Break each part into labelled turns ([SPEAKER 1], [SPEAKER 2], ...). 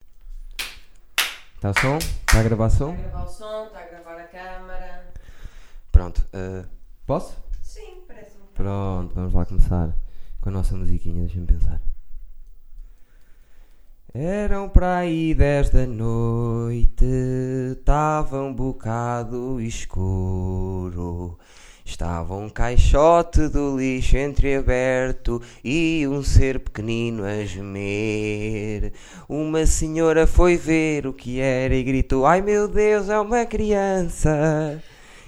[SPEAKER 1] Está Tá som? Está a gravar som?
[SPEAKER 2] Está Tá a gravar o som, está a gravar a câmara.
[SPEAKER 1] Pronto. eh, posso?
[SPEAKER 2] Sim, parece um bocado.
[SPEAKER 1] Pronto, vamos lá começar com a nossa musiquinha, deixa-me pensar. Eram para aí 10 da noite, estava um bocado escuro. Estava um caixote do lixo entreaberto e um ser pequenino a gemer. Uma senhora foi ver o que era e gritou: Ai meu Deus, é uma criança!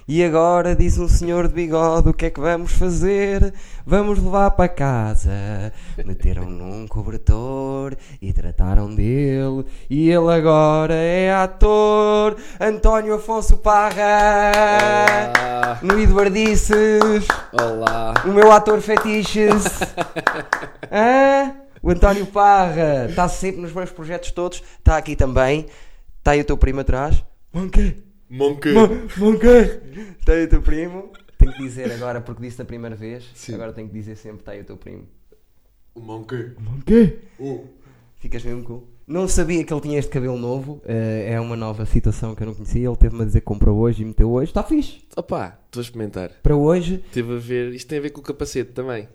[SPEAKER 1] E agora diz um senhor de bigode: o que é que vamos fazer? Vamos levar para casa. Meteram num cobertor e trataram dele. E ele agora é ator António Afonso Parra.
[SPEAKER 3] Olá,
[SPEAKER 1] No Eduardices,
[SPEAKER 3] olá.
[SPEAKER 1] o meu ator fetiches. Hã? O António Parra está sempre nos meus projetos todos. Está aqui também. Está aí o teu primo atrás. Monkey.
[SPEAKER 3] Monkey.
[SPEAKER 1] Monkey! Está Tá aí o teu primo. Tenho que dizer agora, porque disse da primeira vez,
[SPEAKER 3] Sim.
[SPEAKER 1] agora tenho que dizer sempre: está aí o teu primo.
[SPEAKER 3] O monkey.
[SPEAKER 1] Monkey!
[SPEAKER 3] O.
[SPEAKER 1] Ficas mesmo com. Não sabia que ele tinha este cabelo novo, eh, é uma nova citação que eu não conhecia. Ele teve-me a dizer que comprou hoje e meteu hoje. Está fixe!
[SPEAKER 3] Opa, estou a experimentar.
[SPEAKER 1] Para hoje,
[SPEAKER 3] Teve a ver. Isto tem a ver com o capacete também.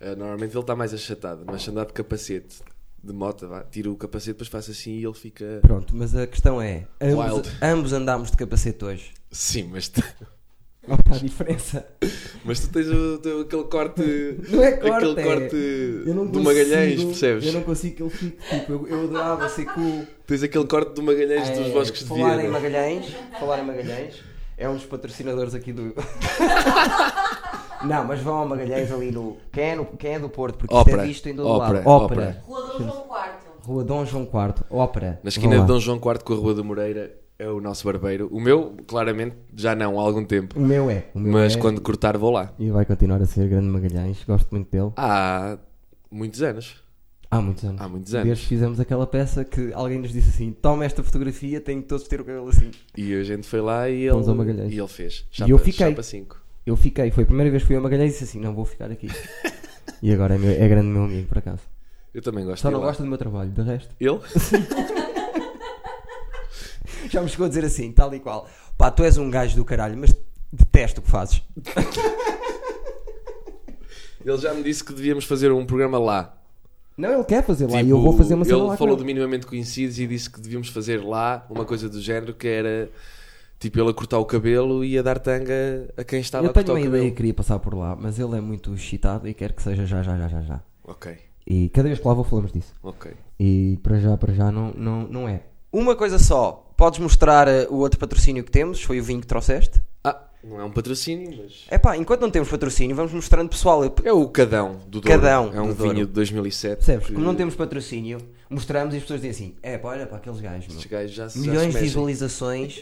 [SPEAKER 3] Ah, normalmente ele está mais achatado, mas se andar de capacete, de moto, vá, tiro o capacete, depois faço assim e ele fica.
[SPEAKER 1] pronto, mas a questão é: ambos,
[SPEAKER 3] Wild.
[SPEAKER 1] ambos andámos de capacete hoje.
[SPEAKER 3] Sim, mas, tu-
[SPEAKER 1] Olha a diferença.
[SPEAKER 3] mas tu tens o, teu- aquele corte.
[SPEAKER 1] Não é corte,
[SPEAKER 3] aquele
[SPEAKER 1] é-
[SPEAKER 3] corte
[SPEAKER 1] Eu não
[SPEAKER 3] do Magalhães,
[SPEAKER 1] consigo-
[SPEAKER 3] percebes?
[SPEAKER 1] Eu não consigo que ele fique. Tipo, eu, eu adorava ser cool.
[SPEAKER 3] Tens aquele corte do Magalhães
[SPEAKER 1] É,
[SPEAKER 3] dos Bosques de
[SPEAKER 1] falar em
[SPEAKER 3] Viena.
[SPEAKER 1] Magalhães, falar em Magalhães, é um dos patrocinadores aqui do. Não, mas vão ao Magalhães ali no. Quem é, no- quem é do Porto? Porque isto é
[SPEAKER 3] Ópera,
[SPEAKER 1] visto em todo
[SPEAKER 3] ópera,
[SPEAKER 1] lado. Ópera.
[SPEAKER 3] ópera.
[SPEAKER 2] Rua Dom João IV.
[SPEAKER 1] Rua Dom João IV, ópera.
[SPEAKER 3] Na esquina
[SPEAKER 1] Vão
[SPEAKER 3] de
[SPEAKER 1] lá.
[SPEAKER 3] Dom João IV com a Rua do Moreira é o nosso barbeiro. O meu, claramente, já não, há algum tempo.
[SPEAKER 1] O meu é. O meu
[SPEAKER 3] Mas
[SPEAKER 1] é,
[SPEAKER 3] quando cortar vou lá.
[SPEAKER 1] E vai continuar a ser grande Magalhães, gosto muito dele.
[SPEAKER 3] Há muitos anos.
[SPEAKER 1] Há muitos anos.
[SPEAKER 3] Há muitos anos.
[SPEAKER 1] Desde que fizemos aquela peça que alguém nos disse assim: toma esta fotografia, tenho que todos ter o cabelo assim.
[SPEAKER 3] E a gente foi lá e
[SPEAKER 1] Fomos ao Magalhães.
[SPEAKER 3] ele, e ele fez. Chapa,
[SPEAKER 1] eu fiquei.
[SPEAKER 3] Chapa 5.
[SPEAKER 1] Eu fiquei, foi a primeira vez que fui ao Magalhães e disse assim: não vou ficar aqui. e agora é, meu- é grande meu amigo, por acaso.
[SPEAKER 3] Eu também gosto
[SPEAKER 1] Só
[SPEAKER 3] de ir
[SPEAKER 1] não
[SPEAKER 3] lá.
[SPEAKER 1] gosta do meu trabalho, de resto.
[SPEAKER 3] Ele?
[SPEAKER 1] Já me chegou a dizer assim, tal e qual. Pá, tu és um gajo do caralho, mas detesto o que fazes.
[SPEAKER 3] ele já me disse que devíamos fazer um programa lá.
[SPEAKER 1] Não, ele quer fazer lá e
[SPEAKER 3] Tipo,
[SPEAKER 1] eu vou fazer uma cena
[SPEAKER 3] Ele
[SPEAKER 1] lá com
[SPEAKER 3] falou
[SPEAKER 1] ele.
[SPEAKER 3] de minimamente conhecidos e disse que devíamos fazer lá uma coisa do género que era tipo ele a cortar o cabelo e a dar tanga a quem estava
[SPEAKER 1] Eu
[SPEAKER 3] a
[SPEAKER 1] tenho
[SPEAKER 3] cortar o
[SPEAKER 1] uma ideia
[SPEAKER 3] cabelo.
[SPEAKER 1] e queria passar por lá, mas ele é muito excitado e quer que seja já, já, já, já, já.
[SPEAKER 3] Ok,
[SPEAKER 1] E cada vez que lá vou falamos disso.
[SPEAKER 3] ok.
[SPEAKER 1] E para já, para já, não, não, não é. Uma coisa só, podes mostrar eh, o outro patrocínio que temos, foi o vinho que trouxeste.
[SPEAKER 3] Ah, não é um patrocínio, mas.
[SPEAKER 1] É pá, enquanto não temos patrocínio, vamos mostrando pessoal. Eu-
[SPEAKER 3] É o Cadão do Douro.
[SPEAKER 1] Cadão
[SPEAKER 3] É um
[SPEAKER 1] do Douro.
[SPEAKER 3] vinho de 2007.
[SPEAKER 1] Percebes?
[SPEAKER 3] que
[SPEAKER 1] Como não temos patrocínio, mostramos e as pessoas dizem assim: é pá, olha para aqueles gajos, meu.
[SPEAKER 3] Estes gajos já, se- já
[SPEAKER 1] milhões
[SPEAKER 3] se
[SPEAKER 1] de
[SPEAKER 3] mexem.
[SPEAKER 1] visualizações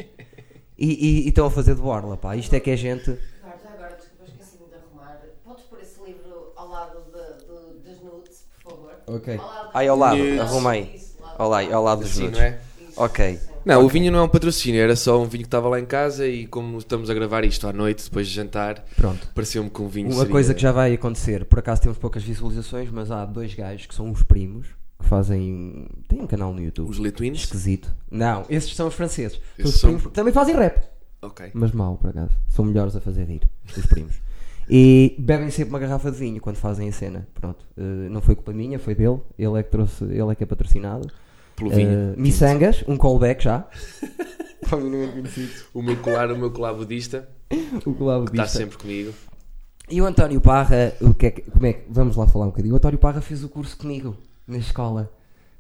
[SPEAKER 1] e, e- e estão a fazer de borla, pá. Isto é que é gente.
[SPEAKER 2] Ricardo, já agora, desculpa, esqueci-me de arrumar. Podes pôr esse livro ao lado de, de, das nudes, por favor?
[SPEAKER 1] Ok.
[SPEAKER 2] Ao lado
[SPEAKER 1] Ai, ao lado,
[SPEAKER 3] Nudes.
[SPEAKER 1] arrumei.
[SPEAKER 2] Isso, lá do
[SPEAKER 1] Ao, lá,
[SPEAKER 2] lado.
[SPEAKER 1] ao lado dos
[SPEAKER 3] Assim,
[SPEAKER 1] nudes.
[SPEAKER 3] não é?
[SPEAKER 2] Isso,
[SPEAKER 1] Ok.
[SPEAKER 2] sim.
[SPEAKER 3] Não, o vinho não é um patrocínio, era só um vinho que estava lá em casa e como estamos a gravar isto à noite, depois de jantar,
[SPEAKER 1] Pronto.
[SPEAKER 3] pareceu-me que um vinho
[SPEAKER 1] Uma
[SPEAKER 3] seria-
[SPEAKER 1] coisa que já vai acontecer, por acaso temos poucas visualizações, mas há dois gajos que são os primos que fazem. Tem um canal no YouTube.
[SPEAKER 3] Os Letuines?
[SPEAKER 1] Esquisito. Não, esses são os franceses. São
[SPEAKER 3] Esses
[SPEAKER 1] os
[SPEAKER 3] são-
[SPEAKER 1] primos- Também fazem rap.
[SPEAKER 3] Ok.
[SPEAKER 1] Mas mal, por acaso. São melhores a fazer rir, os primos. E bebem sempre uma garrafa de vinho quando fazem a cena. Pronto. Eh, não foi culpa minha, foi dele. Ele é que trouxe, ele é que é patrocinado.
[SPEAKER 3] Pelo vinho.
[SPEAKER 1] Eh, Missangas, um callback já. Para mim não é conhecido.
[SPEAKER 3] O meu colar, o meu colar budista,
[SPEAKER 1] O Gustavo
[SPEAKER 3] que está
[SPEAKER 1] Vista.
[SPEAKER 3] sempre comigo.
[SPEAKER 1] E o António Parra, o que é que, como é que, vamos lá falar um bocadinho. O António Parra fez o curso comigo, na escola.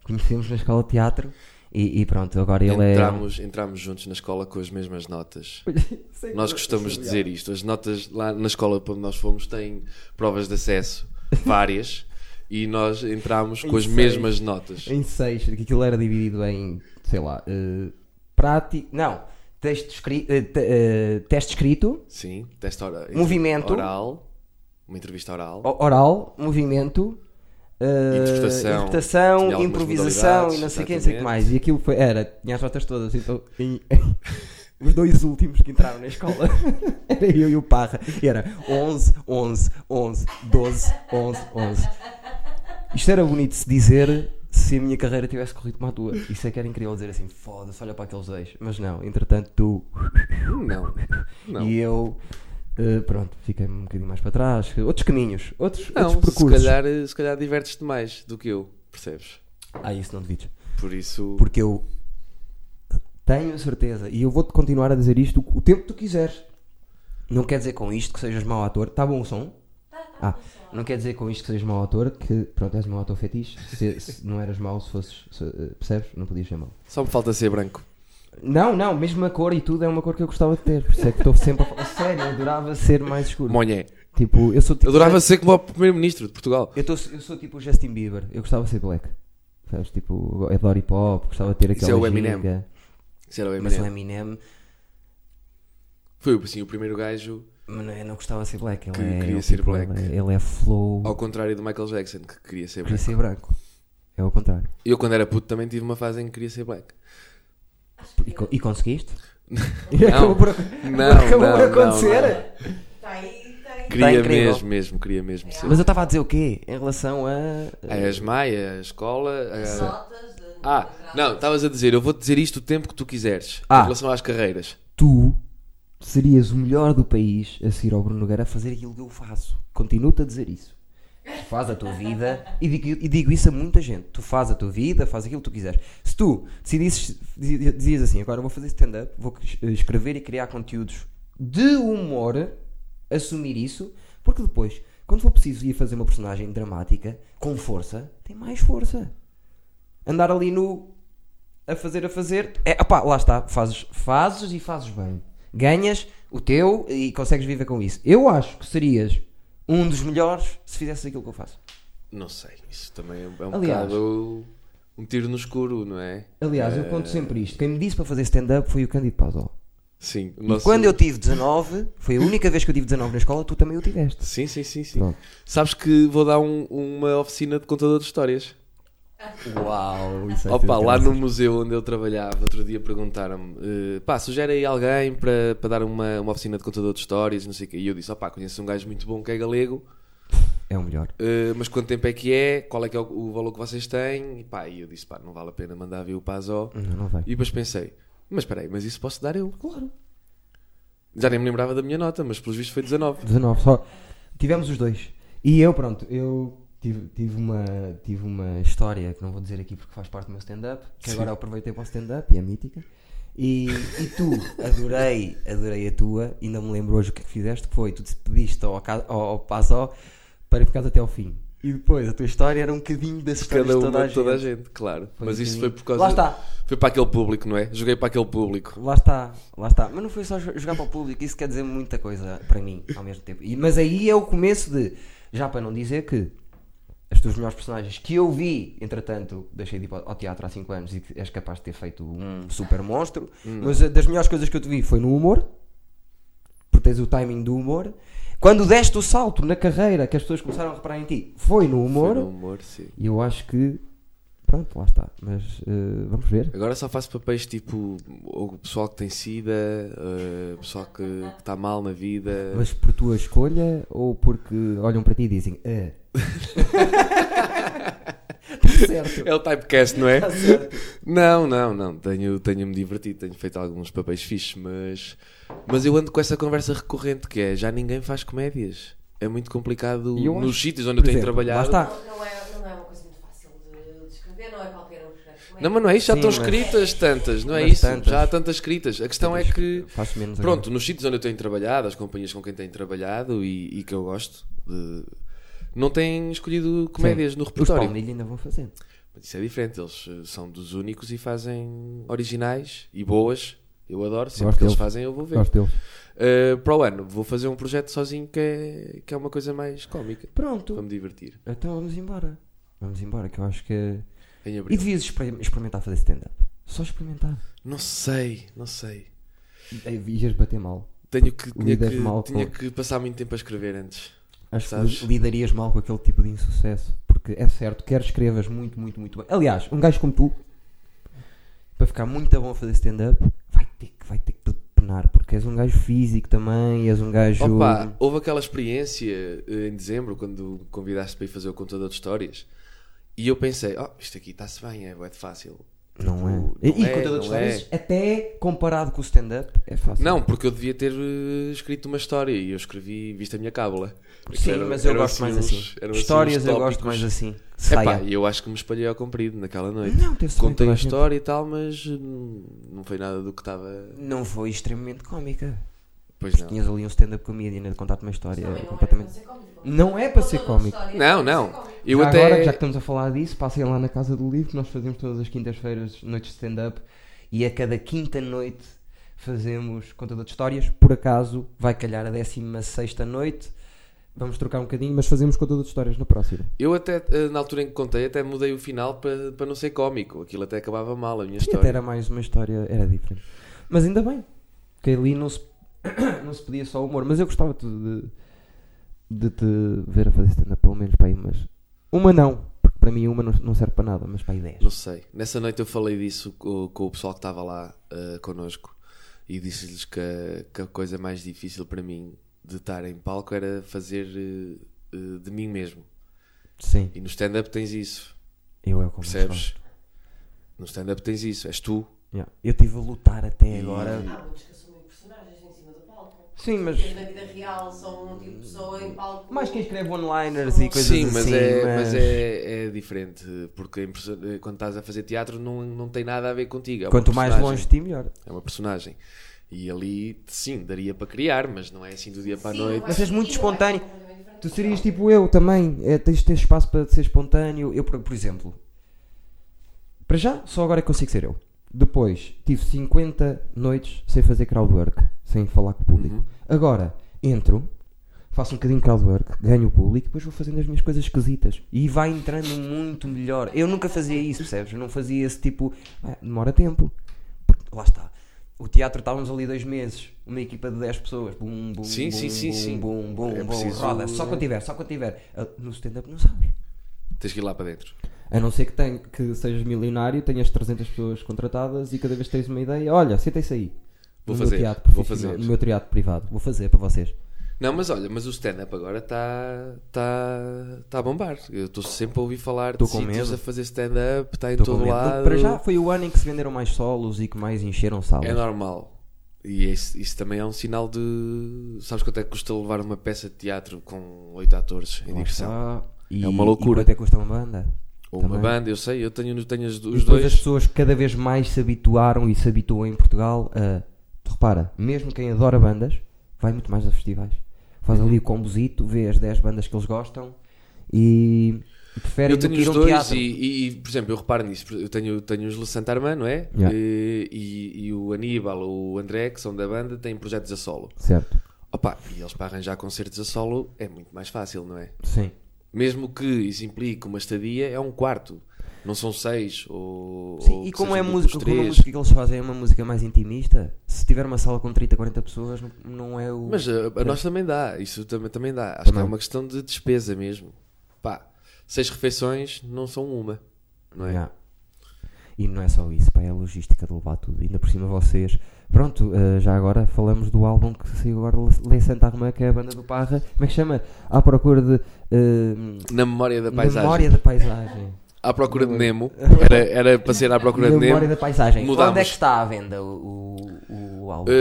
[SPEAKER 1] Conhecemos na escola de teatro. E, e pronto, agora ele
[SPEAKER 3] Entramos, entramos juntos na escola com as mesmas notas.
[SPEAKER 1] é.
[SPEAKER 3] Nós gostamos de dizer isto. As notas lá na escola para onde nós fomos têm provas de acesso, várias, e nós entramos com as
[SPEAKER 1] Em seis.
[SPEAKER 3] mesmas notas.
[SPEAKER 1] Em seis, que aquilo era dividido em, sei lá, eh, prático. Não, texto escrito, eh, teste escrito,
[SPEAKER 3] Sim, teste oral.
[SPEAKER 1] Movimento.
[SPEAKER 3] Oral. Uma entrevista oral.
[SPEAKER 1] o- oral, movimento, eh,
[SPEAKER 3] Interpretação.
[SPEAKER 1] interpretação,
[SPEAKER 3] Tinha algumas
[SPEAKER 1] improvisação e não sei o que, não sei o que mais. E aquilo foi, era, tinha as notas todas, então em- os dois últimos que entraram na escola era eu e o Parra. E era 11, 11, 11, 12, 11, 11. Isto era bonito de se dizer se a minha carreira tivesse corrido como a tua. Isso é que era incrível dizer assim, foda-se, olha para aqueles dois. Mas não, entretanto tu Oh.
[SPEAKER 3] Não. Não.
[SPEAKER 1] e eu, eh, pronto, fiquei um bocadinho mais para trás. Outros caminhos, outros,
[SPEAKER 3] Não,
[SPEAKER 1] outros
[SPEAKER 3] se
[SPEAKER 1] percursos.
[SPEAKER 3] calhar, se calhar divertes-te mais do que eu, percebes?
[SPEAKER 1] Ah, isso não devido.
[SPEAKER 3] Por isso.
[SPEAKER 1] Porque eu tenho a certeza, e eu vou-te continuar a dizer isto o tempo que tu quiseres. Não quer dizer com isto que sejas mau ator. Está bom o som? Ah, não quer dizer com isto que sejas mau ator, que pronto, és mau ator fetiche. Se, se não eras mau, se fosses. se, eh, percebes? Não podias ser mau.
[SPEAKER 3] Só me falta ser branco.
[SPEAKER 1] Não, não, mesmo a cor e tudo é uma cor que eu gostava de ter. Por isso é que estou sempre a falar. Sério, eu adorava ser mais escuro.
[SPEAKER 3] Monhé.
[SPEAKER 1] Tipo, eu sou tipo.
[SPEAKER 3] Adorava ser como o primeiro-ministro de Portugal.
[SPEAKER 1] Eu, tô- eu sou tipo o Justin Bieber. Eu gostava de ser black. Sabes? Tipo, eu adoro hip hop, gostava de ter
[SPEAKER 3] Isso
[SPEAKER 1] aquela.
[SPEAKER 3] é o Eminem.
[SPEAKER 1] ginga.
[SPEAKER 3] Isso era o
[SPEAKER 1] Mas o
[SPEAKER 3] Eminem.
[SPEAKER 1] Eminem.
[SPEAKER 3] Foi assim, o primeiro gajo,
[SPEAKER 1] Mas não, eu não gostava de ser black. Ele
[SPEAKER 3] Que
[SPEAKER 1] é,
[SPEAKER 3] queria
[SPEAKER 1] ele,
[SPEAKER 3] ser
[SPEAKER 1] tipo,
[SPEAKER 3] black.
[SPEAKER 1] Ele é, ele é flow.
[SPEAKER 3] ao contrário do Michael Jackson, que queria ser
[SPEAKER 1] Queria
[SPEAKER 3] branco.
[SPEAKER 1] ser branco. É o contrário.
[SPEAKER 3] Eu, quando era puto, também tive uma fase em que queria ser black.
[SPEAKER 1] Tá E, co- e conseguiste?
[SPEAKER 3] Não.
[SPEAKER 1] Acabou por,
[SPEAKER 3] Não,
[SPEAKER 1] acabou
[SPEAKER 3] não,
[SPEAKER 1] por
[SPEAKER 3] não,
[SPEAKER 1] acontecer.
[SPEAKER 3] não.
[SPEAKER 2] Está tá aí, está aí.
[SPEAKER 3] Queria
[SPEAKER 1] incrível.
[SPEAKER 3] mesmo, mesmo, queria mesmo ser.
[SPEAKER 1] Mas eu estava a dizer o quê? Em relação a.
[SPEAKER 3] As maias, a escola. a-
[SPEAKER 1] um
[SPEAKER 2] Notas de-
[SPEAKER 3] Ah, não, estavas a dizer, eu vou-te dizer isto o tempo que tu quiseres.
[SPEAKER 1] Ah.
[SPEAKER 3] Em relação às carreiras.
[SPEAKER 1] tu serias o melhor do país a seguir ao Bruno Nogueira a fazer aquilo que eu faço. Continuo-te a dizer isso. Faz a tua vida e digo, e digo isso a muita gente. Tu faz a tua vida, faz aquilo que tu quiseres. Se tu decidisses, dizi- dizias assim, agora vou fazer stand-up, vou es- escrever e criar conteúdos de humor, assumir isso, porque depois, quando for preciso ir fazer uma personagem dramática, com força, tem mais força. Andar ali no a fazer a fazer. É, opá, lá está, fazes, fazes e fazes bem. Ganhas o teu e consegues viver com isso. Eu acho que serias um dos melhores se fizesses aquilo que eu faço.
[SPEAKER 3] Não sei, isso também é um, é um
[SPEAKER 1] Aliás.
[SPEAKER 3] bocado um tiro no escuro, não é?
[SPEAKER 1] Aliás, eu conto sempre isto. Quem me disse para fazer stand-up foi o Candido Pazol.
[SPEAKER 3] Sim, o
[SPEAKER 1] E
[SPEAKER 3] nosso-
[SPEAKER 1] quando eu tive 19, foi a única vez que eu tive 19 na escola, tu também o tiveste.
[SPEAKER 3] Sim, sim, sim, sim.
[SPEAKER 1] Pronto.
[SPEAKER 3] Sabes que vou dar um- uma oficina de contador de histórias.
[SPEAKER 1] Uau, isso é
[SPEAKER 3] Opa, lá no museu onde eu trabalhava, outro dia perguntaram-me: eh, pá, sugere aí alguém para, para dar uma, uma oficina de contador de histórias, não sei o quê. E eu disse: opá, conheço um gajo muito bom que é galego,
[SPEAKER 1] É o melhor.
[SPEAKER 3] eh, mas quanto tempo é que é? Qual é que é o, o valor que vocês têm? E pá, e eu disse: pá, não vale a pena mandar vir o Pazó.
[SPEAKER 1] Não, não vai.
[SPEAKER 3] E depois pensei: mas espera aí, mas isso posso dar eu? Claro. Já nem me lembrava da minha nota, mas pelos vistos foi 19.
[SPEAKER 1] 19 só. Tivemos os dois. E eu, pronto, eu tive, tive, uma, tive uma história que não vou dizer aqui porque faz parte do meu stand-up, que
[SPEAKER 3] Sim.
[SPEAKER 1] agora eu aproveitei para o stand-up e é mítica. E, e tu, adorei, adorei a tua, ainda me lembro hoje o que é que fizeste, que foi, tu te pediste ao, aca- ao, ao Pazó para ficar até ao fim. E depois a tua história era um bocadinho das histórias
[SPEAKER 3] Cada
[SPEAKER 1] de
[SPEAKER 3] uma
[SPEAKER 1] toda a
[SPEAKER 3] de toda a
[SPEAKER 1] gente.
[SPEAKER 3] gente, claro.
[SPEAKER 1] Foi
[SPEAKER 3] mas
[SPEAKER 1] um
[SPEAKER 3] isso foi
[SPEAKER 1] bocadinho.
[SPEAKER 3] por causa.
[SPEAKER 1] Lá está.
[SPEAKER 3] Foi para aquele público, não é? Joguei para aquele público.
[SPEAKER 1] Tipo, Lá está, lá está. Mas não foi só jo- jogar para o público, isso quer dizer muita coisa para mim ao mesmo tempo. E- mas aí é o começo de. Já para não dizer que as tuas melhores personagens que eu vi, entretanto, deixei de ir ao ao teatro há 5 anos e que és capaz de ter feito um super monstro. Mas a- das melhores coisas que eu te vi foi no humor, porque tens o timing do humor. Quando deste o salto na carreira que as pessoas começaram a reparar em ti, foi no humor.
[SPEAKER 3] Foi no humor, sim.
[SPEAKER 1] E eu acho que. Pronto, lá está. Mas eh, vamos ver.
[SPEAKER 3] Agora só faço papéis tipo o pessoal que tem sida, eh, pessoal que que está mal na vida.
[SPEAKER 1] Mas por tua escolha ou porque olham para ti e dizem é. Tá certo.
[SPEAKER 3] É o typecast, não é?
[SPEAKER 1] Tá certo.
[SPEAKER 3] Não, não, não. Tenho- Tenho-me divertido, tenho feito alguns papéis fixes, mas, mas eu ando com essa conversa recorrente que é já ninguém faz comédias. É muito complicado
[SPEAKER 1] E eu acho-
[SPEAKER 3] nos sítios onde eu tenho
[SPEAKER 1] Por exemplo,
[SPEAKER 3] trabalhado.
[SPEAKER 1] Lá está.
[SPEAKER 2] Não, não é, não é uma coisa muito fácil de descrever, não é qualquer um que escreve.
[SPEAKER 3] Não, mas não é isso, já
[SPEAKER 1] Sim,
[SPEAKER 3] estão
[SPEAKER 1] mas-
[SPEAKER 3] escritas tantas, não é
[SPEAKER 1] Mas
[SPEAKER 3] isso?
[SPEAKER 1] tantas.
[SPEAKER 3] Já há tantas escritas. A questão é que,
[SPEAKER 1] Faço menos agora.
[SPEAKER 3] pronto, nos sítios onde eu tenho trabalhado, as companhias com quem tenho trabalhado e, e que eu gosto, de- não têm escolhido comédias no
[SPEAKER 1] Os
[SPEAKER 3] repertório.
[SPEAKER 1] palmilhos ainda vão fazendo.
[SPEAKER 3] Mas isso é diferente, eles eh, são dos únicos e fazem originais e boas. Eu adoro, sempre
[SPEAKER 1] Gosto
[SPEAKER 3] que eles
[SPEAKER 1] deles.
[SPEAKER 3] fazem eu vou ver.
[SPEAKER 1] Gosto deles.
[SPEAKER 3] Eh, para o ano, vou fazer um projeto sozinho que é, que é uma coisa mais cómica, para
[SPEAKER 1] Pronto.
[SPEAKER 3] me divertir.
[SPEAKER 1] Então vamos embora. Vamos embora, que eu acho que.
[SPEAKER 3] Em abril.
[SPEAKER 1] E devias exper- experimentar fazer stand-up. Só experimentar.
[SPEAKER 3] Não sei, não sei.
[SPEAKER 1] E- e Ias bater mal.
[SPEAKER 3] Tenho que, tinha
[SPEAKER 1] Lidas
[SPEAKER 3] que,
[SPEAKER 1] mal com-
[SPEAKER 3] tinha que passar muito tempo a escrever antes.
[SPEAKER 1] Acho
[SPEAKER 3] Sabes?
[SPEAKER 1] que lidarias mal com aquele tipo de insucesso. Porque é certo, quer escrevas muito, muito, muito bem. Aliás, um gajo como tu, para ficar muito bom a fazer stand-up, vai ter que, vai ter que penar. Porque és um gajo físico também, és um gajo.
[SPEAKER 3] Opa, houve aquela experiência eh, em dezembro, quando me convidaste para ir fazer o contador de histórias. E eu pensei, oh, isto aqui está-se bem, é, bué de fácil.
[SPEAKER 1] Não é.
[SPEAKER 3] Tipo,
[SPEAKER 1] e e
[SPEAKER 3] é,
[SPEAKER 1] contando
[SPEAKER 3] não
[SPEAKER 1] outras
[SPEAKER 3] é.
[SPEAKER 1] histórias, até comparado com o stand-up, é fácil.
[SPEAKER 3] Não, porque eu devia ter eh, escrito uma história e eu escrevi, viste a minha cábula. Porque
[SPEAKER 1] Sim,
[SPEAKER 3] eram-
[SPEAKER 1] mas eu
[SPEAKER 3] eram
[SPEAKER 1] gosto mais
[SPEAKER 3] uns-
[SPEAKER 1] assim.
[SPEAKER 3] eram uns
[SPEAKER 1] Histórias eu
[SPEAKER 3] tópicos.
[SPEAKER 1] gosto mais assim. que
[SPEAKER 3] Epá,
[SPEAKER 1] Saia.
[SPEAKER 3] eu acho que me espalhei ao comprido naquela noite.
[SPEAKER 1] Não, teve-se bem
[SPEAKER 3] Contei
[SPEAKER 1] toda
[SPEAKER 3] a
[SPEAKER 1] a gente.
[SPEAKER 3] história e tal, mas hum, não foi nada do que estava.
[SPEAKER 1] Não foi extremamente cómica.
[SPEAKER 3] Pois
[SPEAKER 1] Mas
[SPEAKER 3] não.
[SPEAKER 1] tinhas ali um stand-up comedian a contar-te uma história
[SPEAKER 2] Também não é
[SPEAKER 1] completamente.
[SPEAKER 2] era para ser cómico.
[SPEAKER 1] Não é para ser
[SPEAKER 2] Toda a
[SPEAKER 1] cómico.
[SPEAKER 2] história
[SPEAKER 3] Não,
[SPEAKER 2] era para ser
[SPEAKER 3] não.
[SPEAKER 2] cómico.
[SPEAKER 3] Eu
[SPEAKER 1] já
[SPEAKER 3] até.
[SPEAKER 1] agora, já que estamos a falar disso, passem lá na Casa do Livro, que nós fazemos todas as quintas-feiras noites de stand-up e a cada quinta noite fazemos contador de histórias. Por acaso, vai calhar a 16 noite. Vamos trocar um bocadinho, mas fazemos contador de histórias na próxima.
[SPEAKER 3] Eu até, eh, na altura em que contei, até mudei o final para, para não ser cómico. Aquilo até acabava mal, a minha
[SPEAKER 1] Sim, até
[SPEAKER 3] história.
[SPEAKER 1] era mais uma história, era diferente. Mas ainda bem, que ali não se, não se pedia só humor. Mas eu gostava de, de, de te ver a fazer stand-up, pelo menos para aí, mas uma não, porque para mim uma não, não serve para nada, mas para aí 10.
[SPEAKER 3] Não sei. Nessa noite eu falei disso co- com, o pessoal que estava lá eh, connosco e disse-lhes que, a- que a coisa mais difícil para mim de estar em palco era fazer eh, eh, de mim mesmo.
[SPEAKER 1] Sim,
[SPEAKER 3] E no stand-up tens isso,
[SPEAKER 1] eu é como
[SPEAKER 3] percebes? No stand-up tens isso, és tu.
[SPEAKER 1] Yeah. Eu estive a lutar até agora.
[SPEAKER 2] Há muitos que assumem personagens em cima do palco.
[SPEAKER 1] Sim, mas
[SPEAKER 2] Porque na vida real são um tipo de pessoa em palco.
[SPEAKER 1] mais quem escreve one-liners e coisas
[SPEAKER 3] Sim, mas,
[SPEAKER 1] assim.
[SPEAKER 3] é, mas é, é diferente, porque em perso- eh, quando estás a fazer teatro não, não tem nada a ver contigo. é uma
[SPEAKER 1] Quanto mais
[SPEAKER 3] personagem.
[SPEAKER 1] longe de ti, melhor.
[SPEAKER 3] É uma personagem. E ali, sim, daria para criar, mas não é assim do dia para a
[SPEAKER 2] Sim,
[SPEAKER 3] noite.
[SPEAKER 2] não é-
[SPEAKER 1] Mas és muito
[SPEAKER 2] e não é
[SPEAKER 1] espontâneo.
[SPEAKER 2] completamente diferente
[SPEAKER 1] Tu
[SPEAKER 2] do
[SPEAKER 1] serias
[SPEAKER 2] palco.
[SPEAKER 1] tipo eu também. É, tens de ter espaço para ser espontâneo. Eu, por, por exemplo, para já, só agora é que consigo ser eu. Depois, tive 50 noites sem fazer crowdwork, sem falar com o público.
[SPEAKER 3] Uhum.
[SPEAKER 1] Agora, entro, faço um bocadinho de crowdwork, ganho o público e depois vou fazendo as minhas coisas esquisitas. E vai entrando muito melhor. Eu nunca fazia isso, percebes? Eu não fazia esse tipo. "Ah, demora tempo. Porque, lá está. O teatro estávamos ali dois meses, uma equipa de 10 pessoas. Bum, bum,
[SPEAKER 3] Sim,
[SPEAKER 1] bum,
[SPEAKER 3] sim, sim,
[SPEAKER 1] bum,
[SPEAKER 3] sim.
[SPEAKER 1] bum, bum,
[SPEAKER 3] É
[SPEAKER 1] bum,
[SPEAKER 3] preciso-
[SPEAKER 1] roda. Só quando tiver, só quando tiver. Ah, No stand-up não sabes.
[SPEAKER 3] Tens que ir lá para dentro.
[SPEAKER 1] A não ser que, tenha, que sejas milionário, tenhas 300 pessoas contratadas e cada vez que tens uma ideia, olha, senta-se aí.
[SPEAKER 3] Vou
[SPEAKER 1] No
[SPEAKER 3] fazer,
[SPEAKER 1] meu teatro
[SPEAKER 3] vou
[SPEAKER 1] profissional-
[SPEAKER 3] fazer.
[SPEAKER 1] No meu teatro privado. Vou fazer para vocês.
[SPEAKER 3] Não, mas olha, mas o stand-up agora está tá, tá a bombar. Eu estou sempre a ouvir falar
[SPEAKER 1] Tô
[SPEAKER 3] de
[SPEAKER 1] com
[SPEAKER 3] sítios
[SPEAKER 1] medo.
[SPEAKER 3] a fazer stand-up, está em
[SPEAKER 1] Estou
[SPEAKER 3] todo
[SPEAKER 1] com medo.
[SPEAKER 3] lado.
[SPEAKER 1] Para já foi o ano em que se venderam mais solos e que mais encheram salas.
[SPEAKER 3] É normal. E isso, isso também é um sinal de. Sabes quanto é que custa levar uma peça de teatro com oito atores em
[SPEAKER 1] Lá
[SPEAKER 3] digressão?
[SPEAKER 1] está. E-
[SPEAKER 3] É uma loucura.
[SPEAKER 1] E quanto é que custa uma banda?
[SPEAKER 3] Ou uma
[SPEAKER 1] Também.
[SPEAKER 3] banda, eu sei, eu tenho, tenho as-
[SPEAKER 1] E
[SPEAKER 3] os
[SPEAKER 1] depois as
[SPEAKER 3] dois.
[SPEAKER 1] pessoas cada vez mais se habituaram e se habituam em Portugal a. Tu Repara, mesmo quem adora bandas, vai muito mais a festivais. Faz ali o combozito, vê as 10 bandas que eles gostam e e prefere
[SPEAKER 3] Eu
[SPEAKER 1] do que
[SPEAKER 3] tenho
[SPEAKER 1] ir
[SPEAKER 3] os
[SPEAKER 1] a um
[SPEAKER 3] dois
[SPEAKER 1] teatro.
[SPEAKER 3] e, e- e, por exemplo, eu reparo nisso, eu tenho, tenho os Le Santarmã, não é?
[SPEAKER 1] Yeah.
[SPEAKER 3] E, e- e o Aníbal, o André, que são da banda, têm projetos a solo.
[SPEAKER 1] Certo,
[SPEAKER 3] Opa, e eles para arranjar concertos a solo é muito mais fácil, não é?
[SPEAKER 1] sim.
[SPEAKER 3] Mesmo que isso implique uma estadia, é um quarto. Não são seis ou.
[SPEAKER 1] Sim,
[SPEAKER 3] ou
[SPEAKER 1] e
[SPEAKER 3] que
[SPEAKER 1] como
[SPEAKER 3] sejam
[SPEAKER 1] é a
[SPEAKER 3] grupos
[SPEAKER 1] música,
[SPEAKER 3] de
[SPEAKER 1] como a
[SPEAKER 3] três.
[SPEAKER 1] música que eles fazem é uma música mais intimista, se tiver uma sala com 30, 40 pessoas, não, não é o.
[SPEAKER 3] Mas eh, a, a nós também dá, isso também, também dá. Acho que
[SPEAKER 1] Também.
[SPEAKER 3] é uma questão de despesa mesmo. Pá, seis refeições não são uma, não é?
[SPEAKER 1] Yeah. E não é só isso, pá, é a logística de levar tudo. Ainda por cima vocês. Pronto, eh, já agora falamos do álbum que saiu agora, Lê Santa Armã, que é a banda do Parra. Como é que chama? À procura de. eh,
[SPEAKER 3] Na memória da
[SPEAKER 1] da
[SPEAKER 3] paisagem.
[SPEAKER 1] memória da paisagem.
[SPEAKER 3] À procura de Nemo. Era, era para ser à procura de
[SPEAKER 1] memória
[SPEAKER 3] Nemo.
[SPEAKER 1] da paisagem.
[SPEAKER 3] Mudamos.
[SPEAKER 1] Onde é que está à venda o, o, o
[SPEAKER 3] Eh,
[SPEAKER 1] álbum?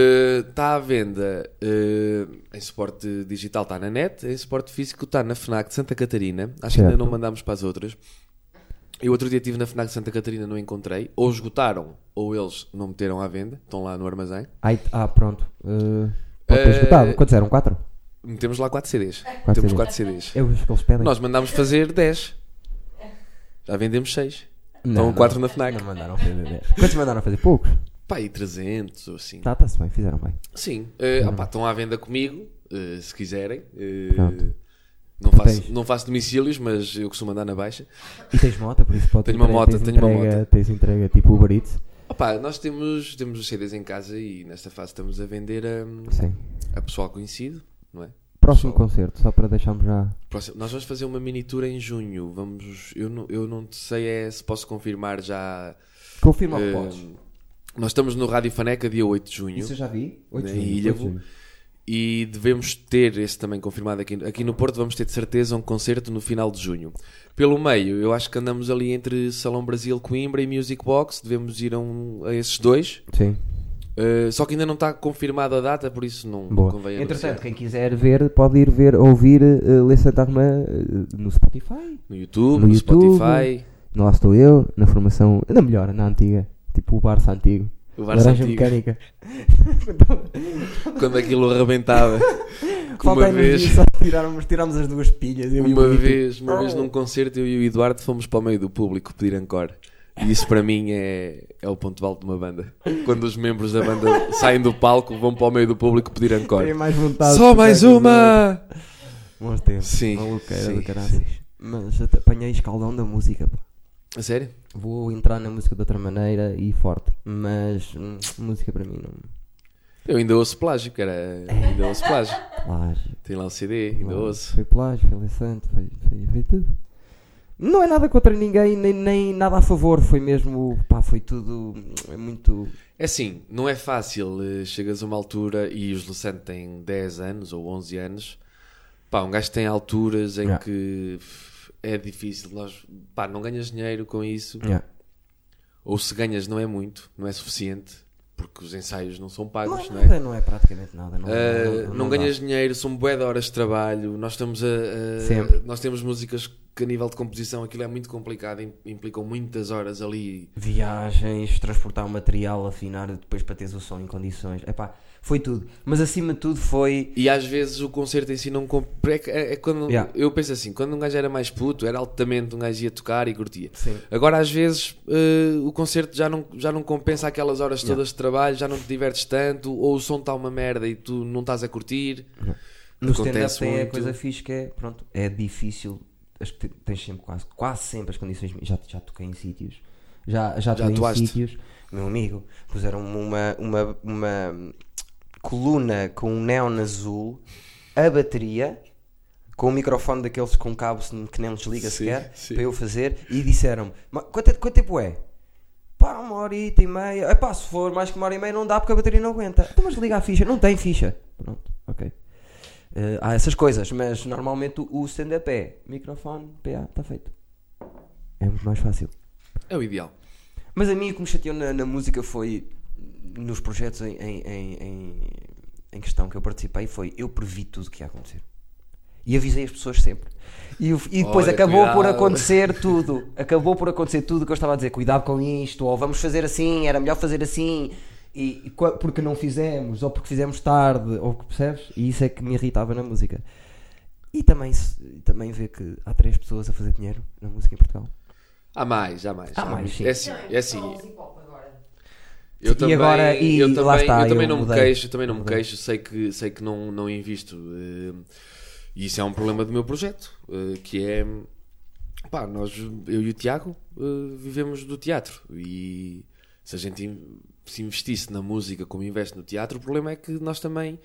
[SPEAKER 3] Está tá à venda eh, em suporte digital, está na net. Em suporte físico, está na FNAC de Santa Catarina. Acho que ainda
[SPEAKER 1] Certo.
[SPEAKER 3] não mandámos para as outras. Eu outro dia estive na FNAC de Santa Catarina, não encontrei. Ou esgotaram, ou eles não meteram à venda. Estão lá no armazém.
[SPEAKER 1] Ai, ah, pronto. eh, pode ter
[SPEAKER 3] Eh,
[SPEAKER 1] esgotado. Quantos eram? 4?
[SPEAKER 3] Metemos lá 4 CDs.
[SPEAKER 1] Quatro
[SPEAKER 3] Temos
[SPEAKER 1] CDs.
[SPEAKER 3] 4 CDs.
[SPEAKER 1] É os que eles pedem.
[SPEAKER 3] Nós mandámos fazer 10. Já vendemos 6.
[SPEAKER 1] Não,
[SPEAKER 3] Estão
[SPEAKER 1] não.
[SPEAKER 3] 4 na FNAC.
[SPEAKER 1] Não mandaram fazer. Quantos mandaram fazer? Poucos?
[SPEAKER 3] Pá, e 300 ou assim.
[SPEAKER 1] Tá, tá-se bem, fizeram bem.
[SPEAKER 3] Sim, eh,
[SPEAKER 1] Uhum.
[SPEAKER 3] opá, estão à venda comigo, eh, se quiserem. eh,
[SPEAKER 1] Pronto.
[SPEAKER 3] não,
[SPEAKER 1] Tu
[SPEAKER 3] faço,
[SPEAKER 1] tens?
[SPEAKER 3] não faço domicílios, mas eu costumo andar na baixa.
[SPEAKER 1] E tens moto, por isso pode
[SPEAKER 3] Tenho uma moto,
[SPEAKER 1] tens
[SPEAKER 3] tenho uma
[SPEAKER 1] entrega,
[SPEAKER 3] moto.
[SPEAKER 1] Tens entrega tipo Uber Eats.
[SPEAKER 3] Opá, nós temos, temos os CDs em casa e nesta fase estamos a vender a,
[SPEAKER 1] Sim.
[SPEAKER 3] a pessoal conhecido, não é?
[SPEAKER 1] Próximo
[SPEAKER 3] Pessoal.
[SPEAKER 1] concerto, só para deixarmos já.
[SPEAKER 3] Próximo- Nós vamos fazer uma mini tour em junho. Vamos, eu, não, eu não sei é se posso confirmar já.
[SPEAKER 1] Confirma o que
[SPEAKER 3] eh,
[SPEAKER 1] podes.
[SPEAKER 3] Nós estamos no Rádio Faneca dia 8 de junho.
[SPEAKER 1] Isso eu já vi. 8
[SPEAKER 3] Na
[SPEAKER 1] de junho,
[SPEAKER 3] Ilha
[SPEAKER 1] 8 de junho.
[SPEAKER 3] E devemos ter esse também confirmado aqui, aqui no Porto. Vamos ter de certeza um concerto no final de junho. Pelo meio, eu acho que andamos ali entre Salão Brasil, Coimbra e Music Box. Devemos ir a, um- a esses dois.
[SPEAKER 1] Sim.
[SPEAKER 3] Uh, só que ainda não está confirmada a data, por isso não
[SPEAKER 1] Boa.
[SPEAKER 3] convém
[SPEAKER 1] Entretanto,
[SPEAKER 3] anunciar.
[SPEAKER 1] quem quiser ver, pode ir ver, ouvir uh, Lê Santa Armã eh, no Spotify.
[SPEAKER 3] No YouTube,
[SPEAKER 1] No
[SPEAKER 3] no,
[SPEAKER 1] YouTube.
[SPEAKER 3] Spotify,
[SPEAKER 1] No Lá estou eu, na formação. Na melhor, na antiga. Tipo o Barça antigo.
[SPEAKER 3] o Barça
[SPEAKER 1] Laranja
[SPEAKER 3] Antigo,
[SPEAKER 1] mecânica.
[SPEAKER 3] quando aquilo arrebentava. Que uma
[SPEAKER 1] Falta
[SPEAKER 3] vez,
[SPEAKER 1] energia, só tirarmos, tirarmos as duas pilhas. eu e o
[SPEAKER 3] uma
[SPEAKER 1] Mito.
[SPEAKER 3] vez, uma vez num concerto, eu e o Eduardo fomos para o meio do público pedir encore. E isso para mim é, é o ponto alto de uma banda. Quando os membros da banda saem do palco, vão para o meio do público pedir
[SPEAKER 1] Tenho
[SPEAKER 3] encore.
[SPEAKER 1] mais vontade de
[SPEAKER 3] Só
[SPEAKER 1] tocar
[SPEAKER 3] mais
[SPEAKER 1] com
[SPEAKER 3] uma!
[SPEAKER 1] o meu- Bons tempos.
[SPEAKER 3] Sim.
[SPEAKER 1] Maluqueira
[SPEAKER 3] sim,
[SPEAKER 1] do caraças. Mas eu te- apanhei escaldão da música, pá.
[SPEAKER 3] sim. A sério?
[SPEAKER 1] Vou entrar na música de outra maneira e forte. Mas hum, música para mim não.
[SPEAKER 3] Eu ainda ouço plágio, cara. Ainda ouço plágio.
[SPEAKER 1] Plágio.
[SPEAKER 3] Tem lá o CD, ainda
[SPEAKER 1] Não,
[SPEAKER 3] ouço.
[SPEAKER 1] Foi plágio, foi laçante, foi, foi, foi tudo. Não é nada contra ninguém, nem, nem nada a favor. Foi mesmo. Pá, foi tudo hum, muito.
[SPEAKER 3] É assim, não é fácil. eh, Chegas a uma altura e os Lucente têm 10 anos ou 11 anos. Pá, um gajo tem alturas em
[SPEAKER 1] Yeah.
[SPEAKER 3] que f- é difícil. Nós, pá, não ganhas dinheiro com isso.
[SPEAKER 1] Yeah.
[SPEAKER 3] Ou se ganhas, não é muito, não é suficiente. Porque os ensaios não são
[SPEAKER 1] Não,
[SPEAKER 3] pagos,
[SPEAKER 1] é
[SPEAKER 3] não é?
[SPEAKER 1] nada, não é praticamente nada. Não,
[SPEAKER 3] Ah,
[SPEAKER 1] não, não,
[SPEAKER 3] não,
[SPEAKER 1] não dá.
[SPEAKER 3] ganhas dinheiro, são bué de horas de trabalho. Nós estamos a, a-
[SPEAKER 1] Sempre.
[SPEAKER 3] nós temos músicas que a nível de composição aquilo é muito complicado, im- implicam muitas horas ali.
[SPEAKER 1] viagens, transportar o material, afinar depois para teres o som em condições. Epá, foi tudo. Mas acima de tudo foi.
[SPEAKER 3] E às vezes o concerto em si não compra. É, que- é- é quando
[SPEAKER 1] Yeah.
[SPEAKER 3] eu penso assim, quando um gajo era mais puto, era altamente um gajo ia tocar e curtia.
[SPEAKER 1] Sim.
[SPEAKER 3] Agora às vezes eh, o concerto já não, já não compensa aquelas horas todas de trabalho, já não te divertes tanto, ou o som está uma merda e tu não estás a curtir.
[SPEAKER 1] No stand-up
[SPEAKER 3] Acontece
[SPEAKER 1] tem a
[SPEAKER 3] muito.
[SPEAKER 1] coisa fixe que é, pronto, é difícil. Acho que te- tens sempre quase, quase sempre as condições. Já, já toquei em sítios. Já, já, toquei
[SPEAKER 3] atuaste?
[SPEAKER 1] em sítios. Meu amigo, puseram uma, uma, uma coluna com um neon azul, a bateria. Com um microfone daqueles com cabo que nem desliga
[SPEAKER 3] Sim,
[SPEAKER 1] sequer,
[SPEAKER 3] sim.
[SPEAKER 1] para eu fazer, e disseram-me: "Mas quanto, é- quanto tempo é? Pá, uma horita e meia. Epá, se for mais que uma hora e meia não dá porque a bateria não aguenta. Então, mas liga a ficha. Não tem ficha. Pronto, ok. Eh, há essas coisas, mas normalmente o- o stand-up é microfone, PA, está feito. É muito mais fácil.
[SPEAKER 3] É o ideal.
[SPEAKER 1] Mas a mim o que me chateou na, na música foi nos projetos em, em- em- em- em questão que eu participei foi eu previ tudo o que ia acontecer. E avisei as pessoas sempre. E, eu- e depois
[SPEAKER 3] Olha,
[SPEAKER 1] acabou por
[SPEAKER 3] cuidado.
[SPEAKER 1] acontecer tudo. Acabou por acontecer tudo o que eu estava a dizer. Cuidado com isto, ou vamos fazer assim, era melhor fazer assim. E, e qua- porque não fizemos, ou porque fizemos tarde, ou que percebes? E isso é que me irritava na música. E também, se- também ver que há três pessoas a fazer dinheiro na música em Portugal.
[SPEAKER 3] Há mais, há mais.
[SPEAKER 1] Há mais,
[SPEAKER 3] muito.
[SPEAKER 1] sim.
[SPEAKER 3] É assim, é
[SPEAKER 2] Só
[SPEAKER 3] assim.
[SPEAKER 2] os um hip hop agora.
[SPEAKER 3] Eu
[SPEAKER 1] E
[SPEAKER 3] também,
[SPEAKER 1] agora- e
[SPEAKER 3] eu
[SPEAKER 1] lá
[SPEAKER 3] também,
[SPEAKER 1] está,
[SPEAKER 3] eu também
[SPEAKER 1] eu
[SPEAKER 3] não me
[SPEAKER 1] mudei.
[SPEAKER 3] queixo, eu também não me queixo, sei que, sei que não, não invisto. eh, E isso é um problema do meu projeto, eh, que é pá, nós, eu e o Tiago, eh, vivemos do teatro e se a gente in- se investisse na música como investe no teatro, o problema é que nós também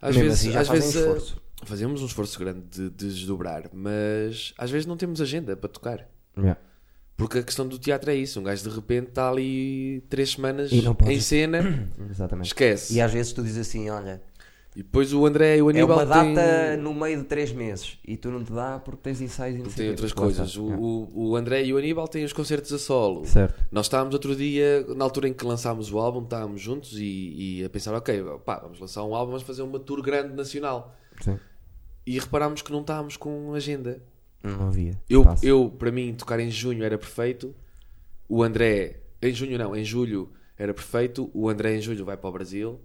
[SPEAKER 3] às
[SPEAKER 1] Mesmo
[SPEAKER 3] vezes,
[SPEAKER 1] assim, já
[SPEAKER 3] às
[SPEAKER 1] fazem
[SPEAKER 3] vezes
[SPEAKER 1] um
[SPEAKER 3] eh,
[SPEAKER 1] esforço.
[SPEAKER 3] fazemos um esforço grande de, de desdobrar, mas às vezes não temos agenda para tocar. Porque a questão do teatro é isso. Um gajo de repente está ali três semanas
[SPEAKER 1] E não pode.
[SPEAKER 3] em cena,
[SPEAKER 1] Exatamente.
[SPEAKER 3] esquece.
[SPEAKER 1] E às vezes tu dizes assim, olha,
[SPEAKER 3] E depois o André e o
[SPEAKER 1] é
[SPEAKER 3] Aníbal
[SPEAKER 1] uma
[SPEAKER 3] têm,
[SPEAKER 1] data no meio de três meses e tu não te dá porque tens ensaios e não sei
[SPEAKER 3] têm
[SPEAKER 1] quê.
[SPEAKER 3] outras
[SPEAKER 1] Lá
[SPEAKER 3] coisas.
[SPEAKER 1] está.
[SPEAKER 3] O, o, o André e o Aníbal têm os concertos a solo.
[SPEAKER 1] Certo.
[SPEAKER 3] Nós estávamos outro dia, na altura em que lançámos o álbum, estávamos juntos e, e a pensar, ok, pá, vamos lançar um álbum, vamos fazer uma tour grande nacional.
[SPEAKER 1] Sim.
[SPEAKER 3] E reparámos que não estávamos com agenda.
[SPEAKER 1] Não havia.
[SPEAKER 3] Eu,
[SPEAKER 1] espaço.
[SPEAKER 3] eu, para mim, tocar em junho era perfeito. O André, em junho não, em julho era perfeito. O André, em julho, vai para o Brasil.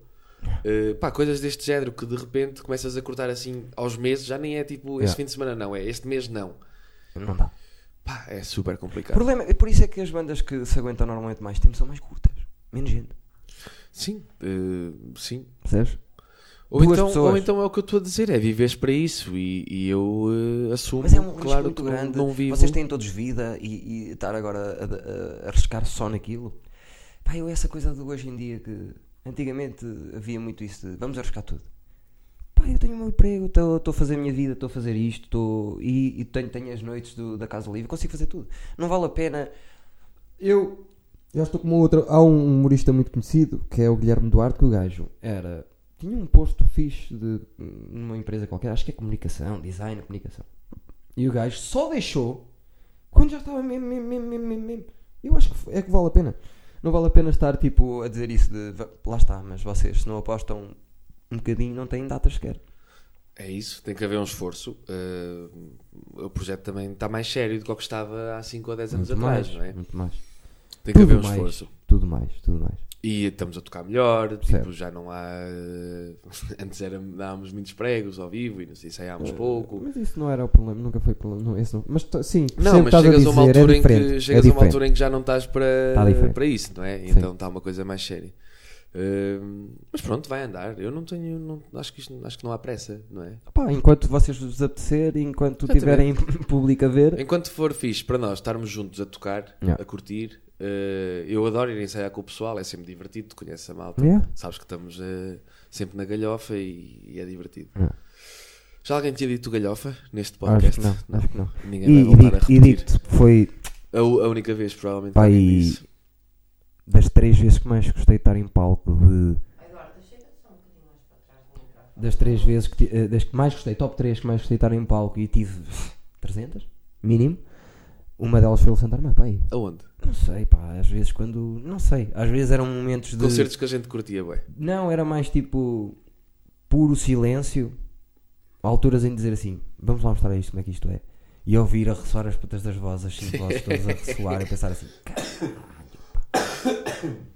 [SPEAKER 3] Eh, pá, coisas deste género que de repente começas a cortar assim aos meses. Já nem é tipo este
[SPEAKER 1] Yeah.
[SPEAKER 3] fim de semana, não, é este mês, não.
[SPEAKER 1] Não dá.
[SPEAKER 3] Pá, é super complicado.
[SPEAKER 1] Problema, por isso é que as bandas que se aguentam normalmente mais tempo são mais curtas. Menos gente.
[SPEAKER 3] Sim, eh, sim.
[SPEAKER 1] Percebes?
[SPEAKER 3] Ou
[SPEAKER 1] Duas
[SPEAKER 3] então,
[SPEAKER 1] pessoas.
[SPEAKER 3] ou então é o que eu estou a dizer, é viveres para isso e, e eu eh, assumo,
[SPEAKER 1] Mas é um risco
[SPEAKER 3] claro,
[SPEAKER 1] muito
[SPEAKER 3] que não-
[SPEAKER 1] grande.
[SPEAKER 3] não vivo.
[SPEAKER 1] Vocês têm todos vida e, e estar agora a, a- a arriscar só naquilo. Pá, eu essa coisa de hoje em dia que antigamente havia muito isso de vamos arriscar tudo. Pá, eu tenho o meu emprego, estou estou a fazer a minha vida, estou a fazer isto, estou e, e tenho, tenho as noites do- da Casa Livre, consigo fazer tudo. Não vale a pena. Eu já estou com uma outra. Há um humorista muito conhecido que é o Guilherme Duarte, que o gajo era tinha um posto fixe de, hum, numa empresa qualquer, acho que é comunicação, design, comunicação. E o gajo só deixou quando já estava mesmo, mesmo, mesmo, mesmo, mesmo, mesmo. Eu acho que f- é que vale a pena. Não vale a pena estar tipo a dizer isso de "Va- lá está, mas vocês se não apostam um bocadinho não têm datas sequer.
[SPEAKER 3] É isso, tem que haver um esforço. Uh, o projeto também está mais sério do que o que estava há 5 ou 10 anos
[SPEAKER 1] Muito
[SPEAKER 3] atrás,
[SPEAKER 1] mais,
[SPEAKER 3] não é?
[SPEAKER 1] muito mais.
[SPEAKER 3] Tem que
[SPEAKER 1] Tudo
[SPEAKER 3] haver um
[SPEAKER 1] mais.
[SPEAKER 3] esforço.
[SPEAKER 1] Tudo mais, tudo mais.
[SPEAKER 3] E estamos a tocar melhor, tipo,
[SPEAKER 1] Certo.
[SPEAKER 3] já não há. eh, Antes era, dávamos muitos pregos ao vivo e não sei, ensaiámos pouco.
[SPEAKER 1] Mas isso não era o problema, nunca foi problema. Não, esse não. Mas t- sim,
[SPEAKER 3] Não, mas chegas a uma altura em que chegas
[SPEAKER 1] é
[SPEAKER 3] a uma altura em que já não estás
[SPEAKER 1] Tá
[SPEAKER 3] para,
[SPEAKER 1] diferente.
[SPEAKER 3] para isso, não é? Então está uma coisa mais séria. Eh, mas pronto, vai andar. Eu não tenho. Não, acho, que isto- acho que não há pressa, não é?
[SPEAKER 1] Pá, enquanto vocês vos apetecer, enquanto tiverem
[SPEAKER 3] Exatamente.
[SPEAKER 1] público a ver,
[SPEAKER 3] Enquanto for fixe para nós estarmos juntos a tocar,
[SPEAKER 1] Yeah.
[SPEAKER 3] a curtir, eh, eu adoro ir ensaiar com o pessoal, é sempre divertido, tu conheces a malta,
[SPEAKER 1] Yeah.
[SPEAKER 3] sabes que estamos eh, sempre na galhofa e, e é divertido.
[SPEAKER 1] Yeah.
[SPEAKER 3] Já alguém tinha dito galhofa neste
[SPEAKER 1] acho
[SPEAKER 3] podcast?
[SPEAKER 1] que não, acho que não.
[SPEAKER 3] Ninguém
[SPEAKER 1] E,
[SPEAKER 3] vai
[SPEAKER 1] e,
[SPEAKER 3] voltar a
[SPEAKER 1] digo, e
[SPEAKER 3] repetir.
[SPEAKER 1] digo-te, foi
[SPEAKER 3] A, u- a única vez, provavelmente,
[SPEAKER 1] Pá, e-
[SPEAKER 3] que alguém disse.
[SPEAKER 1] das três vezes que mais gostei de estar em palco, de-
[SPEAKER 2] Eduardo, chega só um bocadinho mais para trás do microfone.
[SPEAKER 1] das três vezes que, ti- eh, das que mais gostei, top 3 que mais gostei de estar em palco e tive 300, mínimo, uma delas foi o Santarmã, pá, aí.
[SPEAKER 3] Aonde?
[SPEAKER 1] Não sei, pá, às vezes quando. Não sei, às vezes eram momentos de.
[SPEAKER 3] Concertos que a gente curtia, ué.
[SPEAKER 1] Não, era mais tipo. puro silêncio. Alturas em dizer assim: vamos lá mostrar isto, como é que isto é. E ouvir a ressoar as patas das vozes, as cinco vozes todas a ressoar, e pensar assim: caralho, pá.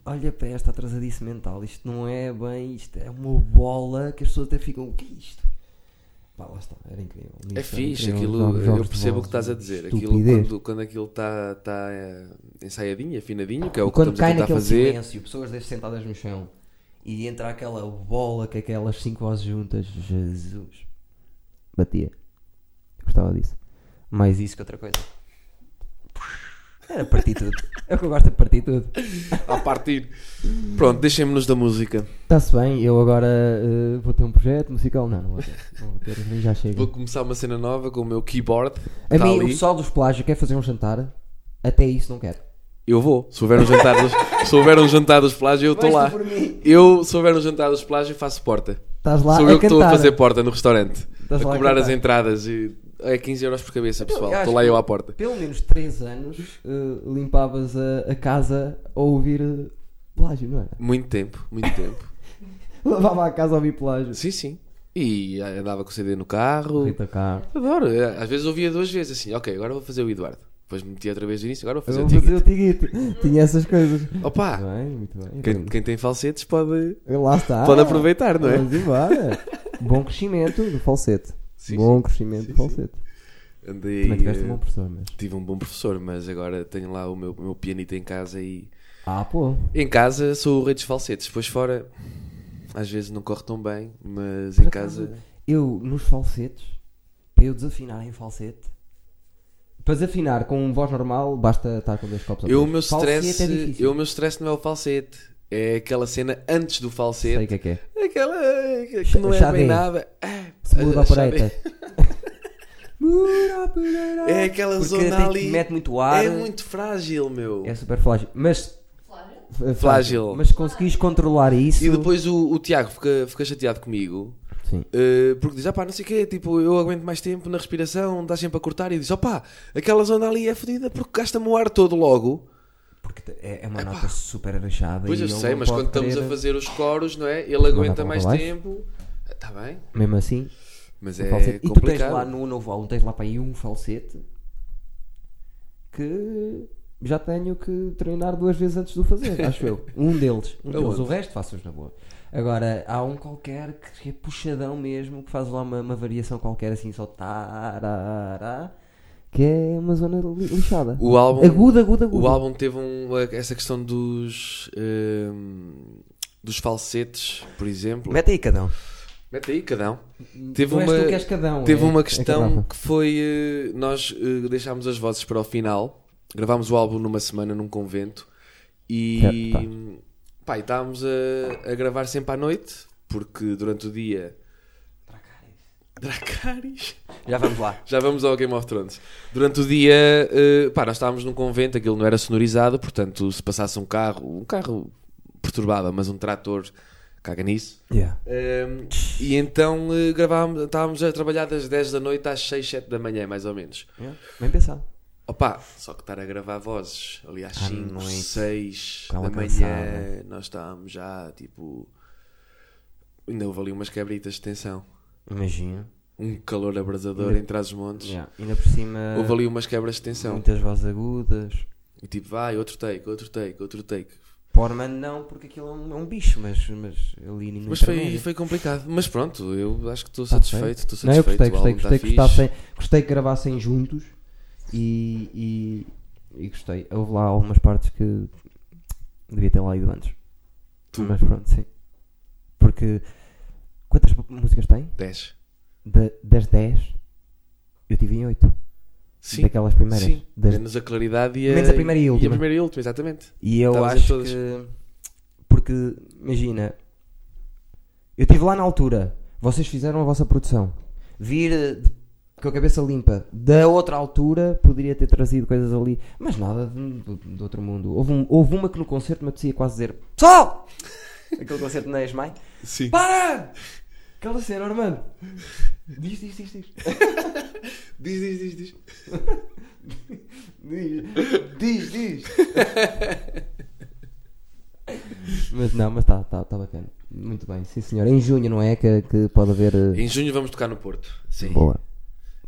[SPEAKER 1] Olha para esta atrasadice mental, isto não é bem, isto é uma bola que as pessoas até ficam: o que é isto? Pá, lá está, era incrível.
[SPEAKER 3] É
[SPEAKER 1] Isso, era
[SPEAKER 3] fixe,
[SPEAKER 1] incrível,
[SPEAKER 3] aquilo,
[SPEAKER 1] jogos- jogos
[SPEAKER 3] eu
[SPEAKER 1] de
[SPEAKER 3] percebo o
[SPEAKER 1] vozes,
[SPEAKER 3] que estás a dizer. Aquilo
[SPEAKER 1] estupidez.
[SPEAKER 3] quando, quando aquilo está tá, eh, ensaiadinho, afinadinho, que é o
[SPEAKER 1] E
[SPEAKER 3] que
[SPEAKER 1] quando
[SPEAKER 3] estamos
[SPEAKER 1] cai
[SPEAKER 3] a tentar
[SPEAKER 1] naquele
[SPEAKER 3] fazer.
[SPEAKER 1] silêncio, pessoas deixam sentadas no chão e entra aquela bola com aquelas cinco vozes juntas, Jesus. Batia. Eu Gostava disso. Mais isso que outra coisa. Era partir tudo. É o que eu gosto de partir tudo.
[SPEAKER 3] a partir. Pronto, deixem-nos da música.
[SPEAKER 1] Está-se bem, eu agora eh, vou ter um projeto musical. Não, não vou ter. Não vou ter, a mim já chega.
[SPEAKER 3] Vou começar uma cena nova com o meu keyboard.
[SPEAKER 1] A
[SPEAKER 3] tá
[SPEAKER 1] mim, o
[SPEAKER 3] ali.
[SPEAKER 1] pessoal dos plágios quer fazer um jantar. Até isso não quero.
[SPEAKER 3] Eu vou. Se houver um jantar dos, se houver um jantar dos plágio, eu estou lá. Eu, se houver um jantar dos plágio, faço porta.
[SPEAKER 1] Estás lá
[SPEAKER 3] Sou
[SPEAKER 1] a
[SPEAKER 3] eu que estou a
[SPEAKER 1] cantar.
[SPEAKER 3] fazer porta no restaurante.
[SPEAKER 1] Estás
[SPEAKER 3] a
[SPEAKER 1] lá a
[SPEAKER 3] cobrar as
[SPEAKER 1] cantar. Então,
[SPEAKER 3] entradas. E... É 15 euros por cabeça, pessoal.
[SPEAKER 1] eu
[SPEAKER 3] Estou
[SPEAKER 1] acho
[SPEAKER 3] lá
[SPEAKER 1] que-
[SPEAKER 3] eu à porta.
[SPEAKER 1] pelo menos 3 anos eh, limpavas a, a casa a ouvir eh, plágio, não era?
[SPEAKER 3] Muito tempo, muito tempo.
[SPEAKER 1] Lavava a casa a ouvir plágio.
[SPEAKER 3] Sim, sim. E eh, andava com o CD no carro.
[SPEAKER 1] Rita Carro.
[SPEAKER 3] Adoro. Às vezes ouvia duas vezes assim. Ok, agora vou fazer o Eduardo. Depois metia outra vez no início. Agora vou fazer
[SPEAKER 1] Eu
[SPEAKER 3] o
[SPEAKER 1] vou fazer
[SPEAKER 3] Ticket. Ah.
[SPEAKER 1] o tiguito. Tinha essas coisas.
[SPEAKER 3] Opa!
[SPEAKER 1] Muito bem, muito bem. Então,
[SPEAKER 3] Quem, quem tem falsetes pode,
[SPEAKER 1] Lá está.
[SPEAKER 3] pode aproveitar, não é?
[SPEAKER 1] Vamos embora. Bom crescimento do falsete.
[SPEAKER 3] Sim,
[SPEAKER 1] bom crescimento do falsete.
[SPEAKER 3] Andei,
[SPEAKER 1] Também tiveste um
[SPEAKER 3] eh,
[SPEAKER 1] bom professor, mas.
[SPEAKER 3] Tive um bom professor, mas agora tenho lá o meu, o meu pianito em casa e.
[SPEAKER 1] Ah, pô.
[SPEAKER 3] Em casa sou o rei dos falsetes, depois fora às vezes não corre tão bem, mas
[SPEAKER 1] Por
[SPEAKER 3] em
[SPEAKER 1] acaso,
[SPEAKER 3] casa.
[SPEAKER 1] Eu, nos falsetes, para eu desafinar em falsete. Para desafinar com voz normal, basta estar com dois copos ao
[SPEAKER 3] Eu, o
[SPEAKER 1] peito.
[SPEAKER 3] meu
[SPEAKER 1] Falsete
[SPEAKER 3] stress,
[SPEAKER 1] é difícil.
[SPEAKER 3] eu, o meu stress não é o falsete, é aquela cena antes do
[SPEAKER 1] Sei o
[SPEAKER 3] falsete,
[SPEAKER 1] que é que é.
[SPEAKER 3] aquela que
[SPEAKER 1] Ch-
[SPEAKER 3] não é
[SPEAKER 1] chave.
[SPEAKER 3] bem nada. Ah,
[SPEAKER 1] Segura a
[SPEAKER 3] chave.
[SPEAKER 1] direita. Segura a direita.
[SPEAKER 3] É aquela
[SPEAKER 1] Porque
[SPEAKER 3] zona
[SPEAKER 1] tem-
[SPEAKER 3] ali.
[SPEAKER 1] Mete muito ar.
[SPEAKER 3] É muito frágil, meu.
[SPEAKER 1] é super frágil. Mas.
[SPEAKER 2] Flávio? então,
[SPEAKER 1] f-
[SPEAKER 3] Frágil.
[SPEAKER 1] Mas conseguis controlar isso.
[SPEAKER 3] E depois o, o Tiago fica, fica chateado comigo.
[SPEAKER 1] Sim.
[SPEAKER 3] eh, porque diz, ah pá, não sei o quê, tipo, eu aguento mais tempo na respiração, estás sempre a cortar, e diz, opá, aquela zona ali é fodida porque gasta-me o ar todo logo.
[SPEAKER 1] Porque te- é, é uma nota super arranjada.
[SPEAKER 3] Pois
[SPEAKER 1] e
[SPEAKER 3] eu
[SPEAKER 1] ele
[SPEAKER 3] sei,
[SPEAKER 1] não
[SPEAKER 3] mas
[SPEAKER 1] pode
[SPEAKER 3] quando estamos a
[SPEAKER 1] querer-
[SPEAKER 3] fazer os coros, não é? Ele aguenta
[SPEAKER 1] para
[SPEAKER 3] mais
[SPEAKER 1] baixo.
[SPEAKER 3] tempo, está bem,
[SPEAKER 1] Mesmo assim.
[SPEAKER 3] mas
[SPEAKER 1] o
[SPEAKER 3] é
[SPEAKER 1] falsete. E tu tens
[SPEAKER 3] complicado.
[SPEAKER 1] lá no novo álbum, tens lá para aí um falsete que já tenho que treinar duas vezes antes de o fazer, acho eu. Um deles. Um deles.
[SPEAKER 3] Aonde?
[SPEAKER 1] O resto faço-os na boa. Agora, há um qualquer que é puxadão mesmo, que faz lá uma, uma variação qualquer assim, só tarará, que é uma zona li- lixada.
[SPEAKER 3] O álbum,
[SPEAKER 1] aguda, aguda, aguda.
[SPEAKER 3] o álbum teve um, essa questão dos, ehm, dos falsetes, por exemplo.
[SPEAKER 1] Mete aí, cadão.
[SPEAKER 3] Mete aí, cadão. Teve
[SPEAKER 1] não és
[SPEAKER 3] uma-
[SPEAKER 1] tu que és cadão.
[SPEAKER 3] Teve
[SPEAKER 1] é-
[SPEAKER 3] uma
[SPEAKER 1] é
[SPEAKER 3] questão
[SPEAKER 1] cadão.
[SPEAKER 3] que foi. eh, Nós eh, deixámos as vozes para o final, gravámos o álbum numa semana num convento e.
[SPEAKER 1] Certo, tá.
[SPEAKER 3] pá, e estávamos a, a gravar sempre à noite, porque durante o dia. Dracarys.
[SPEAKER 1] Já vamos lá.
[SPEAKER 3] Já vamos ao Game of Thrones. Durante o dia, eh, pá, nós estávamos num convento, aquilo não era sonorizado, portanto, se passasse um carro, um carro perturbava, mas um trator caga nisso.
[SPEAKER 1] Yeah.
[SPEAKER 3] Ehm, e então eh, gravámos, estávamos a trabalhar das 10 da noite às 6, 7 da manhã, mais ou menos.
[SPEAKER 1] Yeah. Bem pensado.
[SPEAKER 3] Opa, só que estar a gravar vozes ali às
[SPEAKER 1] À
[SPEAKER 3] 5,
[SPEAKER 1] noite.
[SPEAKER 3] 6
[SPEAKER 1] Com
[SPEAKER 3] da
[SPEAKER 1] ela
[SPEAKER 3] manhã,
[SPEAKER 1] cansada.
[SPEAKER 3] nós estávamos já tipo. Ainda houve ali umas quebritas de tensão.
[SPEAKER 1] Imagino.
[SPEAKER 3] Um calor abrasador
[SPEAKER 1] Ainda-
[SPEAKER 3] entre as montes.
[SPEAKER 1] Yeah. Ainda por cima,
[SPEAKER 3] Houve ali umas quebras de tensão.
[SPEAKER 1] muitas vozes agudas.
[SPEAKER 3] E tipo, vai, outro take, outro take, outro take.
[SPEAKER 1] Porman não, porque aquilo é um, é um bicho, mas, mas ali no
[SPEAKER 3] Mas foi,
[SPEAKER 1] intermédio.
[SPEAKER 3] foi complicado. Mas pronto, eu acho que estou
[SPEAKER 1] Tá
[SPEAKER 3] satisfeito, estou
[SPEAKER 1] Não, eu gostei,
[SPEAKER 3] satisfeito. o álbum
[SPEAKER 1] gostei,
[SPEAKER 3] está
[SPEAKER 1] gostei, que
[SPEAKER 3] fixe.
[SPEAKER 1] gostassem, gostei que gravassem juntos e, e, e gostei. Houve lá algumas partes que devia ter lá ido antes.
[SPEAKER 3] Tu.
[SPEAKER 1] Mas pronto, sim. Porque quantas músicas tem?
[SPEAKER 3] 10.
[SPEAKER 1] Da- das 10, eu tive em 8.
[SPEAKER 3] Sim.
[SPEAKER 1] Daquelas primeiras.
[SPEAKER 3] Sim,
[SPEAKER 1] Das-
[SPEAKER 3] menos a claridade e a,
[SPEAKER 1] Menos a primeira e a última.
[SPEAKER 3] primeira e a última, exatamente.
[SPEAKER 1] E eu
[SPEAKER 3] Estavas em
[SPEAKER 1] acho
[SPEAKER 3] todas.
[SPEAKER 1] que. Porque, imagina, eu estive lá na altura, vocês fizeram a vossa produção. Vir eh, de- com a cabeça limpa da outra altura poderia ter trazido coisas ali, mas nada de, de- de outro mundo. Houve, um- houve uma que no concerto me apetecia quase dizer: Pessoal! Aquele concerto na Esmai.
[SPEAKER 3] Sim.
[SPEAKER 1] Para! Aquela cena, Armando! Diz, diz, diz, diz.
[SPEAKER 3] Diz, diz, diz, diz.
[SPEAKER 1] Diz, diz, diz. mas não, mas está tá, tá bacana. Muito bem, sim senhor. Em junho, não é? Que, que pode haver. eh,
[SPEAKER 3] Em junho vamos tocar no Porto. Sim.
[SPEAKER 1] Boa.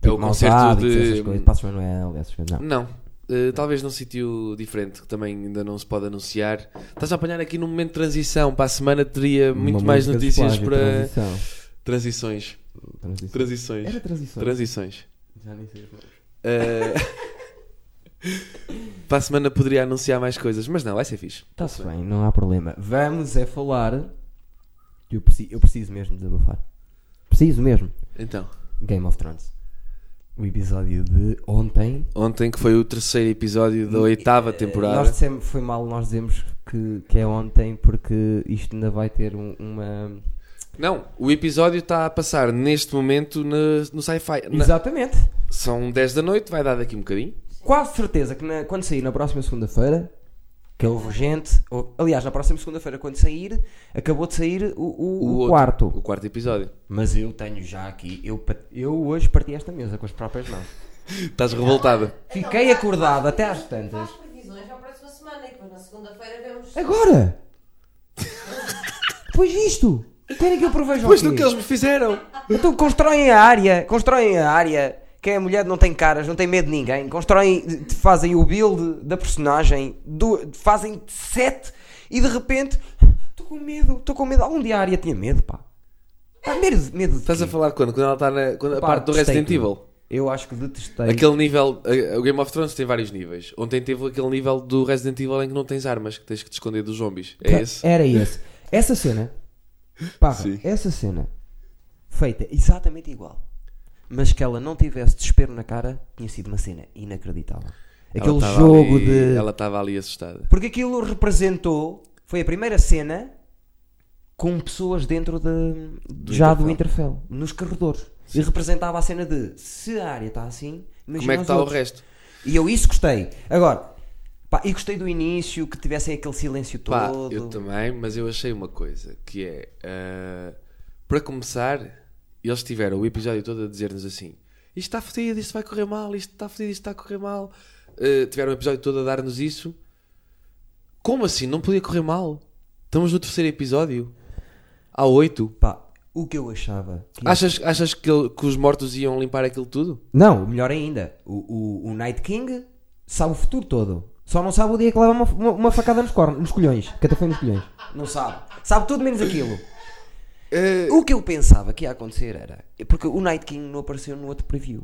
[SPEAKER 3] É o concerto
[SPEAKER 1] Malvados,
[SPEAKER 3] de-
[SPEAKER 1] Essas coisas, Passos Manuel, essas coisas. Não.
[SPEAKER 3] Não. eh, talvez num sítio diferente que também ainda não se pode anunciar. Estás a apanhar aqui num momento de transição. Para a semana teria
[SPEAKER 1] Uma
[SPEAKER 3] muito mais
[SPEAKER 1] música de
[SPEAKER 3] notícias
[SPEAKER 1] plágio,
[SPEAKER 3] para.
[SPEAKER 1] Transição.
[SPEAKER 3] Transições.
[SPEAKER 1] Transição.
[SPEAKER 3] Transições.
[SPEAKER 1] Era transição.
[SPEAKER 3] Transições.
[SPEAKER 1] Já nem sei os nomes.
[SPEAKER 3] Eh, para a semana poderia anunciar mais coisas, mas não, vai ser fixe.
[SPEAKER 1] Está-se bem, não há problema. Vamos é falar. que Eu preciso, eu preciso mesmo desabafar. Preciso mesmo.
[SPEAKER 3] Então,
[SPEAKER 1] Game of Thrones. O episódio de ontem
[SPEAKER 3] ontem que foi o terceiro episódio da oitava temporada.
[SPEAKER 1] Eh, Nós dissemos, foi mal, nós dizemos que, que é ontem porque isto ainda vai ter um- uma.
[SPEAKER 3] Não, o episódio está a passar neste momento na- no sci-fi. Na-
[SPEAKER 1] Exatamente.
[SPEAKER 3] São 10 da noite, vai dar daqui um bocadinho.
[SPEAKER 1] Quase certeza que na- quando sair na próxima segunda-feira, que houve gente. ou- aliás, na próxima segunda-feira, quando sair, acabou de sair o, o- o
[SPEAKER 3] outro-
[SPEAKER 1] quarto.
[SPEAKER 3] O quarto episódio.
[SPEAKER 1] Mas eu tenho já aqui. Eu, pa- eu hoje parti esta mesa com as próprias mãos.
[SPEAKER 3] Estás revoltada.
[SPEAKER 1] Fiquei acordado até às tantas.
[SPEAKER 2] Faz previsões para a próxima semana e depois na segunda-feira vemos.
[SPEAKER 1] Agora! Pois isto! Querem que eu proveja
[SPEAKER 3] Depois
[SPEAKER 1] o quê?
[SPEAKER 3] do que eles me fizeram.
[SPEAKER 1] Então constroem a área, constroem a área. Quem é mulher não tem caras, não tem medo de ninguém. Constroem, fazem o build da personagem, do- fazem sete e de repente estou com medo, estou com medo. Algum dia a área tinha medo, pá. Pá, medo, medo de
[SPEAKER 3] Estás a
[SPEAKER 1] quê?
[SPEAKER 3] falar de quando? Quando ela está na quando a
[SPEAKER 1] Pá,
[SPEAKER 3] parte do
[SPEAKER 1] detestei
[SPEAKER 3] Resident
[SPEAKER 1] tudo.
[SPEAKER 3] Evil.
[SPEAKER 1] Eu acho que detestei.
[SPEAKER 3] Aquele nível. eh, O Game of Thrones tem vários níveis. Ontem teve aquele nível do Resident Evil em que não tens armas, que tens que te esconder dos zombies. É esse?
[SPEAKER 1] Era esse. Essa cena, pá,
[SPEAKER 3] Sim.
[SPEAKER 1] essa cena feita exatamente igual, mas que ela não tivesse desespero na cara, tinha sido uma cena inacreditável.
[SPEAKER 3] Ela
[SPEAKER 1] Aquele
[SPEAKER 3] estava
[SPEAKER 1] jogo
[SPEAKER 3] ali-
[SPEAKER 1] de.
[SPEAKER 3] Ela estava ali assustada.
[SPEAKER 1] Porque aquilo representou, foi a primeira cena com pessoas dentro de, já do Interfell, nos corredores. E representava a cena de se a área está assim, imagina
[SPEAKER 3] Como é
[SPEAKER 1] os
[SPEAKER 3] que está o
[SPEAKER 1] outros.
[SPEAKER 3] resto?
[SPEAKER 1] E eu isso gostei. Agora, pá, e gostei do início, que tivessem aquele silêncio
[SPEAKER 3] Pá,
[SPEAKER 1] todo.
[SPEAKER 3] eu também, mas eu achei uma coisa que é ah, para começar, eles tiveram o episódio todo a dizer-nos assim: isto está fodido, isto vai correr mal, isto está fodido, isto está a correr mal. Ah, tiveram o episódio todo a dar-nos isso. Como assim? Não podia correr mal? Estamos no terceiro episódio. Há oito.
[SPEAKER 1] Pá, o que eu achava. que-
[SPEAKER 3] Achas, achas que, ele- que os mortos iam limpar aquilo tudo?
[SPEAKER 1] Não, melhor ainda, o, o, o Night King sabe o futuro todo. Só não sabe o dia que leva uma, uma, uma facada nos, cornos, nos colhões. Que até foi nos colhões. Não sabe. Sabe tudo menos aquilo.
[SPEAKER 3] Eh,
[SPEAKER 1] O que eu pensava que ia acontecer era. é Porque o Night King não apareceu no outro preview.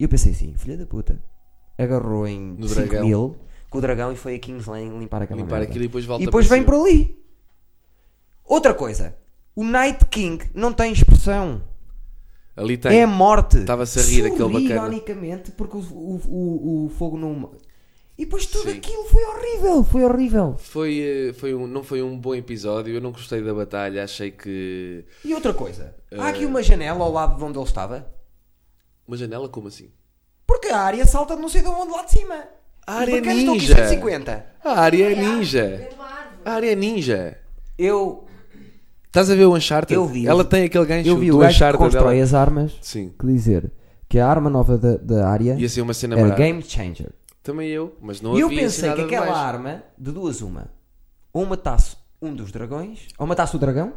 [SPEAKER 1] E eu pensei assim: filha da puta. Agarrou em
[SPEAKER 3] No
[SPEAKER 1] 5
[SPEAKER 3] dragão.
[SPEAKER 1] mil com o dragão e foi a King's Lane limpar aquela
[SPEAKER 3] Limpar
[SPEAKER 1] merda.
[SPEAKER 3] aquilo e depois volta
[SPEAKER 1] E depois
[SPEAKER 3] para
[SPEAKER 1] vem
[SPEAKER 3] cima.
[SPEAKER 1] por ali. Outra coisa: o Night King não tem expressão.
[SPEAKER 3] Ali tem.
[SPEAKER 1] É a morte.
[SPEAKER 3] Estava-se a rir aquele
[SPEAKER 1] Sorri,
[SPEAKER 3] bacana.
[SPEAKER 1] ironicamente, porque o, o, o, o fogo não. E depois tudo
[SPEAKER 3] Sim.
[SPEAKER 1] aquilo foi horrível, foi horrível.
[SPEAKER 3] Foi, eh, foi um, não foi um bom episódio. Eu não gostei da batalha. Achei que.
[SPEAKER 1] E outra coisa:
[SPEAKER 3] Eh.
[SPEAKER 1] há aqui uma janela ao lado de onde ele estava.
[SPEAKER 3] Uma janela, como assim?
[SPEAKER 1] Porque a área salta de não sei de onde lá de cima.
[SPEAKER 3] A área
[SPEAKER 1] Os bacanas estão aqui
[SPEAKER 3] ninja.
[SPEAKER 1] 150.
[SPEAKER 3] A área é
[SPEAKER 2] Uma
[SPEAKER 3] ninja. Ah,
[SPEAKER 2] árvore, uma árvore.
[SPEAKER 3] A área é ninja.
[SPEAKER 1] Eu
[SPEAKER 3] Estás a ver o Uncharted?
[SPEAKER 1] Eu vi.
[SPEAKER 3] Ela tem aquele gancho
[SPEAKER 1] Eu vi
[SPEAKER 3] do
[SPEAKER 1] o gajo que
[SPEAKER 3] Uncharted
[SPEAKER 1] constrói
[SPEAKER 3] dela.
[SPEAKER 1] as armas
[SPEAKER 3] Sim.
[SPEAKER 1] que dizer que a arma nova da, da área
[SPEAKER 3] Ia ser uma cena
[SPEAKER 1] era
[SPEAKER 3] marada.
[SPEAKER 1] game changer.
[SPEAKER 3] Também eu, mas não
[SPEAKER 1] e eu
[SPEAKER 3] havia
[SPEAKER 1] pensei
[SPEAKER 3] assim
[SPEAKER 1] que
[SPEAKER 3] nada de
[SPEAKER 1] aquela
[SPEAKER 3] mais.
[SPEAKER 1] arma, de duas uma, ou matasse um dos dragões, ou matasse o dragão,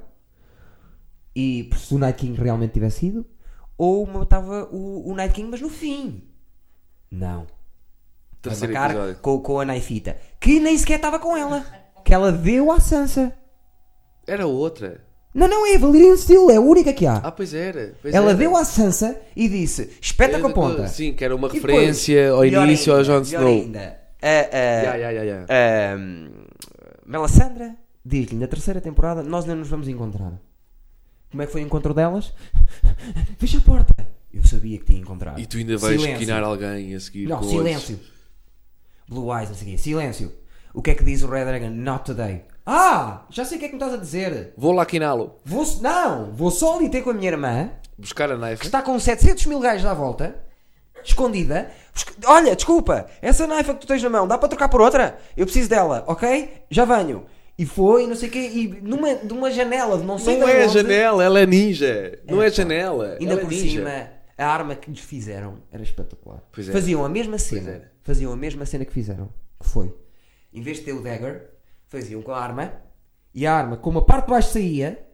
[SPEAKER 1] e se o Night King realmente tivesse ido, ou matava o, o Night King, mas no fim. Não. Vai
[SPEAKER 3] Terceiro
[SPEAKER 1] marcar
[SPEAKER 3] episódio.
[SPEAKER 1] com, com a Naifita, que nem sequer estava com ela, que ela deu à Sansa.
[SPEAKER 3] Era outra.
[SPEAKER 1] Não, não, é a Valerian Steel, é a única que há.
[SPEAKER 3] Ah, pois era. Pois
[SPEAKER 1] ela
[SPEAKER 3] era.
[SPEAKER 1] deu à Sansa e disse: espeta com a ponta.
[SPEAKER 3] É, Sim, que era uma
[SPEAKER 1] E depois,
[SPEAKER 3] referência ao
[SPEAKER 1] pior
[SPEAKER 3] início
[SPEAKER 1] ainda,
[SPEAKER 3] ao Jon
[SPEAKER 1] pior
[SPEAKER 3] Snow.
[SPEAKER 1] ainda, eh, a- a-
[SPEAKER 3] Ya, ya, ya, ya.
[SPEAKER 1] Ahm, Melisandre diz-lhe na terceira temporada: Nós não nos vamos encontrar. Como é que foi o encontro delas? Fecha a porta. Eu sabia que tinha encontrado.
[SPEAKER 3] E tu ainda vais
[SPEAKER 1] Silêncio.
[SPEAKER 3] esquinar alguém a seguir
[SPEAKER 1] Não,
[SPEAKER 3] com
[SPEAKER 1] silêncio. Blue Eyes, não sei o quê. Silêncio. O que é que diz o Red Dragon? Not today. Ah, já sei o que é que me estás a dizer.
[SPEAKER 3] outros. Vou lá quiná-lo.
[SPEAKER 1] Vou, não, vou só ali ter com a minha irmã
[SPEAKER 3] Buscar a
[SPEAKER 1] que
[SPEAKER 3] knife.
[SPEAKER 1] está com 700 mil gajos à volta, escondida. Busca- Olha, desculpa, essa naifa que tu tens na mão, dá para trocar por outra? Eu preciso dela, ok? Já venho. E foi, não sei o quê, e numa, numa janela de não sei
[SPEAKER 3] Não
[SPEAKER 1] de
[SPEAKER 3] é
[SPEAKER 1] onde,
[SPEAKER 3] janela, ela é ninja. Não é janela.
[SPEAKER 1] Ainda
[SPEAKER 3] ela é
[SPEAKER 1] por
[SPEAKER 3] ninja.
[SPEAKER 1] cima, a arma que lhes fizeram era espetacular.
[SPEAKER 3] Pois é. era.
[SPEAKER 1] faziam a mesma cena,
[SPEAKER 3] era.
[SPEAKER 1] faziam a mesma cena que fizeram, que foi, em vez de ter o dagger, faziam com a arma, e a arma, como a parte de baixo saía,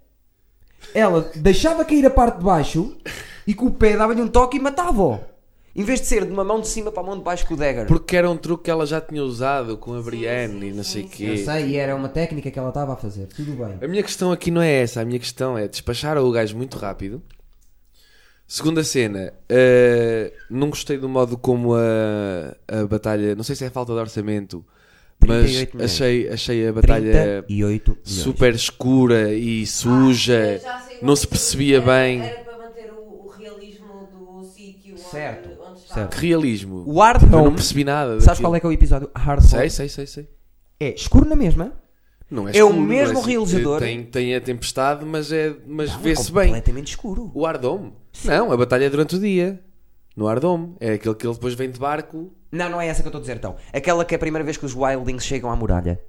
[SPEAKER 1] ela deixava cair a parte de baixo e com o pé dava-lhe um toque e matava-o. Em vez de ser de uma mão de cima para a mão de baixo com o dagger.
[SPEAKER 3] Porque era um truque que ela já tinha usado com a Brienne e não sei o quê.
[SPEAKER 1] Eu sei, e era uma técnica que ela estava a fazer, tudo bem.
[SPEAKER 3] A minha questão aqui não é essa, a minha questão é despachar o gajo muito rápido. Segunda cena, eh, não gostei do modo como a, a batalha, não sei se é falta de orçamento, mas
[SPEAKER 1] 38 milhões.
[SPEAKER 3] achei, achei a batalha é
[SPEAKER 1] 38 milhões.
[SPEAKER 3] super escura e
[SPEAKER 2] Ah,
[SPEAKER 3] suja,
[SPEAKER 2] Já sei o
[SPEAKER 3] não se
[SPEAKER 2] objetivo. é.
[SPEAKER 3] percebia
[SPEAKER 2] Era-
[SPEAKER 3] bem.
[SPEAKER 2] Era para manter o, o realismo do sítio onde,
[SPEAKER 1] Certo,
[SPEAKER 2] onde está.
[SPEAKER 1] certo.
[SPEAKER 3] Que realismo!
[SPEAKER 1] O Hard
[SPEAKER 3] Eu não
[SPEAKER 1] Home,
[SPEAKER 3] percebi nada.
[SPEAKER 1] sabes qual é que é o episódio? Hard
[SPEAKER 3] Sei,
[SPEAKER 1] Home.
[SPEAKER 3] sei, sei, sei.
[SPEAKER 1] É escuro na mesma,
[SPEAKER 3] Não
[SPEAKER 1] É o
[SPEAKER 3] escuro, não
[SPEAKER 1] mesmo
[SPEAKER 3] assim-
[SPEAKER 1] realizador.
[SPEAKER 3] Tem, tem a tempestade, mas, é, mas
[SPEAKER 1] Não, é
[SPEAKER 3] vê-se bem.
[SPEAKER 1] Completamente escuro.
[SPEAKER 3] O Ardome? Não, a batalha é durante o dia. No Ardome. É aquele que ele depois vem de barco.
[SPEAKER 1] Não, não é essa que eu estou a dizer então. Aquela que é a primeira vez que os Wildlings chegam à muralha.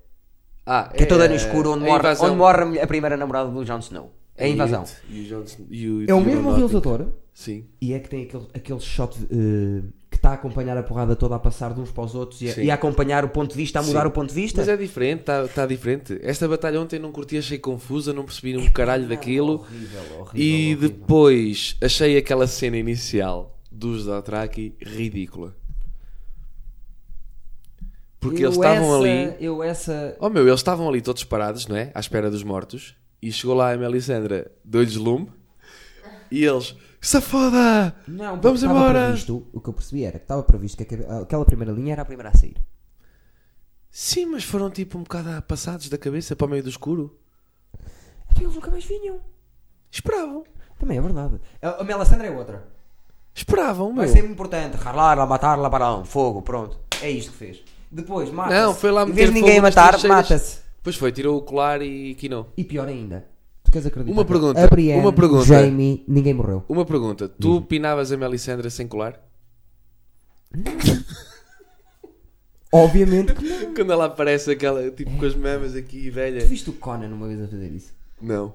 [SPEAKER 3] Ah,
[SPEAKER 1] Que é, toda no escuro, onde,
[SPEAKER 3] a
[SPEAKER 1] morre,
[SPEAKER 3] invasão.
[SPEAKER 1] onde morre a mulher- a primeira namorada do Jon Snow. É a invasão.
[SPEAKER 3] E o Jon Snow- e o-
[SPEAKER 1] É o
[SPEAKER 3] e
[SPEAKER 1] mesmo
[SPEAKER 3] Jon
[SPEAKER 1] realizador
[SPEAKER 3] Sim.
[SPEAKER 1] e é que tem aquele, aquele shot eh, que está a acompanhar a porrada toda a passar de uns para os outros e a,
[SPEAKER 3] Sim.
[SPEAKER 1] e a acompanhar o ponto de vista, a mudar
[SPEAKER 3] Sim.
[SPEAKER 1] o ponto de vista.
[SPEAKER 3] Mas é diferente, está tá diferente. Esta batalha ontem não curti, achei confusa, não percebi um caralho daquilo.
[SPEAKER 1] Horrível, horrível,
[SPEAKER 3] E
[SPEAKER 1] horrível.
[SPEAKER 3] depois achei aquela cena inicial dos Dothraki ridícula. Porque
[SPEAKER 1] Eu
[SPEAKER 3] eles estavam
[SPEAKER 1] essa-
[SPEAKER 3] ali.
[SPEAKER 1] Eu essa.
[SPEAKER 3] Oh meu, eles estavam ali todos parados, não é? À espera dos mortos. E chegou lá a Melisandra, deu-lhes lume. E eles, safada!
[SPEAKER 1] Não, porque
[SPEAKER 3] vamos
[SPEAKER 1] estava
[SPEAKER 3] embora!
[SPEAKER 1] Previsto, o que eu percebi era que estava previsto que aquela- aquela primeira linha era a primeira a sair.
[SPEAKER 3] Sim, mas foram tipo um bocado passados da cabeça para o meio do escuro.
[SPEAKER 1] Então eles nunca mais vinham.
[SPEAKER 3] Esperavam,
[SPEAKER 1] Também é verdade. A, a Melisandre é outra.
[SPEAKER 3] esperavam, meu.
[SPEAKER 1] Vai ser importante. Ralar, matar, barão, um fogo, pronto. É isto que fez. Depois, mata-se.
[SPEAKER 3] Não, foi lá
[SPEAKER 1] Em
[SPEAKER 3] meter
[SPEAKER 1] vez de ninguém
[SPEAKER 3] fogo nas
[SPEAKER 1] matar,
[SPEAKER 3] trincheiras.
[SPEAKER 1] mata-se.
[SPEAKER 3] Pois foi, tirou o colar e quinou.
[SPEAKER 1] E pior ainda. Tu queres acreditar?
[SPEAKER 3] Uma
[SPEAKER 1] que
[SPEAKER 3] pergunta,
[SPEAKER 1] A Brienne,
[SPEAKER 3] uma pergunta.
[SPEAKER 1] Jamie, ninguém morreu.
[SPEAKER 3] Uma pergunta, tu
[SPEAKER 1] Uhum.
[SPEAKER 3] pinavas a Melisandra sem colar?
[SPEAKER 1] Obviamente que não.
[SPEAKER 3] Quando ela aparece aquela, tipo com as mamas aqui,
[SPEAKER 1] Tu
[SPEAKER 3] velha.
[SPEAKER 1] viste o Conan uma vez a fazer isso?
[SPEAKER 3] Não.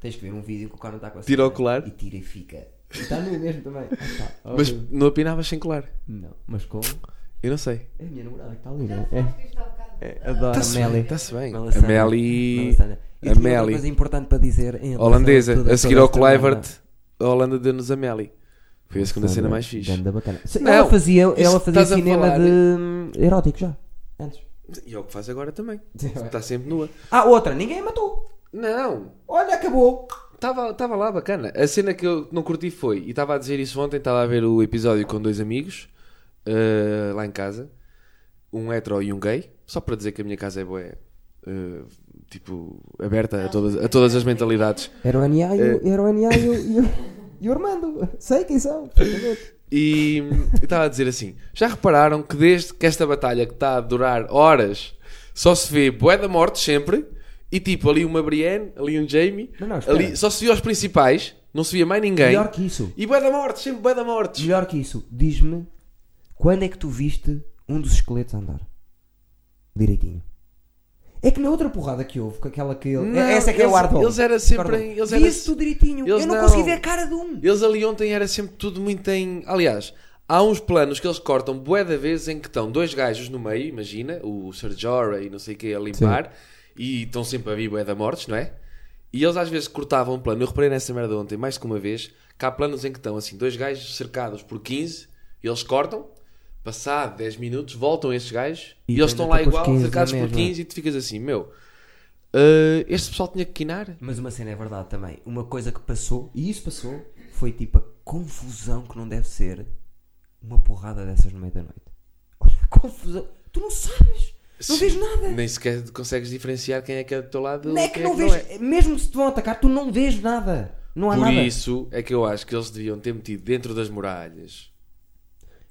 [SPEAKER 1] Tens que ver um vídeo que o Conan está com a
[SPEAKER 3] Tira o
[SPEAKER 1] cena
[SPEAKER 3] colar.
[SPEAKER 1] E tira e fica. E está no mesmo também. Ah, tá.
[SPEAKER 3] Mas
[SPEAKER 1] Óbvio.
[SPEAKER 3] não apinavas sem colar?
[SPEAKER 1] Não, mas como?
[SPEAKER 3] Eu não sei.
[SPEAKER 1] É a minha namorada que está ali, não
[SPEAKER 2] Acho
[SPEAKER 1] é?
[SPEAKER 2] que isto há bocado-
[SPEAKER 1] é adoro
[SPEAKER 3] Está-se
[SPEAKER 1] a
[SPEAKER 3] bem,
[SPEAKER 1] Melly.
[SPEAKER 3] está-se Tá bem. A
[SPEAKER 1] Melisandre.
[SPEAKER 3] Melly...
[SPEAKER 1] Melisandre. E
[SPEAKER 3] A
[SPEAKER 1] tinha outra
[SPEAKER 3] Melly...
[SPEAKER 1] coisa importante para dizer em relação
[SPEAKER 3] holandesa.
[SPEAKER 1] toda-
[SPEAKER 3] a
[SPEAKER 1] toda
[SPEAKER 3] seguir ao
[SPEAKER 1] esta merda.
[SPEAKER 3] Kluivert, a Holanda deu-nos a Melly. Foi a segunda cena mais fixe.
[SPEAKER 1] Ganda bacana. Se-
[SPEAKER 3] Não,
[SPEAKER 1] ela fazia,
[SPEAKER 3] isso
[SPEAKER 1] ela
[SPEAKER 3] que
[SPEAKER 1] fazia
[SPEAKER 3] estás a
[SPEAKER 1] cinema
[SPEAKER 3] falar-
[SPEAKER 1] de hum, erótico já. Antes.
[SPEAKER 3] E é o que faz agora também. Está sempre nua.
[SPEAKER 1] Ah, outra, ninguém a matou.
[SPEAKER 3] Não,
[SPEAKER 1] Olha, acabou.
[SPEAKER 3] estava tava lá bacana. A cena que eu não curti foi, e estava a dizer isso ontem, estava a ver o episódio com dois amigos, eh, lá em casa, um hetero e um gay, só para dizer que a minha casa é boa, tipo, aberta a todas, a todas as mentalidades.
[SPEAKER 1] Era o NA e
[SPEAKER 3] É.
[SPEAKER 1] o, era o, NA e o, e o, e o Armando. Sei quem são. perfeitamente.
[SPEAKER 3] E eu estava a dizer assim: já repararam que desde que esta batalha que está a durar horas só se vê bué da morte sempre e tipo ali uma Brienne, ali um Jamie,
[SPEAKER 1] Não, não, espera.
[SPEAKER 3] ali só se via os principais, não se via mais ninguém.
[SPEAKER 1] Melhor que isso.
[SPEAKER 3] E bué da morte, sempre bué da morte.
[SPEAKER 1] Melhor que isso. Diz-me quando é que tu viste um dos esqueletos a andar? Direitinho. É que na outra porrada que houve, com aquela que ele.
[SPEAKER 3] Não,
[SPEAKER 1] essa é que é o
[SPEAKER 3] eles-
[SPEAKER 1] ar
[SPEAKER 3] eles era sempre em- eles era-
[SPEAKER 1] isso tudo direitinho.
[SPEAKER 3] eles
[SPEAKER 1] eu não,
[SPEAKER 3] não.
[SPEAKER 1] consegui ver a cara de um.
[SPEAKER 3] Eles ali ontem era sempre tudo muito em. Aliás, há uns planos que eles cortam bué da vez em que estão dois gajos no meio, imagina, o Sergiora e não sei o que a limpar, e estão sempre a vir bué da mortes, não é? E eles às vezes cortavam um plano. Eu reparei nessa merda ontem mais que uma vez, que há planos em que estão assim, dois gajos cercados por 15, e eles cortam, passado 10 minutos, voltam estes gajos,
[SPEAKER 1] E
[SPEAKER 3] e, eles
[SPEAKER 1] ainda
[SPEAKER 3] estão lá
[SPEAKER 1] estão com os
[SPEAKER 3] igual,
[SPEAKER 1] 15 na
[SPEAKER 3] cercados por
[SPEAKER 1] mesma.
[SPEAKER 3] 15, e tu ficas assim, meu. eh, este pessoal tinha que quinar?
[SPEAKER 1] Mas uma cena é verdade também. Uma coisa que passou, e isso passou, foi tipo a confusão que não deve ser uma porrada dessas no meio da noite. Olha a confusão. Tu não sabes. Não
[SPEAKER 3] Sim,
[SPEAKER 1] vês nada.
[SPEAKER 3] Nem sequer consegues diferenciar quem é que é do teu lado.
[SPEAKER 1] Não
[SPEAKER 3] e
[SPEAKER 1] é que
[SPEAKER 3] quem
[SPEAKER 1] não
[SPEAKER 3] é
[SPEAKER 1] vês. Mesmo se te vão atacar, tu não vês nada. Não há
[SPEAKER 3] Por
[SPEAKER 1] nada.
[SPEAKER 3] isso é que eu acho que eles deviam ter metido dentro das muralhas.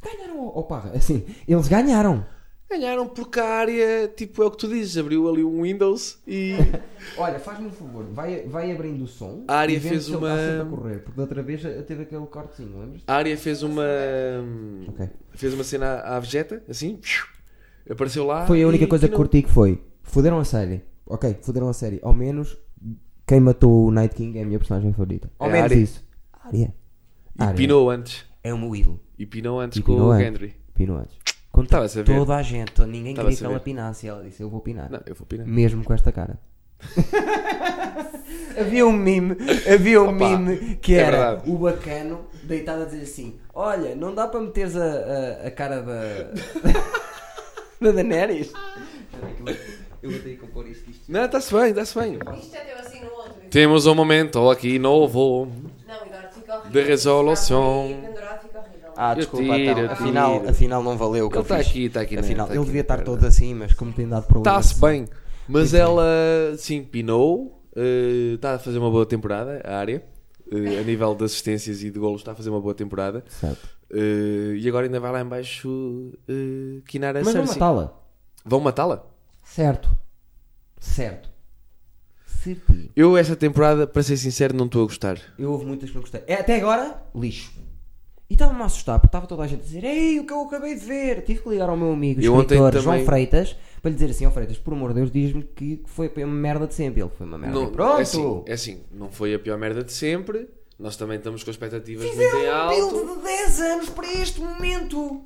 [SPEAKER 1] Ganharam, ó parra. Assim, eles ganharam.
[SPEAKER 3] Ganharam porque a área, tipo, é o que tu dizes, abriu ali um Windows e.
[SPEAKER 1] Olha, faz-me um favor, vai, vai abrindo o som.
[SPEAKER 3] A área
[SPEAKER 1] e vemos
[SPEAKER 3] fez
[SPEAKER 1] se ele
[SPEAKER 3] uma-
[SPEAKER 1] Está sempre a correr, porque da outra vez teve aquele cortezinho, lembras?
[SPEAKER 3] A área fez uma.
[SPEAKER 1] Ok.
[SPEAKER 3] Fez uma cena à à vegeta, assim. Apareceu lá.
[SPEAKER 1] Foi a única
[SPEAKER 3] e
[SPEAKER 1] coisa que
[SPEAKER 3] não-
[SPEAKER 1] curti que foi. Fuderam a série. Ok, fuderam a série. Ao menos quem matou o Night King é a minha personagem favorita. Ao
[SPEAKER 3] É a
[SPEAKER 1] menos
[SPEAKER 3] Arya.
[SPEAKER 1] isso. Área.
[SPEAKER 3] E pinou antes.
[SPEAKER 1] É o meu ídolo.
[SPEAKER 3] E pinou antes
[SPEAKER 1] E
[SPEAKER 3] com
[SPEAKER 1] pinou
[SPEAKER 3] o
[SPEAKER 1] antes.
[SPEAKER 3] Gendry.
[SPEAKER 1] Pinou antes. Contra
[SPEAKER 3] Estava-se a ver.
[SPEAKER 1] toda a gente, ninguém queria
[SPEAKER 3] Estava-se
[SPEAKER 1] que
[SPEAKER 3] a
[SPEAKER 1] ela
[SPEAKER 3] ver.
[SPEAKER 1] pinasse. E ela disse: Eu vou pinar.
[SPEAKER 3] Não, eu vou pinar.
[SPEAKER 1] Mesmo com esta cara. havia um meme, havia um
[SPEAKER 3] Opa,
[SPEAKER 1] meme que
[SPEAKER 3] é
[SPEAKER 1] era
[SPEAKER 3] verdade.
[SPEAKER 1] o bacano deitado a dizer assim: Olha, não dá para meteres a, a, a cara da. da Daenerys. Espera aí que eu vou- Eu vou ter que compor isto. isto.
[SPEAKER 3] Não, está-se bem, está-se bem.
[SPEAKER 2] Isto é teu assim no outro.
[SPEAKER 3] Temos um momento aqui novo.
[SPEAKER 2] Não, agora fica horrível.
[SPEAKER 3] De resolução.
[SPEAKER 2] Está pendurado, fica horrível.
[SPEAKER 1] Ah,
[SPEAKER 3] Eu
[SPEAKER 1] desculpa,
[SPEAKER 3] tiro,
[SPEAKER 1] então,
[SPEAKER 3] eu
[SPEAKER 1] afinal,
[SPEAKER 3] tiro.
[SPEAKER 1] afinal não valeu o que
[SPEAKER 3] Ele
[SPEAKER 1] eu
[SPEAKER 3] tá
[SPEAKER 1] fiz.
[SPEAKER 3] aqui, tá aqui na-
[SPEAKER 1] Afinal,
[SPEAKER 3] tá
[SPEAKER 1] ele
[SPEAKER 3] aqui
[SPEAKER 1] devia
[SPEAKER 3] na
[SPEAKER 1] estar
[SPEAKER 3] perna.
[SPEAKER 1] todo assim, mas como tem dado problemas.
[SPEAKER 3] Está-se bem. Mas ela, sim, pinou. eh, Está a fazer uma boa temporada, a área. Eh, a nível de assistências e de golos, está a fazer uma boa temporada.
[SPEAKER 1] Certo.
[SPEAKER 3] Eh, e agora ainda vai lá em baixo eh, quinar a
[SPEAKER 1] Mas vão
[SPEAKER 3] Cersei.
[SPEAKER 1] matá-la.
[SPEAKER 3] Vão matá-la?
[SPEAKER 1] Certo. Certo. Certinho.
[SPEAKER 3] Eu, esta temporada, para ser sincero, não estou a gostar.
[SPEAKER 1] Eu houve muitas que não gostei. É, até agora, lixo. E estava-me a assustar, porque estava toda a gente a dizer Ei, o que eu acabei de ver? Tive que ligar ao meu amigo
[SPEAKER 3] Eu
[SPEAKER 1] escritor
[SPEAKER 3] ontem
[SPEAKER 1] João
[SPEAKER 3] também-
[SPEAKER 1] Freitas para lhe dizer assim, ó Freitas, por amor de Deus, diz-me que foi uma merda de sempre. Ele foi uma merda.
[SPEAKER 3] Não,
[SPEAKER 1] Pronto!
[SPEAKER 3] É assim, é assim, não foi a pior merda de sempre. Nós também estamos com expectativas muito em
[SPEAKER 1] Fizeram um
[SPEAKER 3] alto.
[SPEAKER 1] build de 10 anos para este momento!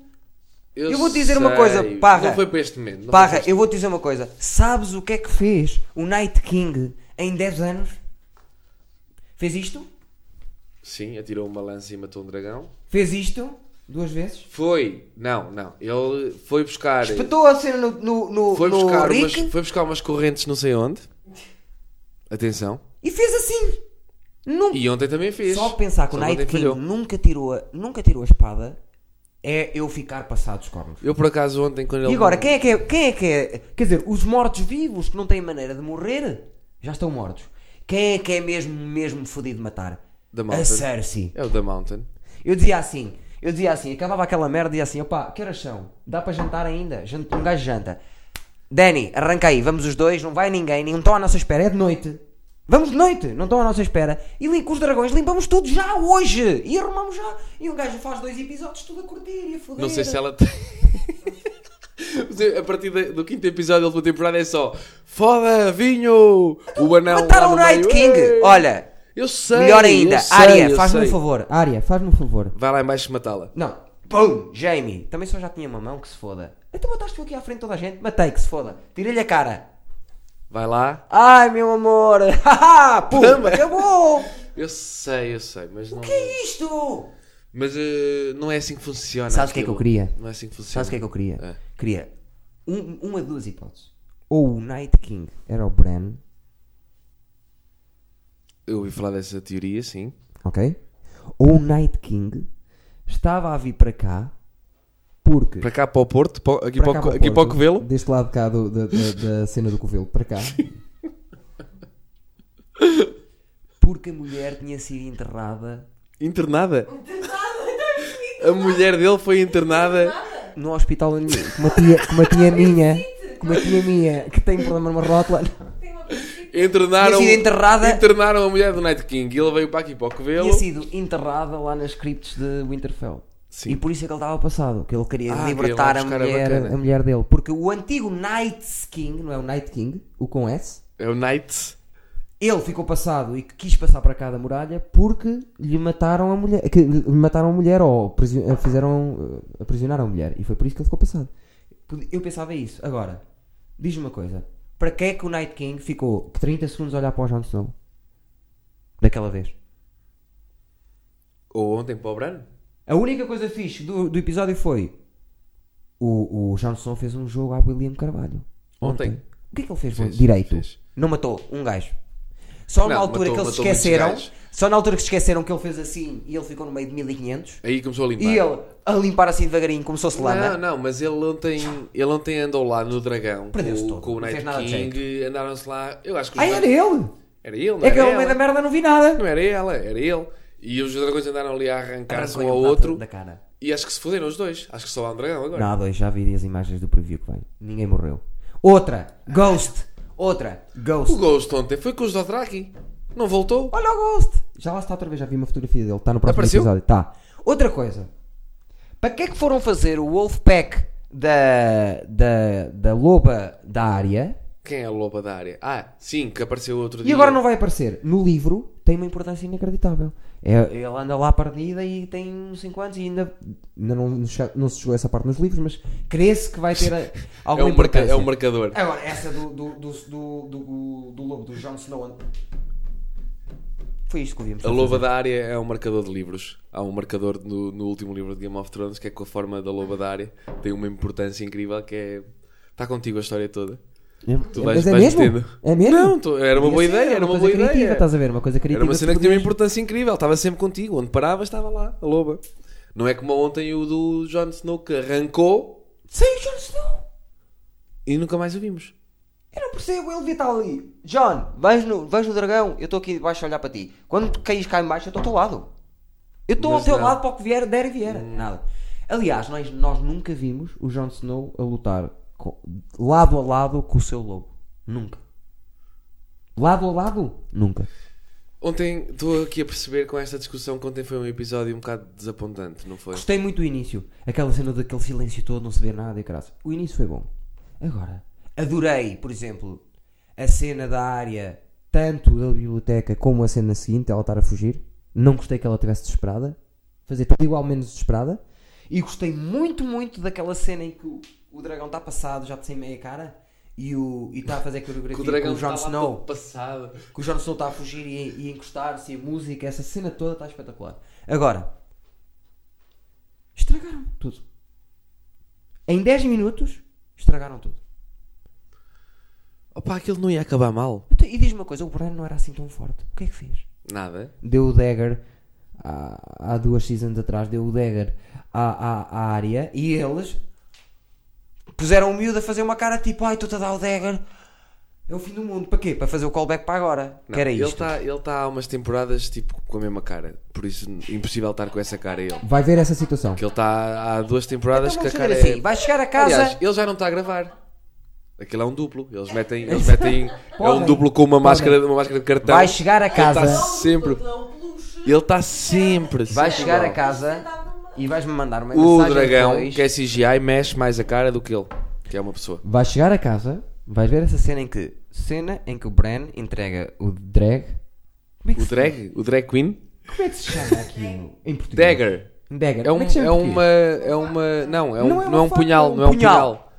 [SPEAKER 3] Eu,
[SPEAKER 1] Eu vou dizer uma
[SPEAKER 3] sei,
[SPEAKER 1] coisa, Parra.
[SPEAKER 3] Não foi para este momento. não foi
[SPEAKER 1] Parra,
[SPEAKER 3] para este-
[SPEAKER 1] eu vou-te dizer uma coisa. Sabes o que é que fez o Night King em 10 anos? Fez isto?
[SPEAKER 3] Sim, atirou uma lança e matou um dragão.
[SPEAKER 1] Fez isto? Duas vezes?
[SPEAKER 3] Foi, não, não. Ele foi buscar.
[SPEAKER 1] Espetou a cena no, no, no,
[SPEAKER 3] Foi
[SPEAKER 1] no
[SPEAKER 3] buscar, umas,
[SPEAKER 1] Rick
[SPEAKER 3] foi buscar umas correntes não sei onde. Atenção.
[SPEAKER 1] e fez assim. Nunca.
[SPEAKER 3] E ontem também fez.
[SPEAKER 1] Só pensar que o Night
[SPEAKER 3] ontem
[SPEAKER 1] King
[SPEAKER 3] falhou.
[SPEAKER 1] nunca tirou, a, nunca tirou a espada é eu ficar passado os cornos.
[SPEAKER 3] Eu por acaso ontem quando ele...
[SPEAKER 1] E agora, quem é que é, quem é que é? Quer dizer, os mortos-vivos que não têm maneira de morrer já estão mortos. Quem é que é mesmo, mesmo fodido de matar?
[SPEAKER 3] Da
[SPEAKER 1] a
[SPEAKER 3] Mountain.
[SPEAKER 1] Cersei.
[SPEAKER 3] É o da Mountain.
[SPEAKER 1] Eu dizia assim, eu dizia assim, acabava aquela merda e dizia assim, opá, que horas são? Dá para jantar ainda? Jant- Um gajo janta. Danny, arranca aí, vamos os dois, não vai ninguém, não estão à nossa espera, é de noite. Vamos de noite, não estão à nossa espera. E lim- com os dragões limpamos tudo já hoje e arrumamos já. E um gajo faz dois episódios tudo a curtir e a foder.
[SPEAKER 3] Não sei se ela é tem... Mas eu- A partir da- do quinto episódio da última temporada é só Foda, vinho! O anão. lá
[SPEAKER 1] Mataram
[SPEAKER 3] no
[SPEAKER 1] o tá Night
[SPEAKER 3] meio.
[SPEAKER 1] King!
[SPEAKER 3] Ei!
[SPEAKER 1] Olha,
[SPEAKER 3] Eu sei!
[SPEAKER 1] melhor
[SPEAKER 3] eu
[SPEAKER 1] ainda,
[SPEAKER 3] sei,
[SPEAKER 1] Arya,
[SPEAKER 3] eu
[SPEAKER 1] faz-me um
[SPEAKER 3] sei.
[SPEAKER 1] favor. Arya, faz-me um favor.
[SPEAKER 3] Vai lá em baixo matá-la.
[SPEAKER 1] Não. Pum! Jamie. Também só já tinha uma mão que se foda. Então botaste-o aqui à frente de toda a gente. Matei que se foda. Tirei-lhe a cara.
[SPEAKER 3] Vai lá.
[SPEAKER 1] Ai, meu amor. Haha, Pum! Acabou!
[SPEAKER 3] Eu sei, eu sei, mas não...
[SPEAKER 1] O que é isto?
[SPEAKER 3] Mas eh, não é assim que funciona.
[SPEAKER 1] Sabes o que é que eu
[SPEAKER 3] aquilo.
[SPEAKER 1] queria?
[SPEAKER 3] Não é assim que funciona.
[SPEAKER 1] Sabes o que é que eu queria?
[SPEAKER 3] É.
[SPEAKER 1] Queria um- uma de duas hipóteses. Ou o Night King era o Bran,
[SPEAKER 3] Eu ouvi falar dessa teoria, sim.
[SPEAKER 1] ok? Ou o Night King estava a vir para cá porque...
[SPEAKER 3] Para cá, para o Porto, para- aqui, para,
[SPEAKER 1] cá
[SPEAKER 3] o, aqui para o
[SPEAKER 1] Porto,
[SPEAKER 3] Covelo.
[SPEAKER 1] Deste lado cá do- da, da- da cena do Covelo, para cá. Porque a mulher tinha sido enterrada
[SPEAKER 3] Internada.
[SPEAKER 2] então,
[SPEAKER 3] A mulher dele foi internada.
[SPEAKER 1] no hospital em- com uma tia, com uma tia minha, com uma tia minha que tem problema numa rótula.
[SPEAKER 2] Tem uma assim, princípio.
[SPEAKER 3] Internaram,
[SPEAKER 1] Tinha sido enterrada.
[SPEAKER 3] internaram a mulher do Night King. E ele veio para aqui para o Covelo.
[SPEAKER 1] Tinha sido enterrada lá nas criptas de Winterfell.
[SPEAKER 3] Sim.
[SPEAKER 1] E por isso é que ele estava passado, que ele queria
[SPEAKER 3] Ah,
[SPEAKER 1] libertar a
[SPEAKER 3] queria lá buscar a
[SPEAKER 1] mulher,
[SPEAKER 3] bacana.
[SPEAKER 1] a mulher dele. Porque o antigo Night King, não é o Night King, o com S,
[SPEAKER 3] É o Knight.
[SPEAKER 1] ele ficou passado e que quis passar para cá da muralha porque lhe mataram a mulher, que lhe mataram a mulher ou prisi- a fizeram eh, aprisionaram a mulher e foi por isso que ele ficou passado. Eu pensava isso. Agora, diz-me uma coisa. Para que é que o Night King ficou 30 segundos a olhar para o Jon Snow? Daquela vez.
[SPEAKER 3] Ou ontem para o Bran.
[SPEAKER 1] A única coisa fixe do, do episódio foi o, o Jon Snow fez um jogo à William Carvalho.
[SPEAKER 3] Ontem.
[SPEAKER 1] O que é que ele fez,
[SPEAKER 3] Fez,
[SPEAKER 1] direito?
[SPEAKER 3] fez.
[SPEAKER 1] Não matou um gajo. Só na
[SPEAKER 3] Não,
[SPEAKER 1] altura
[SPEAKER 3] matou-
[SPEAKER 1] que eles
[SPEAKER 3] matou
[SPEAKER 1] esqueceram,
[SPEAKER 3] muitos gajos.
[SPEAKER 1] só na altura que se esqueceram que ele fez assim e ele ficou no meio de 1500
[SPEAKER 3] Aí começou a limpar.
[SPEAKER 1] e ele a limpar assim devagarinho, começou-se
[SPEAKER 3] Não,
[SPEAKER 1] lama.
[SPEAKER 3] não, mas ele ontem, ele ontem andou lá no Dragão
[SPEAKER 1] Perdeu-se
[SPEAKER 3] com,
[SPEAKER 1] todo.
[SPEAKER 3] com o
[SPEAKER 1] Não
[SPEAKER 3] Night
[SPEAKER 1] fez nada de
[SPEAKER 3] King, andaram-se lá. Eu acho que os
[SPEAKER 1] Ah, era
[SPEAKER 3] dragões-
[SPEAKER 1] ele!
[SPEAKER 3] era ele, não
[SPEAKER 1] É que
[SPEAKER 3] era
[SPEAKER 1] eu no meio
[SPEAKER 3] ela.
[SPEAKER 1] da merda não vi nada.
[SPEAKER 3] Não era ela, era ele. E os dragões andaram ali a arrancar-se um
[SPEAKER 1] Arrancou-lhe
[SPEAKER 3] ao
[SPEAKER 1] um
[SPEAKER 3] outro.
[SPEAKER 1] tapa Da cara.
[SPEAKER 3] E acho que se foderam os dois. Acho que só há um dragão agora.
[SPEAKER 1] Não, dois, já vi as imagens do preview que vem. Ninguém morreu. Outra, Ghost. Outra,
[SPEAKER 3] O
[SPEAKER 1] Ghost.
[SPEAKER 3] Ghost ontem foi com os Dothraki. Não voltou.
[SPEAKER 1] Olha o Ghost! Já lá está outra vez, já vi uma fotografia dele, está no próximo
[SPEAKER 3] Apareceu?
[SPEAKER 1] episódio. Tá. Outra coisa. Para que é que foram fazer o Wolfpack da, da, da loba da área
[SPEAKER 3] Quem é a loba da área? Ah, sim, que apareceu outro dia.
[SPEAKER 1] e agora não vai aparecer? No livro tem uma importância inacreditável. É, ela anda lá perdida e tem 5 anos e ainda, ainda não, nos che- não se chegou a essa parte nos livros, mas crê-se que vai ter a-
[SPEAKER 3] É
[SPEAKER 1] alguma
[SPEAKER 3] um, marca-
[SPEAKER 1] importância.
[SPEAKER 3] é um marcador.
[SPEAKER 1] Agora, essa do, do, do, do, do, do lobo, do Jon Snow. Foi isto que ouvimos.
[SPEAKER 3] A loba da área é um marcador de livros. Há um marcador no, no último livro de Game of Thrones que é com a forma da loba da área. Tem uma importância incrível que é. Está contigo a história toda. Tu vais-
[SPEAKER 1] Mas é
[SPEAKER 3] vais
[SPEAKER 1] mesmo?
[SPEAKER 3] metendo.
[SPEAKER 1] É mesmo?
[SPEAKER 3] Não, tu- era uma
[SPEAKER 1] Podia
[SPEAKER 3] boa
[SPEAKER 1] ser,
[SPEAKER 3] ideia, era uma
[SPEAKER 1] coisa
[SPEAKER 3] boa
[SPEAKER 1] criativa,
[SPEAKER 3] ideia.
[SPEAKER 1] Estás a ver, uma coisa criativa.
[SPEAKER 3] Era uma cena que é tinha
[SPEAKER 1] podias-
[SPEAKER 3] uma importância incrível, estava sempre contigo. Onde paravas, estava lá, a loba. Não é como ontem o do Jon Snow que arrancou
[SPEAKER 1] Sim, Jon Snow.
[SPEAKER 3] e nunca mais o vimos.
[SPEAKER 1] Eu não percebo, ele devia estar ali. John, vais no, vais no dragão, eu estou aqui debaixo a olhar para ti. Quando tu caís cá em baixo, eu estou ao teu lado. Eu estou ao
[SPEAKER 3] Mas
[SPEAKER 1] teu
[SPEAKER 3] não. Hum.
[SPEAKER 1] lado para o que vier, der e vier. Nada. Aliás, nós, nós nunca vimos o Jon Snow a lutar co- lado a lado com o seu lobo. Nunca. Lado a lado? Nunca.
[SPEAKER 3] Ontem estou aqui a perceber com esta discussão que ontem foi um episódio um bocado desapontante, não foi?
[SPEAKER 1] Gostei muito do início. Aquela cena daquele silêncio todo, não se vê nada e caralho. O início foi bom. Agora, adorei, por exemplo, a cena da área, tanto da biblioteca como a cena seguinte, ela estar a fugir. Não gostei que ela estivesse desesperada. Fazer tudo igual, menos desesperada. E gostei muito, muito daquela cena em que o, o dragão está passado, já sem meia cara, e o- e está a fazer
[SPEAKER 3] Que
[SPEAKER 1] coreografia
[SPEAKER 3] o
[SPEAKER 1] com
[SPEAKER 3] dragão
[SPEAKER 1] o Jon
[SPEAKER 3] está lá
[SPEAKER 1] Snow
[SPEAKER 3] todo passado.
[SPEAKER 1] que o Jon Snow está a fugir e, e a encostar-se, e a música, essa cena toda está espetacular. Agora, estragaram tudo. Em 10 minutos, estragaram tudo.
[SPEAKER 3] Opa, aquilo não ia acabar mal.
[SPEAKER 1] Então, E diz-me uma coisa, o Bran não era assim tão forte. O que é que fez?
[SPEAKER 3] Nada.
[SPEAKER 1] Deu o dagger há, há duas seasons atrás, deu o dagger à, à, à área e eles puseram o miúdo a fazer uma cara tipo, ai, tu-te a dar o dagger. É o fim do mundo. Para quê? Para fazer o callback para agora.
[SPEAKER 3] Não,
[SPEAKER 1] que era
[SPEAKER 3] ele
[SPEAKER 1] isto.
[SPEAKER 3] está ele tá há umas temporadas tipo com a mesma cara. Por isso impossível estar com essa cara ele.
[SPEAKER 1] Vai ver essa situação.
[SPEAKER 3] Que ele está há duas temporadas
[SPEAKER 1] Então
[SPEAKER 3] que a
[SPEAKER 1] vamos
[SPEAKER 3] cara
[SPEAKER 1] fazer
[SPEAKER 3] é.
[SPEAKER 1] assim, vai chegar a casa.
[SPEAKER 3] Aliás, então, ele já não está a gravar. Aquilo é um duplo. Eles metem. Eles metem é um
[SPEAKER 1] Podem.
[SPEAKER 3] duplo com uma
[SPEAKER 1] Podem.
[SPEAKER 3] máscara, uma máscara de cartão.
[SPEAKER 1] Vai chegar a
[SPEAKER 3] Ele tá
[SPEAKER 1] casa.
[SPEAKER 3] está sempre.
[SPEAKER 2] Não, um peluche.
[SPEAKER 3] Ele está sempre.
[SPEAKER 1] Vai
[SPEAKER 3] sempre
[SPEAKER 1] chegar a
[SPEAKER 3] igual.
[SPEAKER 1] casa e vais-me mandar uma
[SPEAKER 3] O
[SPEAKER 1] mensagem
[SPEAKER 3] dragão,
[SPEAKER 1] depois.
[SPEAKER 3] que é CGI, mexe mais a cara do que ele. Que é uma pessoa.
[SPEAKER 1] Vais chegar a casa, vais ver essa cena em que cena em que o Bran entrega o drag. Como é que,
[SPEAKER 3] O
[SPEAKER 1] se-
[SPEAKER 3] drag, o drag queen.
[SPEAKER 1] como é que se chama aquilo em português?
[SPEAKER 3] Dagger.
[SPEAKER 1] Dagger.
[SPEAKER 3] É, um,
[SPEAKER 1] Como é, que se chama
[SPEAKER 3] é
[SPEAKER 1] em português?
[SPEAKER 3] uma. É uma. Não, é um,
[SPEAKER 1] Não
[SPEAKER 3] não
[SPEAKER 1] é
[SPEAKER 3] é,
[SPEAKER 1] uma
[SPEAKER 3] um
[SPEAKER 1] faca, é
[SPEAKER 3] punhal.
[SPEAKER 1] um
[SPEAKER 3] Não é um
[SPEAKER 1] punhal.
[SPEAKER 3] punhal.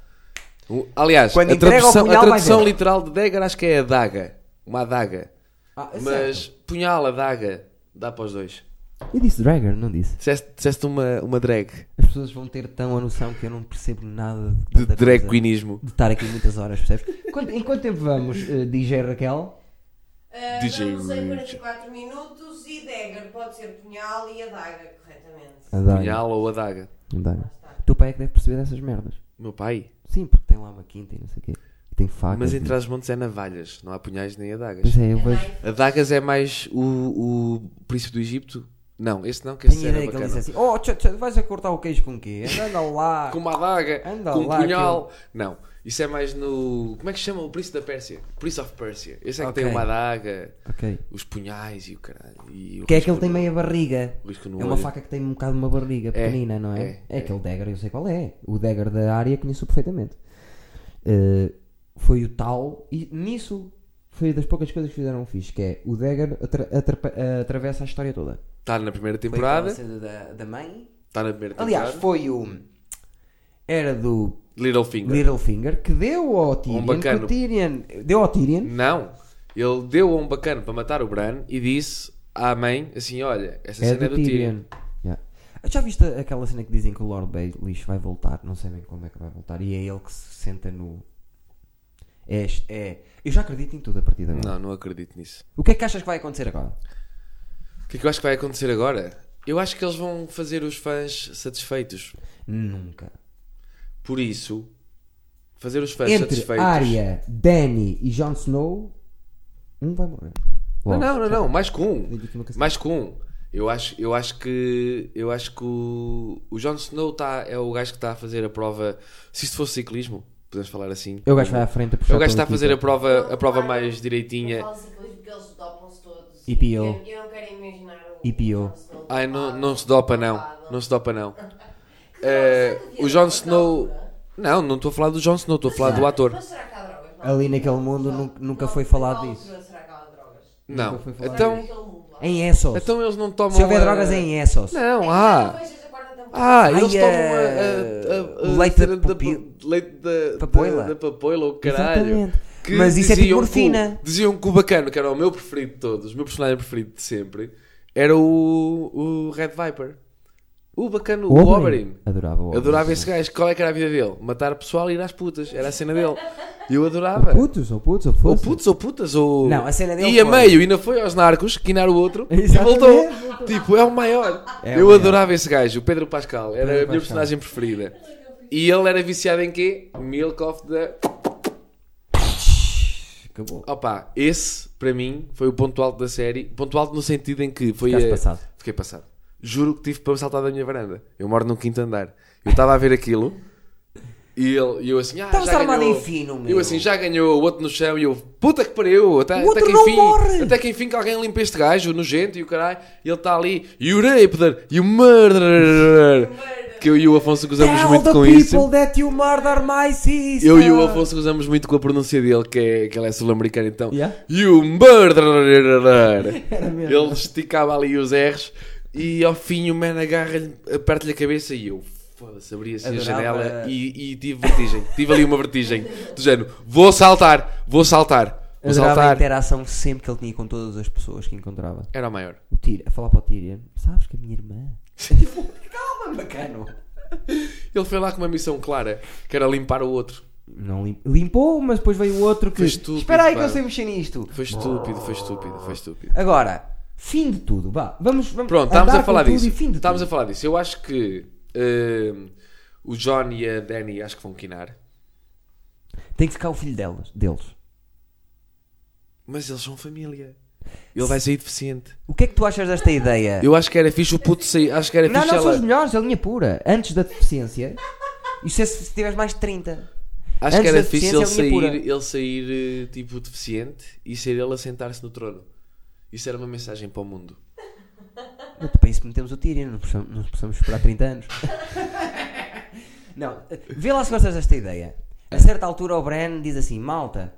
[SPEAKER 3] O- Aliás,
[SPEAKER 1] Quando
[SPEAKER 3] a
[SPEAKER 1] entrega o
[SPEAKER 3] tradução,
[SPEAKER 1] punhal,
[SPEAKER 3] a
[SPEAKER 1] vai
[SPEAKER 3] tradução
[SPEAKER 1] ver.
[SPEAKER 3] literal de dagger acho que é adaga. Uma adaga.
[SPEAKER 1] Ah, é
[SPEAKER 3] Mas
[SPEAKER 1] certo.
[SPEAKER 3] punhal, adaga. Dá para os dois.
[SPEAKER 1] Eu disse dragger, não disse.
[SPEAKER 3] Disseste, disseste uma, uma drag.
[SPEAKER 1] As pessoas vão ter tão a noção que eu não percebo nada
[SPEAKER 3] De
[SPEAKER 1] tanta
[SPEAKER 3] drag
[SPEAKER 1] coisa.
[SPEAKER 3] queenismo.
[SPEAKER 1] De estar aqui muitas horas, percebes? Quanto- em quanto tempo vamos, eh, DJ Raquel?
[SPEAKER 2] Ah,
[SPEAKER 3] DJ
[SPEAKER 2] vamos em
[SPEAKER 3] Rich.
[SPEAKER 2] 44 minutos e dagger pode ser punhal e adaga, corretamente.
[SPEAKER 3] Punhal ou adaga.
[SPEAKER 1] Dagger. O teu pai é que deve perceber dessas merdas.
[SPEAKER 3] Meu pai.
[SPEAKER 1] Sim, porque tem lá uma quinta e não sei o quê. E tem facas.
[SPEAKER 3] Mas
[SPEAKER 1] e-
[SPEAKER 3] entre as montes é navalhas. Não há punhais nem adagas.
[SPEAKER 1] Pois é, eu vejo.
[SPEAKER 2] Knife.
[SPEAKER 3] Adagas é mais o, o príncipe do Egito Não, este não, que
[SPEAKER 1] Tenho
[SPEAKER 3] este era
[SPEAKER 1] ideia que ele disse
[SPEAKER 3] bacana.
[SPEAKER 1] assim: Oh, tchá, tchá, vais a cortar o queijo com quê? Anda lá.
[SPEAKER 3] Com uma adaga,
[SPEAKER 1] Ah, Anda
[SPEAKER 3] com um
[SPEAKER 1] lá,
[SPEAKER 3] punhal. Não, isso é mais no. Como é que se chama o Príncipe da Pérsia? Prince of Persia. Esse é que
[SPEAKER 1] Ok.
[SPEAKER 3] tem uma adaga,
[SPEAKER 1] Ok.
[SPEAKER 3] os punhais e o caralho. e o
[SPEAKER 1] Que é que
[SPEAKER 3] risco
[SPEAKER 1] ele tem
[SPEAKER 3] no-
[SPEAKER 1] meia barriga.
[SPEAKER 3] o risco no
[SPEAKER 1] É uma
[SPEAKER 3] olho.
[SPEAKER 1] faca que tem um bocado uma barriga pequenina, não é?
[SPEAKER 3] é,
[SPEAKER 1] É, aquele dagger, eu sei qual é. O dagger da área conheço perfeitamente. Eh, foi o tal, e nisso foi das poucas coisas que fizeram fixe, que é o dagger atra- atrapa- atravessa a história toda.
[SPEAKER 3] Está Tá na primeira
[SPEAKER 1] Foi aquela
[SPEAKER 3] temporada.
[SPEAKER 1] cena da, da mãe.
[SPEAKER 3] Está na primeira temporada.
[SPEAKER 1] Aliás, foi o. Era do
[SPEAKER 3] Littlefinger.
[SPEAKER 1] Littlefinger que deu ao Tyrion. que o
[SPEAKER 3] Um bacano.
[SPEAKER 1] Tyrion deu ao Tyrion.
[SPEAKER 3] Não. Ele deu a um bacano para matar o Bran e disse à mãe assim: Olha, essa
[SPEAKER 1] É
[SPEAKER 3] cena
[SPEAKER 1] do,
[SPEAKER 3] é do Tyrion.
[SPEAKER 1] Tyrion. Yeah. Já viste aquela cena que dizem que o Lord Baelish vai voltar? Não sei bem quando é que vai voltar. E é ele que se senta no. É, é- Eu já acredito em tudo a partir de agora.
[SPEAKER 3] Não, não acredito nisso.
[SPEAKER 1] O que é que achas que vai acontecer agora?
[SPEAKER 3] O que é que eu acho que vai acontecer agora? Eu acho que eles vão fazer os fãs satisfeitos.
[SPEAKER 1] Nunca.
[SPEAKER 3] Por isso, fazer os fãs
[SPEAKER 1] Entre
[SPEAKER 3] satisfeitos.
[SPEAKER 1] Arya, Danny e Jon Snow, um vai morrer.
[SPEAKER 3] Não,
[SPEAKER 1] Logo.
[SPEAKER 3] não, não, não, mais que um.
[SPEAKER 1] Digo aqui uma coisa.
[SPEAKER 3] Mais que um. Eu acho, eu acho que eu acho que o, o Jon Snow tá, é o gajo que está a fazer a prova. Se isto fosse ciclismo, podemos falar assim.
[SPEAKER 1] É o gajo que vai à frente a puxar
[SPEAKER 3] É o gajo que
[SPEAKER 1] pela
[SPEAKER 3] está a fazer a
[SPEAKER 1] equipa.
[SPEAKER 3] prova, a prova
[SPEAKER 2] Não,
[SPEAKER 3] mais
[SPEAKER 2] Não
[SPEAKER 3] direitinha.
[SPEAKER 2] falo ciclismo porque eles dopam-se todos.
[SPEAKER 1] E piou.
[SPEAKER 2] Eu, eu não quero imaginar um o.
[SPEAKER 1] E piou.
[SPEAKER 3] Ai, não, não se dopa não. Não se dopa não. Eh, o Jon
[SPEAKER 2] John
[SPEAKER 3] Snow. Não, não estou a falar do Jon Snow, estou a falar do ator.
[SPEAKER 2] Mas será que há drogas? Não.
[SPEAKER 1] Ali naquele mundo nu- nunca, foi falado disso.
[SPEAKER 2] Será que há drogas?
[SPEAKER 3] Não.
[SPEAKER 1] Nunca foi falado
[SPEAKER 3] Então,
[SPEAKER 2] Naquele mundo lá.
[SPEAKER 1] Em Essos.
[SPEAKER 3] então eles não tomam.
[SPEAKER 1] Se houver
[SPEAKER 3] a-
[SPEAKER 1] drogas é em Essos.
[SPEAKER 3] Não,
[SPEAKER 2] Ah!
[SPEAKER 3] há.
[SPEAKER 2] Não vejas a quarta temporada.
[SPEAKER 3] Ah, eles
[SPEAKER 1] Ai, eh,
[SPEAKER 3] tomam a, a, a, a
[SPEAKER 1] leite
[SPEAKER 3] cena
[SPEAKER 1] de
[SPEAKER 3] da
[SPEAKER 1] papil-
[SPEAKER 3] pa- leite da
[SPEAKER 1] Papoila.
[SPEAKER 3] Da, da papoila, o caralho.
[SPEAKER 1] Exatamente. Mas isso é tipo
[SPEAKER 3] diziam que o-
[SPEAKER 1] morfina.
[SPEAKER 3] diziam que o bacano, que era o meu preferido de todos, o meu personagem preferido de sempre, era o, o Red Viper. O bacano, o Oberyn.
[SPEAKER 1] Adorava o Oberyn.
[SPEAKER 3] Adorava esse gajo. Qual é que era a vida dele? Matar pessoal e ir às putas. Era a cena dele. E eu adorava.
[SPEAKER 1] Putos, ou putos, ou
[SPEAKER 3] Ou
[SPEAKER 1] putos.
[SPEAKER 3] putos ou putas ou...
[SPEAKER 1] Não, a cena dele
[SPEAKER 3] E a
[SPEAKER 1] foi-
[SPEAKER 3] meio ainda foi aos narcos, quinar o outro e
[SPEAKER 1] Exatamente.
[SPEAKER 3] voltou. Tipo, é o maior.
[SPEAKER 1] É o
[SPEAKER 3] eu
[SPEAKER 1] maior.
[SPEAKER 3] adorava esse gajo, o Pedro Pascal. Era
[SPEAKER 1] Pedro
[SPEAKER 3] a minha
[SPEAKER 1] Pascal.
[SPEAKER 3] personagem preferida. E ele era viciado em quê? Milk of the...
[SPEAKER 1] Acabou.
[SPEAKER 3] Opa, esse, para mim, foi o ponto alto da série. Ponto alto no sentido em que foi...
[SPEAKER 1] Ficaste
[SPEAKER 3] a-
[SPEAKER 1] passado.
[SPEAKER 3] Fiquei passado. Juro que tive para saltar da minha varanda. Eu moro num quinto andar. Eu estava a ver aquilo... E ele, e eu assim, ah,
[SPEAKER 1] Estavas
[SPEAKER 3] já
[SPEAKER 1] armado
[SPEAKER 3] ganhou.
[SPEAKER 1] em fino, meu.
[SPEAKER 3] Eu assim, já ganhou, o outro no chão, e eu, puta que pariu, até,
[SPEAKER 1] O
[SPEAKER 3] até
[SPEAKER 1] outro
[SPEAKER 3] que
[SPEAKER 1] não
[SPEAKER 3] enfim,
[SPEAKER 1] morre.
[SPEAKER 3] até que enfim que alguém limpa este gajo, nojento, e o caralho, e ele está ali, you raper, you murderer, que eu e o Afonso gozamos
[SPEAKER 1] Tell
[SPEAKER 3] muito
[SPEAKER 1] the
[SPEAKER 3] com
[SPEAKER 1] people
[SPEAKER 3] isso.
[SPEAKER 1] that you murder my sister.
[SPEAKER 3] Eu e o Afonso gozamos muito com a pronúncia dele, que, é, que ele é sul-americano, então,
[SPEAKER 1] Yeah.
[SPEAKER 3] you murderer,
[SPEAKER 1] Era mesmo.
[SPEAKER 3] ele esticava ali os R's, e ao fim o man agarra-lhe, aperta-lhe a cabeça, e eu... Foda-se, abri assim a
[SPEAKER 1] Adorava-
[SPEAKER 3] janela e, e tive vertigem. tive ali uma vertigem. Do género, vou saltar, vou saltar, vou
[SPEAKER 1] Adorava a
[SPEAKER 3] saltar.
[SPEAKER 1] interação sempre que ele tinha com todas as pessoas que encontrava.
[SPEAKER 3] Era o maior.
[SPEAKER 1] O Tyrion, a falar para o Tyrion, sabes que a minha irmã... Tipo, Calma, bacano.
[SPEAKER 3] Ele foi lá com uma missão clara, que era limpar o outro.
[SPEAKER 1] Não lim- limpou, mas depois veio outro que...
[SPEAKER 3] Foi estúpido,
[SPEAKER 1] Espera aí que
[SPEAKER 3] pá.
[SPEAKER 1] eu sei mexer nisto.
[SPEAKER 3] Foi estúpido, foi estúpido, foi estúpido.
[SPEAKER 1] Agora, fim de tudo, vá. Vamos, vamos
[SPEAKER 3] Pronto, estávamos
[SPEAKER 1] andar
[SPEAKER 3] a falar
[SPEAKER 1] com tudo
[SPEAKER 3] disso.
[SPEAKER 1] e fim de
[SPEAKER 3] Estávamos a
[SPEAKER 1] tudo.
[SPEAKER 3] falar disso. Eu acho que hum, o John e a Danny acho que vão quinar.
[SPEAKER 1] Tem que ficar o filho delas, deles.
[SPEAKER 3] Mas eles são família. Ele vai sair deficiente.
[SPEAKER 1] O que é que tu achas desta ideia?
[SPEAKER 3] Eu acho que era fixe o puto sair. Acho que era
[SPEAKER 1] Não,
[SPEAKER 3] fixe
[SPEAKER 1] não, são os
[SPEAKER 3] ela.
[SPEAKER 1] melhores, é a linha pura. Antes da deficiência. Isso é se se tiveres mais de 30.
[SPEAKER 3] Acho que
[SPEAKER 1] Antes
[SPEAKER 3] era
[SPEAKER 1] da
[SPEAKER 3] fixe
[SPEAKER 1] deficiência, é
[SPEAKER 3] ele
[SPEAKER 1] a linha pura.
[SPEAKER 3] sair, ele sair eh, tipo deficiente e ser ele a sentar-se no trono. Isso era uma mensagem para o mundo.
[SPEAKER 1] Mas para isso metemos o Tyrion, não possamos, não possamos esperar 30 anos. não, vê lá se gostas desta ideia. A certa altura o Bran diz assim, malta.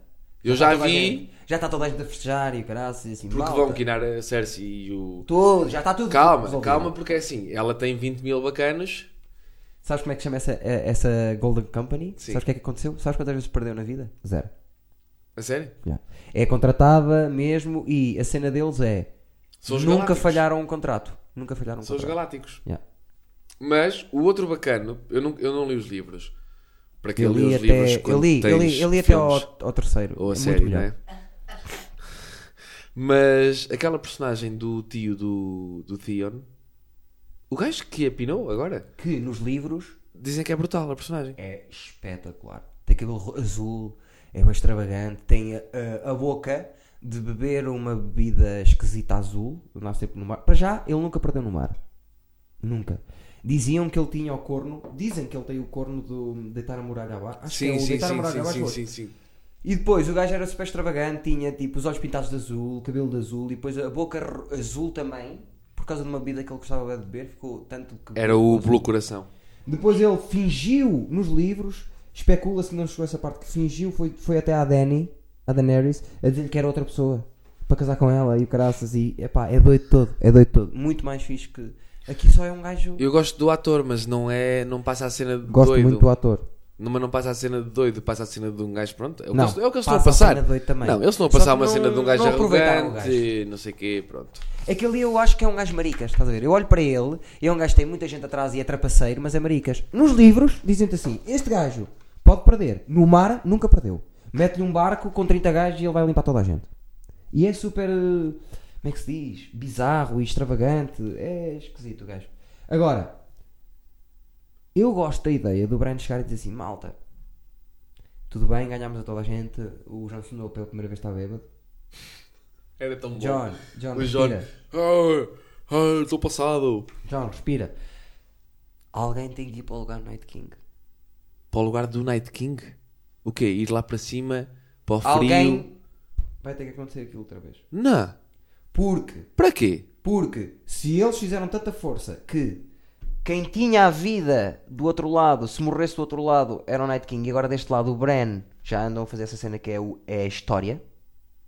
[SPEAKER 3] Eu já
[SPEAKER 1] está toda a
[SPEAKER 3] vi.
[SPEAKER 1] gente- já está toda a gente a festejar e o caralho, diz assim,
[SPEAKER 3] Porque
[SPEAKER 1] malta.
[SPEAKER 3] vão quinar a Cersei e o.
[SPEAKER 1] Tudo, já está tudo
[SPEAKER 3] Calma,
[SPEAKER 1] resolvido."
[SPEAKER 3] calma, porque é assim, ela tem 20 mil bacanos.
[SPEAKER 1] Sabes como é que chama essa, eh, essa Golden Company?
[SPEAKER 3] Sim.
[SPEAKER 1] Sabes o que é que aconteceu? Sabes quantas vezes perdeu na vida? Zero.
[SPEAKER 3] A sério?
[SPEAKER 1] Já. É contratada mesmo e a cena deles é
[SPEAKER 3] São os
[SPEAKER 1] nunca
[SPEAKER 3] Galácticos.
[SPEAKER 1] falharam um contrato. Nunca falharam um
[SPEAKER 3] São os
[SPEAKER 1] contrato.
[SPEAKER 3] galácticos.
[SPEAKER 1] Yeah.
[SPEAKER 3] Mas o outro bacano, eu não, eu não li os livros. Para que
[SPEAKER 1] Eu
[SPEAKER 3] li
[SPEAKER 1] li
[SPEAKER 3] os livros
[SPEAKER 1] até,
[SPEAKER 3] quando
[SPEAKER 1] eu li, eu
[SPEAKER 3] tens
[SPEAKER 1] li, eu li até ao,
[SPEAKER 3] filmes
[SPEAKER 1] ao terceiro.
[SPEAKER 3] ou a
[SPEAKER 1] é
[SPEAKER 3] série,
[SPEAKER 1] muito
[SPEAKER 3] não
[SPEAKER 1] melhor.
[SPEAKER 3] é? Mas aquela personagem do tio do, do Theon, o gajo que apinou agora,
[SPEAKER 1] Que nos livros
[SPEAKER 3] dizem que é brutal a personagem.
[SPEAKER 1] é espetacular. Tem cabelo ro- azul, é bem extravagante, tem a, a- a boca de beber uma bebida esquisita azul, andava sempre no mar. Para já, ele nunca perdeu no mar. Nunca. Diziam que ele tinha o corno, dizem que ele tem o corno do deitar a muralha abaixo. Acho que é o deitar a muralha abaixo.
[SPEAKER 3] sim, sim, sim.
[SPEAKER 1] E depois o gajo era super extravagante, tinha tipo os olhos pintados de azul, cabelo de azul e depois a boca r- azul também, por causa de uma bebida que ele gostava bué de beber, ficou tanto que.
[SPEAKER 3] Era o Blue Coração.
[SPEAKER 1] Depois ele fingiu nos livros, especula-se que não chegou a essa parte, que fingiu, foi, foi até à Dani, a Daenerys, a dizer que era outra pessoa para casar com ela e o caraças e epá, é doido todo, é doido todo. Muito mais fixe que. Aqui só é um gajo.
[SPEAKER 3] Eu gosto do ator, mas não é. Não passa a cena de
[SPEAKER 1] Gosto
[SPEAKER 3] doido.
[SPEAKER 1] muito do ator.
[SPEAKER 3] Não, mas não passa a cena de doido, passa a cena de um gajo, pronto. É o que
[SPEAKER 1] Não,
[SPEAKER 3] eles- é o que eles estão a
[SPEAKER 1] passa a
[SPEAKER 3] passar.
[SPEAKER 1] cena de doido também.
[SPEAKER 3] Não, eles estão a
[SPEAKER 1] Só
[SPEAKER 3] passar
[SPEAKER 1] que
[SPEAKER 3] uma
[SPEAKER 1] não-
[SPEAKER 3] cena de um gajo
[SPEAKER 1] não aproveitaram o
[SPEAKER 3] arrogante, não sei o quê, pronto.
[SPEAKER 1] Aquele eu acho que é um gajo maricas, estás a ver? Eu olho para ele, e é um gajo que tem muita gente atrás e é trapaceiro, mas é maricas. Nos livros, dizem-te assim: este gajo pode perder, no mar nunca perdeu. Mete-lhe um barco com 30 gajos e ele vai limpar toda a gente. E é super. eh, Como é que se diz? Bizarro e extravagante. É esquisito o gajo. Agora, eu gosto da ideia do Brian chegar e dizer assim: malta, tudo bem, ganhámos a toda a gente. O Jon Snow pela primeira vez está bêbado.
[SPEAKER 3] Era tão bom.
[SPEAKER 1] John, John,
[SPEAKER 3] o John.
[SPEAKER 1] respira.
[SPEAKER 3] Ah, ah, estou passado.
[SPEAKER 1] John, respira. Alguém tem que ir para o lugar do Night King.
[SPEAKER 3] Para o lugar do Night King? O quê? Ir lá para cima? Para o frio?
[SPEAKER 1] Alguém vai ter que acontecer aquilo outra vez.
[SPEAKER 3] Não.
[SPEAKER 1] Porque,
[SPEAKER 3] Para quê?
[SPEAKER 1] porque se eles fizeram tanta força que quem tinha a vida do outro lado, se morresse do outro lado, era o Night King, e agora deste lado o Bran já andam a fazer essa cena que é, o, é a história.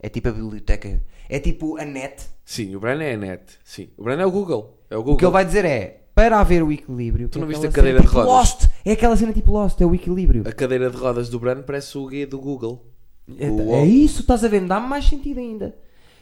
[SPEAKER 1] É tipo a biblioteca. É tipo a net.
[SPEAKER 3] Sim, o Brian é a net. Sim. O Brian é o Google. É o Google.
[SPEAKER 1] O que ele vai dizer é. Para haver o equilíbrio.
[SPEAKER 3] Tu
[SPEAKER 1] que
[SPEAKER 3] não
[SPEAKER 1] é
[SPEAKER 3] viste a
[SPEAKER 1] aquela
[SPEAKER 3] cadeira de
[SPEAKER 1] cena tipo
[SPEAKER 3] rodas?
[SPEAKER 1] Lost! É aquela cena tipo Lost, é o equilíbrio.
[SPEAKER 3] A cadeira de rodas do Brian parece o guia do Google.
[SPEAKER 1] É,
[SPEAKER 3] O-
[SPEAKER 1] é isso, estás a ver? Dá-me mais sentido ainda.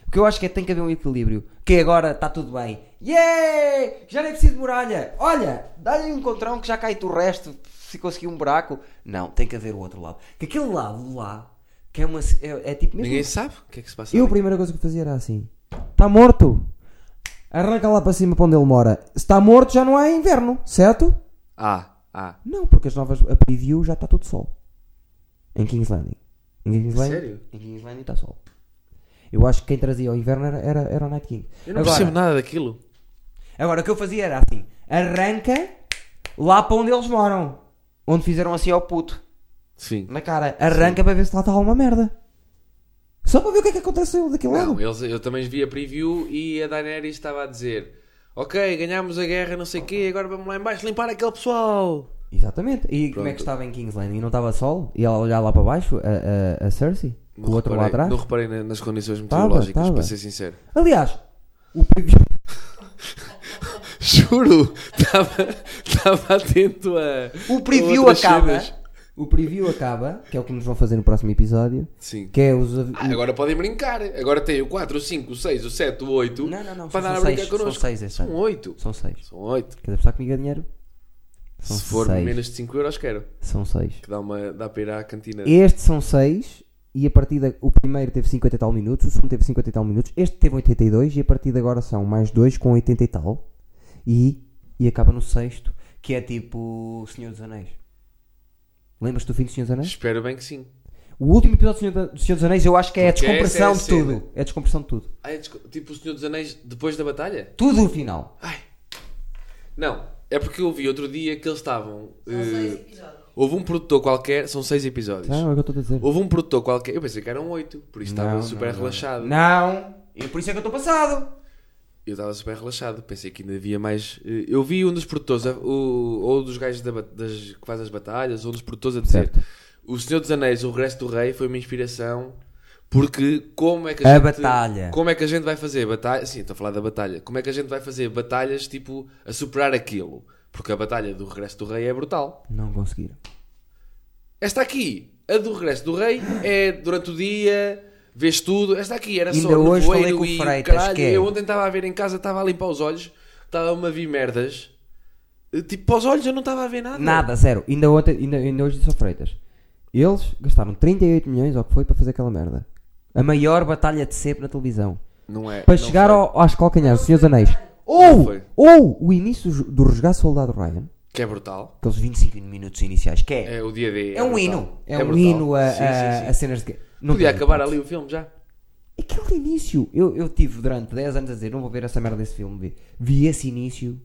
[SPEAKER 1] O que eu acho que é que tem que haver um equilíbrio. Que agora está tudo bem. Yeah! Já nem preciso de muralha. Olha, dá-lhe um encontrão que já cai o resto. Se conseguir um buraco. Não, tem que haver o outro lado. Que aquele lado lá, que é uma. c- É, é tipo mesmo.
[SPEAKER 3] Ninguém sabe o que é que se passa.
[SPEAKER 1] Eu a
[SPEAKER 3] ali.
[SPEAKER 1] primeira coisa que fazia era assim: está morto. Arranca lá para cima para onde ele mora. Se está morto já não há inverno, certo?
[SPEAKER 3] Ah, ah.
[SPEAKER 1] Não, porque as novas. A preview já está tudo sol. Em King's Landing. Em King's Landing,
[SPEAKER 3] Sério?
[SPEAKER 1] Em King's Landing está sol. Eu acho que quem trazia o inverno era, era, era o Night King.
[SPEAKER 3] Eu não
[SPEAKER 1] agora,
[SPEAKER 3] percebo nada daquilo.
[SPEAKER 1] agora, o que eu fazia era assim: arranca lá para onde eles moram. Onde fizeram assim ao puto.
[SPEAKER 3] Sim.
[SPEAKER 1] Na cara. Arranca para ver se lá está alguma merda. Só para ver o que é que aconteceu daquele
[SPEAKER 3] Não,
[SPEAKER 1] lado.
[SPEAKER 3] eles, eu também vi a preview e a Daenerys estava a dizer Ok, ganhámos a guerra, não sei o quê, agora vamos lá em baixo limpar aquele pessoal.
[SPEAKER 1] Exatamente. E como é que estava em King's Landing? Não estava sol? E ela olhar lá para baixo, a, a, a Cersei? o outro
[SPEAKER 3] reparei,
[SPEAKER 1] lá atrás?
[SPEAKER 3] Não reparei na- nas condições
[SPEAKER 1] Tava,
[SPEAKER 3] meteorológicas,
[SPEAKER 1] tava.
[SPEAKER 3] para ser sincero.
[SPEAKER 1] Aliás, o preview.
[SPEAKER 3] Juro, estava- estava atento a
[SPEAKER 1] O preview
[SPEAKER 3] outras
[SPEAKER 1] acaba.
[SPEAKER 3] cenas.
[SPEAKER 1] O preview acaba, que é o que nos vão fazer no próximo episódio.
[SPEAKER 3] Sim.
[SPEAKER 1] Que é os. av-
[SPEAKER 3] Ah, agora podem brincar. Agora tem o 4, o 5, o 6, o 7, o 8.
[SPEAKER 1] Não, não, não,
[SPEAKER 3] Para
[SPEAKER 1] são
[SPEAKER 3] andar a brincar
[SPEAKER 1] seis,
[SPEAKER 3] connosco.
[SPEAKER 1] são seis este
[SPEAKER 3] São
[SPEAKER 1] ano.
[SPEAKER 3] 8.
[SPEAKER 1] São seis.
[SPEAKER 3] São 8.
[SPEAKER 1] Queres apostar comigo a dinheiro? São
[SPEAKER 3] Se for
[SPEAKER 1] seis.
[SPEAKER 3] menos de 5 euros, quero.
[SPEAKER 1] São seis.
[SPEAKER 3] Que dá, uma, dá para ir à cantina.
[SPEAKER 1] Estes são seis. E a partir da. O primeiro teve 50 e tal minutos, o segundo teve 50 e tal minutos, este teve 82 e a partir de agora são mais dois com 80 e tal. E, e acaba no sexto, que é tipo o Senhor dos Anéis. Lembras-te do fim do Senhor dos Anéis?
[SPEAKER 3] Espero bem que sim.
[SPEAKER 1] O último episódio do Senhor, da- do Senhor dos Anéis eu acho que é a
[SPEAKER 3] Porque essa é a
[SPEAKER 1] descompressão de
[SPEAKER 3] cena.
[SPEAKER 1] tudo. É a descompressão de tudo.
[SPEAKER 3] Ai, desculpa, tipo o Senhor dos Anéis depois da batalha?
[SPEAKER 1] Tudo o final.
[SPEAKER 3] Ai. Não, é porque eu vi outro dia que eles estavam.
[SPEAKER 2] São seis
[SPEAKER 3] eh,
[SPEAKER 2] episódios.
[SPEAKER 3] houve um produtor qualquer, são seis episódios.
[SPEAKER 1] Não, é o que eu estou a dizer.
[SPEAKER 3] Houve um produtor qualquer, eu pensei que eram oito, por isso estava
[SPEAKER 1] Não,
[SPEAKER 3] super
[SPEAKER 1] não, não.
[SPEAKER 3] relaxado.
[SPEAKER 1] Não! E por isso é que eu estou passado!
[SPEAKER 3] Eu estava super relaxado, pensei que ainda havia mais. eh, Eu vi um dos produtores, eh, o, ou dos gajos da ba- das, que faz as batalhas, ou um dos produtores a dizer:
[SPEAKER 1] Certo.
[SPEAKER 3] O Senhor dos Anéis, o Regresso do Rei, foi uma inspiração. Porque como é que
[SPEAKER 1] A
[SPEAKER 3] a, gente,
[SPEAKER 1] batalha.
[SPEAKER 3] Como é que a gente vai fazer batalha? Sim, estou a falar da batalha. Como é que a gente vai fazer batalhas tipo a superar aquilo? Porque a batalha do Regresso do Rei é brutal.
[SPEAKER 1] Não conseguiram.
[SPEAKER 3] Esta aqui, a do Regresso do Rei, é durante o dia, vês tudo. Esta aqui era só
[SPEAKER 1] Ainda hoje
[SPEAKER 3] nevoeiro
[SPEAKER 1] falei com o
[SPEAKER 3] e
[SPEAKER 1] Freitas,
[SPEAKER 3] caralho.
[SPEAKER 1] que é-
[SPEAKER 3] Eu ontem estava a ver em casa, estava a limpar os olhos, estava-me a ver merdas. Eh, Tipo, para os olhos eu não estava a ver nada.
[SPEAKER 1] Nada, zero. Ainda, ontem, ainda, ainda hoje disse ao Freitas. Eles gastaram 38 milhões, ou o que foi, para fazer aquela merda. A maior batalha de sempre na televisão.
[SPEAKER 3] Não é.
[SPEAKER 1] Para
[SPEAKER 3] não
[SPEAKER 1] chegar
[SPEAKER 3] foi.
[SPEAKER 1] ao, aos calcanhares do Senhor dos Anéis.
[SPEAKER 3] Não
[SPEAKER 1] Ou,
[SPEAKER 3] foi.
[SPEAKER 1] ou o início do- do Resgate Soldado Ryan.
[SPEAKER 3] Que é brutal.
[SPEAKER 1] Aqueles 25 minutos iniciais. Que é,
[SPEAKER 3] É o dia D.
[SPEAKER 1] é um
[SPEAKER 3] brutal.
[SPEAKER 1] hino. É, um
[SPEAKER 3] brutal.
[SPEAKER 1] hino a,
[SPEAKER 3] Sim,
[SPEAKER 1] a-
[SPEAKER 3] sim, sim.
[SPEAKER 1] a cenas de... guerra. Não
[SPEAKER 3] Podia
[SPEAKER 1] tem
[SPEAKER 3] acabar
[SPEAKER 1] hipótese.
[SPEAKER 3] ali o filme já.
[SPEAKER 1] E aquele início. Eu, eu tive durante 10 anos a dizer: não vou ver essa merda desse filme. Vi, vi esse início.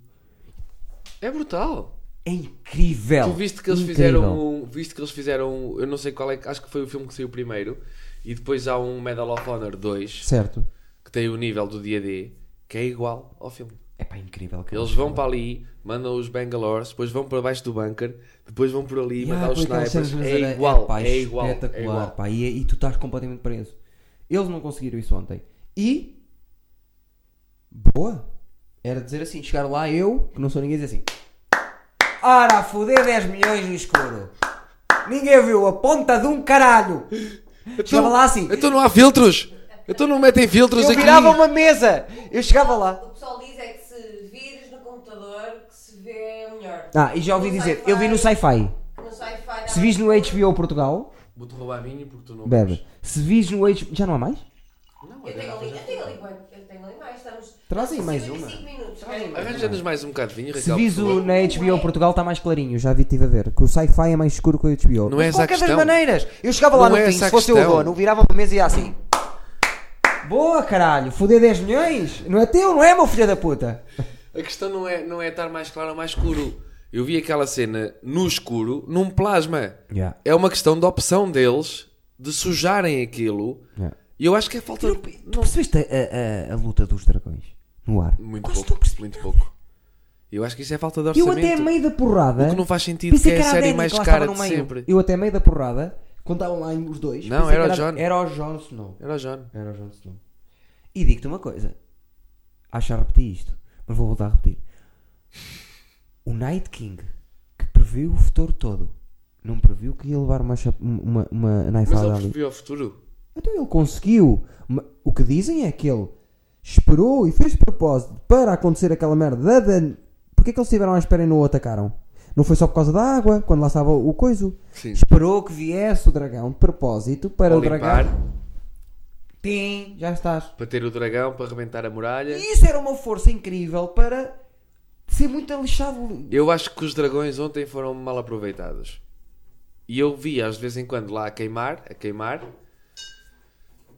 [SPEAKER 3] É brutal.
[SPEAKER 1] É incrível.
[SPEAKER 3] Tu viste que eles
[SPEAKER 1] incrível.
[SPEAKER 3] fizeram um, viste que eles fizeram, um- eu não sei qual é, que- acho que foi o filme que saiu primeiro e depois há um Medal of Honor 2
[SPEAKER 1] Certo.
[SPEAKER 3] que tem o nível do D&D que é igual ao filme.
[SPEAKER 1] É pá, incrível. aquele
[SPEAKER 3] Eles
[SPEAKER 1] filme.
[SPEAKER 3] vão para ali, mandam os Bangalores, depois vão para baixo do bunker, depois vão por ali
[SPEAKER 1] Yeah,
[SPEAKER 3] matar os
[SPEAKER 1] com Ah, aquelas
[SPEAKER 3] snipers.
[SPEAKER 1] cenas, mas era-
[SPEAKER 3] É igual,
[SPEAKER 1] pá,
[SPEAKER 3] é igual, é
[SPEAKER 1] espetacular,
[SPEAKER 3] igual.
[SPEAKER 1] pá, e, e tu estás completamente preso. Eles não conseguiram isso ontem. E. Boa! Era dizer assim, chegar lá eu, que não sou ninguém, dizer assim. Ora, a foder 10 milhões no escuro. Ninguém viu a ponta de um caralho. Chegava lá assim.
[SPEAKER 3] Então não há filtros. Então não metem filtros
[SPEAKER 1] Eu
[SPEAKER 3] aqui.
[SPEAKER 1] virava uma mesa. Eu chegava lá.
[SPEAKER 2] O pessoal diz é que se vires no computador que se vê melhor.
[SPEAKER 1] Ah, e já ouvi
[SPEAKER 2] No
[SPEAKER 1] dizer,
[SPEAKER 2] sci-fi-
[SPEAKER 1] eu vi no sci-fi.
[SPEAKER 2] no sci-fi
[SPEAKER 1] Se vis no HBO Portugal,
[SPEAKER 3] Vou-te roubar vinho porque tu não
[SPEAKER 1] bebe. Se vis no HBO. Já não há mais?
[SPEAKER 3] Não,
[SPEAKER 2] Eu tenho ali, eu tenho ali, bem, eu tenho ali mais, estamos...
[SPEAKER 1] Trazem mais
[SPEAKER 2] 55 minutos.
[SPEAKER 1] Trazem mais.
[SPEAKER 3] Arranja-nos mais um bocado de vinho,
[SPEAKER 1] Se
[SPEAKER 3] Raquel.
[SPEAKER 1] vis
[SPEAKER 3] por favor.
[SPEAKER 1] o na HBO Portugal está mais clarinho, já vi, tive a ver. Que o sci-fi é mais escuro que o HBO.
[SPEAKER 3] Não
[SPEAKER 1] Mas
[SPEAKER 3] é
[SPEAKER 1] de
[SPEAKER 3] essa a
[SPEAKER 1] qualquer das
[SPEAKER 3] questão.
[SPEAKER 1] maneiras, eu chegava lá
[SPEAKER 3] Não
[SPEAKER 1] no
[SPEAKER 3] é
[SPEAKER 1] fim,
[SPEAKER 3] essa a
[SPEAKER 1] se fosse eu o
[SPEAKER 3] questão.
[SPEAKER 1] dono, virava uma mesa e ia assim. Boa caralho, foder 10 milhões? Não é teu, não é, meu filho da puta?
[SPEAKER 3] A questão não é, não é estar mais claro ou mais escuro. Eu vi aquela cena no escuro, num plasma.
[SPEAKER 1] Yeah.
[SPEAKER 3] É uma questão de opção deles de sujarem aquilo.
[SPEAKER 1] Yeah.
[SPEAKER 3] E eu acho que é falta de.
[SPEAKER 1] Tu percebeste a, a- a luta dos dragões no ar?
[SPEAKER 3] Muito
[SPEAKER 1] Quase
[SPEAKER 3] pouco.
[SPEAKER 1] não percebi.
[SPEAKER 3] Muito pouco. Eu acho que isso é falta de
[SPEAKER 1] Eu
[SPEAKER 3] orçamento.
[SPEAKER 1] até a meio da porrada.
[SPEAKER 3] O que não faz sentido,
[SPEAKER 1] pensei
[SPEAKER 3] que é a
[SPEAKER 1] era
[SPEAKER 3] série
[SPEAKER 1] Danny
[SPEAKER 3] mais
[SPEAKER 1] que lá
[SPEAKER 3] cara
[SPEAKER 1] estava no
[SPEAKER 3] de
[SPEAKER 1] meio.
[SPEAKER 3] sempre.
[SPEAKER 1] Eu até a meio da porrada, quando estavam lá os dois,
[SPEAKER 3] Não,
[SPEAKER 1] pensei
[SPEAKER 3] era
[SPEAKER 1] que
[SPEAKER 3] o John.
[SPEAKER 1] Era o Jon Snow.
[SPEAKER 3] Era o John.
[SPEAKER 1] Era o Jon Snow. E digo-te uma coisa. Acho que já repeti isto, mas vou voltar a repetir. O Night King, que previu o futuro todo, não previu que ia levar uma, chap- uma, uma
[SPEAKER 3] Mas
[SPEAKER 1] naifada
[SPEAKER 3] ele
[SPEAKER 1] ali.
[SPEAKER 3] previu ao futuro.
[SPEAKER 1] Então ele conseguiu. Ma- O que dizem é que ele esperou e fez de propósito para acontecer aquela merda. Da... da- Porquê é que eles estiveram à espera e não o atacaram? Não foi só por causa da água, quando lá estava o coiso.
[SPEAKER 3] Sim.
[SPEAKER 1] Esperou que viesse o dragão de propósito para
[SPEAKER 3] Para
[SPEAKER 1] o
[SPEAKER 3] limpar,
[SPEAKER 1] dragão. Tim, já estás.
[SPEAKER 3] para ter o dragão, para arrebentar a muralha.
[SPEAKER 1] E isso era uma força incrível para ser muito alixado.
[SPEAKER 3] Eu acho que os dragões ontem foram mal aproveitados. E eu vi-as de vez em quando lá a queimar, a queimar.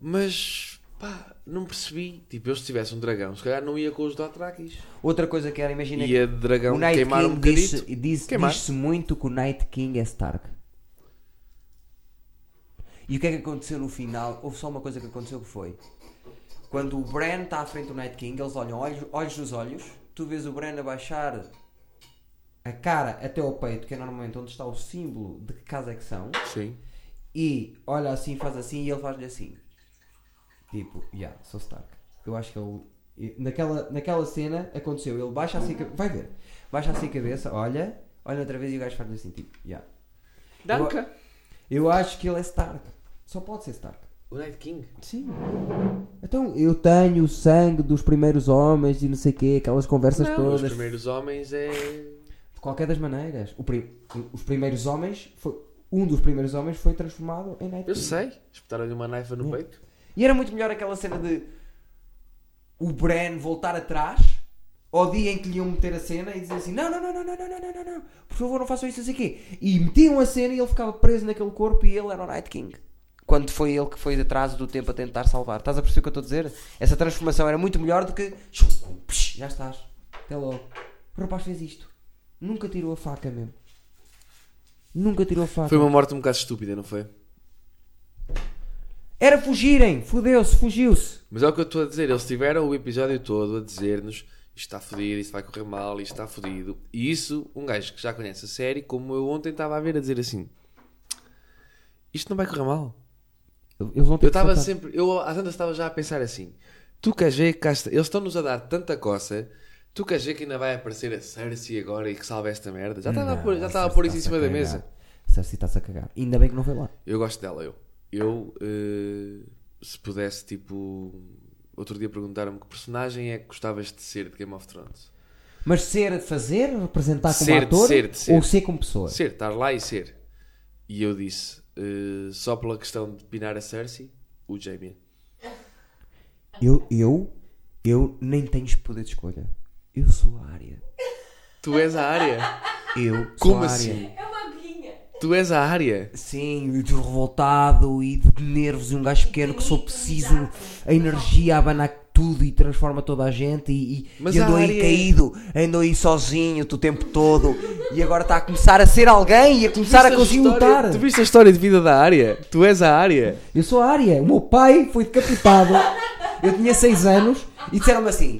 [SPEAKER 3] Mas, pá, não percebi. Tipo, eu se tivesse um dragão, se calhar não ia com os do Atrakis.
[SPEAKER 1] Outra coisa que era, imagina
[SPEAKER 3] Ia de
[SPEAKER 1] que
[SPEAKER 3] dragão
[SPEAKER 1] o Night
[SPEAKER 3] queimar
[SPEAKER 1] King
[SPEAKER 3] um bocadito.
[SPEAKER 1] disse, disse,
[SPEAKER 3] Queimar.
[SPEAKER 1] diz-se muito que o Night King é Stark. E o que é que aconteceu no final? Houve só uma coisa que aconteceu que foi quando o Bran está à frente do Night King, eles olham olhos, olhos nos olhos, tu vês o Bran abaixar a cara até ao peito, que é normalmente onde está o símbolo de que casa é que são.
[SPEAKER 3] Sim.
[SPEAKER 1] E olha assim, faz assim e ele faz-lhe assim. Tipo, já, yeah, sou Stark. Eu acho que ele. e- Naquela, naquela cena aconteceu, ele baixa assim a cabeça. Vai ver. Baixa assim a cabeça, olha, olha outra vez e o gajo faz-lhe assim, tipo, já. Yeah.
[SPEAKER 3] Danca.
[SPEAKER 1] Eu acho que ele é Stark. Só pode ser Stark.
[SPEAKER 3] O Night King.
[SPEAKER 1] Sim. Então, eu tenho o sangue dos primeiros homens e não sei o quê, aquelas conversas
[SPEAKER 3] Não, os
[SPEAKER 1] todas.
[SPEAKER 3] primeiros homens é.
[SPEAKER 1] De qualquer das maneiras, o pri- os primeiros homens. Foi, um dos primeiros homens foi transformado em Night
[SPEAKER 3] Eu
[SPEAKER 1] King.
[SPEAKER 3] sei. Espetaram-lhe uma naifa no peito.
[SPEAKER 1] E era muito melhor aquela cena de o Bran voltar atrás ao dia em que lhe iam meter a cena e dizer assim: não, não, não, não, não, não, não, não, não, não, por favor, não façam isso, não sei o quê. E metiam a cena e ele ficava preso naquele corpo e ele era o Night King. Quando foi ele que foi atrás do tempo a tentar salvar. Estás a perceber o que eu estou a dizer? Essa transformação era muito melhor do que. Psh, Já estás. Até logo. O rapaz fez isto. Nunca tirou a faca mesmo. Nunca tirou a faca.
[SPEAKER 3] Foi uma morte um bocado estúpida, não foi?
[SPEAKER 1] Era fugirem. Fudeu-se, fugiu-se.
[SPEAKER 3] Mas é o que eu estou a dizer, eles tiveram o episódio todo a dizer-nos isto está fodido, isto vai correr mal, isto está fodido. E isso, um gajo que já conhece a série, como eu ontem estava a ver, a dizer assim: isto não vai correr mal.
[SPEAKER 1] Eles vão ter
[SPEAKER 3] Eu
[SPEAKER 1] que
[SPEAKER 3] estava
[SPEAKER 1] saltar.
[SPEAKER 3] sempre, eu às tantas estava já a pensar assim: tu queres ver que cá está- eles estão-nos a dar tanta coça, tu queres ver que ainda vai aparecer a Cersei agora e que salva esta merda?
[SPEAKER 1] Hum,
[SPEAKER 3] Já estava a pôr, já estava a pôr isso em cima da mesa.
[SPEAKER 1] Cersei está-se a cagar. Ainda bem que não foi lá.
[SPEAKER 3] Eu gosto dela, eu. Eu, eh, se pudesse, tipo. Outro dia perguntaram-me que personagem é que gostavas de ser de Game of Thrones.
[SPEAKER 1] Mas ser de fazer, representar como
[SPEAKER 3] Ser de
[SPEAKER 1] ator
[SPEAKER 3] ser, de ser.
[SPEAKER 1] ou ser como pessoa?
[SPEAKER 3] Ser, estar lá e ser. E eu disse, eh, só pela questão de pinar a Cersei, o Jamie.
[SPEAKER 1] Eu, eu, eu nem tenho esse poder de escolha. Eu sou a área.
[SPEAKER 3] Tu és a área.
[SPEAKER 1] Eu sou
[SPEAKER 3] Como
[SPEAKER 1] a área.
[SPEAKER 3] assim?
[SPEAKER 2] É uma agulhinha.
[SPEAKER 3] Tu és a área.
[SPEAKER 1] Sim, revoltado e de nervos e um gajo pequeno que só preciso a energia a abanar tudo e transforma toda a gente e, e,
[SPEAKER 3] Mas
[SPEAKER 1] e andou
[SPEAKER 3] a
[SPEAKER 1] aí
[SPEAKER 3] área- é-
[SPEAKER 1] caído, andou aí sozinho o tempo todo e agora está a começar a ser alguém e a começar a
[SPEAKER 3] Viste
[SPEAKER 1] conseguir
[SPEAKER 3] história-
[SPEAKER 1] lutar.
[SPEAKER 3] Tu viste a história de vida da área? Tu és a área.
[SPEAKER 1] Eu sou a área, o meu pai foi decapitado, eu tinha 6 anos e disseram-me assim: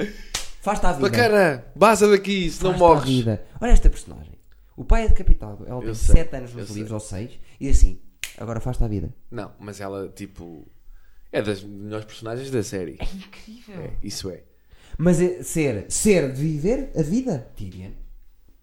[SPEAKER 1] faz-te à vida.
[SPEAKER 3] Bacana, baza daqui, se não
[SPEAKER 1] Faz-te à
[SPEAKER 3] morres.
[SPEAKER 1] vida. Olha esta personagem. O pai é decapitado, ela tem
[SPEAKER 3] sei,
[SPEAKER 1] 7 anos
[SPEAKER 3] eu
[SPEAKER 1] nos
[SPEAKER 3] sei.
[SPEAKER 1] livros, ou 6, e diz assim: agora faz-te à vida.
[SPEAKER 3] Não, mas ela, tipo, é das melhores personagens da série.
[SPEAKER 1] Incrível.
[SPEAKER 3] É, isso é.
[SPEAKER 1] Mas é- ser, ser de viver a vida, Tyrion.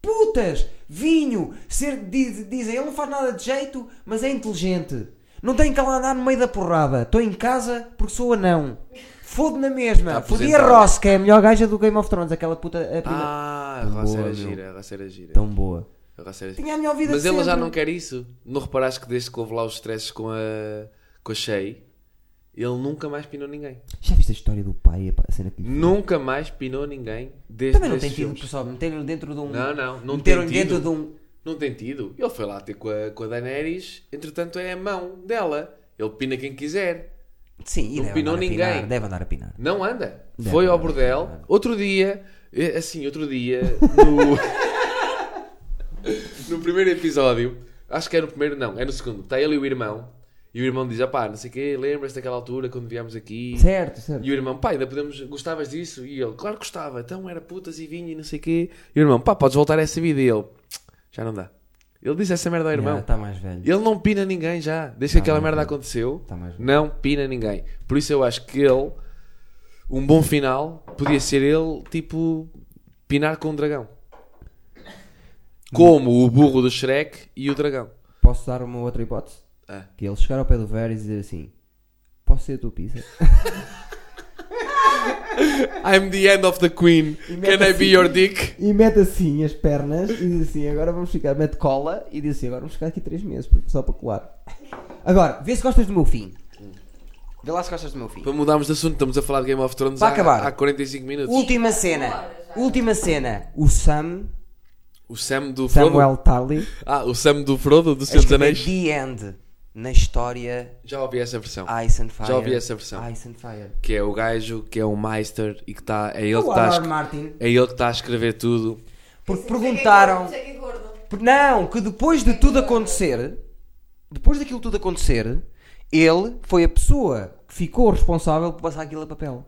[SPEAKER 1] Putas! Vinho! Ser, diz- dizem, ele não faz nada de jeito, mas é inteligente. Não tem que lá andar no meio da porrada. Estou em casa porque sou anão. Fode na mesma.
[SPEAKER 3] Tá
[SPEAKER 1] Fodi a
[SPEAKER 3] aposentado.
[SPEAKER 1] Ross, que é a melhor gaja do Game of Thrones, aquela puta. A prima.
[SPEAKER 3] Ah, a raça
[SPEAKER 1] Boa,
[SPEAKER 3] era
[SPEAKER 1] meu. Então-
[SPEAKER 3] gira, a raça era gira.
[SPEAKER 1] Tão boa.
[SPEAKER 3] A raça era
[SPEAKER 1] Tinha a melhor vida
[SPEAKER 3] Mas
[SPEAKER 1] de
[SPEAKER 3] ela já
[SPEAKER 1] sempre.
[SPEAKER 3] não quer isso. Não reparaste que desde que houve lá os stresses com a, com a Shea, ele nunca mais pinou ninguém.
[SPEAKER 1] Já viste a história do pai? A cena que lhe fez?
[SPEAKER 3] Nunca mais pinou ninguém desde
[SPEAKER 1] Também não tem
[SPEAKER 3] esses
[SPEAKER 1] tido,
[SPEAKER 3] filmes.
[SPEAKER 1] pessoal. Meteram-lhe dentro de um.
[SPEAKER 3] Não, não, não
[SPEAKER 1] meteram-lhe
[SPEAKER 3] tem tido.
[SPEAKER 1] dentro de um.
[SPEAKER 3] Não tem tido. Ele foi lá ter com a, com a Daenerys, entretanto é a mão dela. Ele pina quem quiser.
[SPEAKER 1] Sim, e
[SPEAKER 3] Não
[SPEAKER 1] deve
[SPEAKER 3] pinou
[SPEAKER 1] andar a
[SPEAKER 3] ninguém.
[SPEAKER 1] pinar, Deve andar a pinar.
[SPEAKER 3] Não anda.
[SPEAKER 1] Não,
[SPEAKER 3] Foi ao
[SPEAKER 1] não,
[SPEAKER 3] bordel.
[SPEAKER 1] não.
[SPEAKER 3] Outro dia, eh, assim, outro dia, no... no primeiro episódio, acho que é no primeiro, não, é no segundo, está ele e o irmão. E o irmão diz: ah pá, não sei o quê, lembras daquela altura quando viemos aqui?
[SPEAKER 1] Certo, certo.
[SPEAKER 3] E o irmão, pá, ainda podemos, gostavas disso? E ele, claro que gostava, então era putas e vinho e não sei o quê. E o irmão, pá, podes voltar a essa vida. E ele, já não dá. Ele disse essa merda ao irmão.
[SPEAKER 1] Está mais velho.
[SPEAKER 3] Ele não pina ninguém já. Desde que aquela merda aconteceu,
[SPEAKER 1] Tá mais velho.
[SPEAKER 3] não pina ninguém. Por isso eu acho que ele, um bom final, podia ser ele, tipo, pinar com um dragão. Como o burro do Shrek e o dragão.
[SPEAKER 1] Posso dar uma outra hipótese?
[SPEAKER 3] Ah.
[SPEAKER 1] Que é ele chegar ao pé do Vera e dizer assim: Posso ser a tua pizza?
[SPEAKER 3] I'm the end of the queen. Can
[SPEAKER 1] assim-
[SPEAKER 3] I be your dick?
[SPEAKER 1] E mete assim as pernas e diz assim: Agora vamos ficar. Mete cola e diz assim: Agora vamos ficar aqui 3 meses porque- só para colar. Agora, vê se gostas do meu fim. Vê lá se gostas do meu fim.
[SPEAKER 3] Para mudarmos de assunto, estamos a falar de Game of Thrones
[SPEAKER 1] Para
[SPEAKER 3] há,
[SPEAKER 1] acabar.
[SPEAKER 3] há 45 minutos.
[SPEAKER 1] Última cena. Última cena. O Sam,
[SPEAKER 3] O Sam do Frodo.
[SPEAKER 1] Samuel Tarly,
[SPEAKER 3] Ah, o Sam do Frodo, do
[SPEAKER 1] a
[SPEAKER 3] Senhor dos
[SPEAKER 1] escrever
[SPEAKER 3] Anéis.
[SPEAKER 1] The End na história
[SPEAKER 3] Já ouvi essa versão.
[SPEAKER 1] Ice and Fire.
[SPEAKER 3] Já ouvi essa versão.
[SPEAKER 1] Ice and Fire.
[SPEAKER 3] Que é o gajo, que é o Meister e que está. É ele que
[SPEAKER 1] O
[SPEAKER 3] está a
[SPEAKER 1] Arnold
[SPEAKER 3] escrever.
[SPEAKER 1] Martin.
[SPEAKER 3] É ele que está a escrever tudo.
[SPEAKER 1] Porque perguntaram.
[SPEAKER 2] Chega em é gordo.
[SPEAKER 1] Por- Não, que depois de tudo acontecer, depois daquilo tudo acontecer, ele foi a pessoa que ficou responsável por passar aquilo a papel.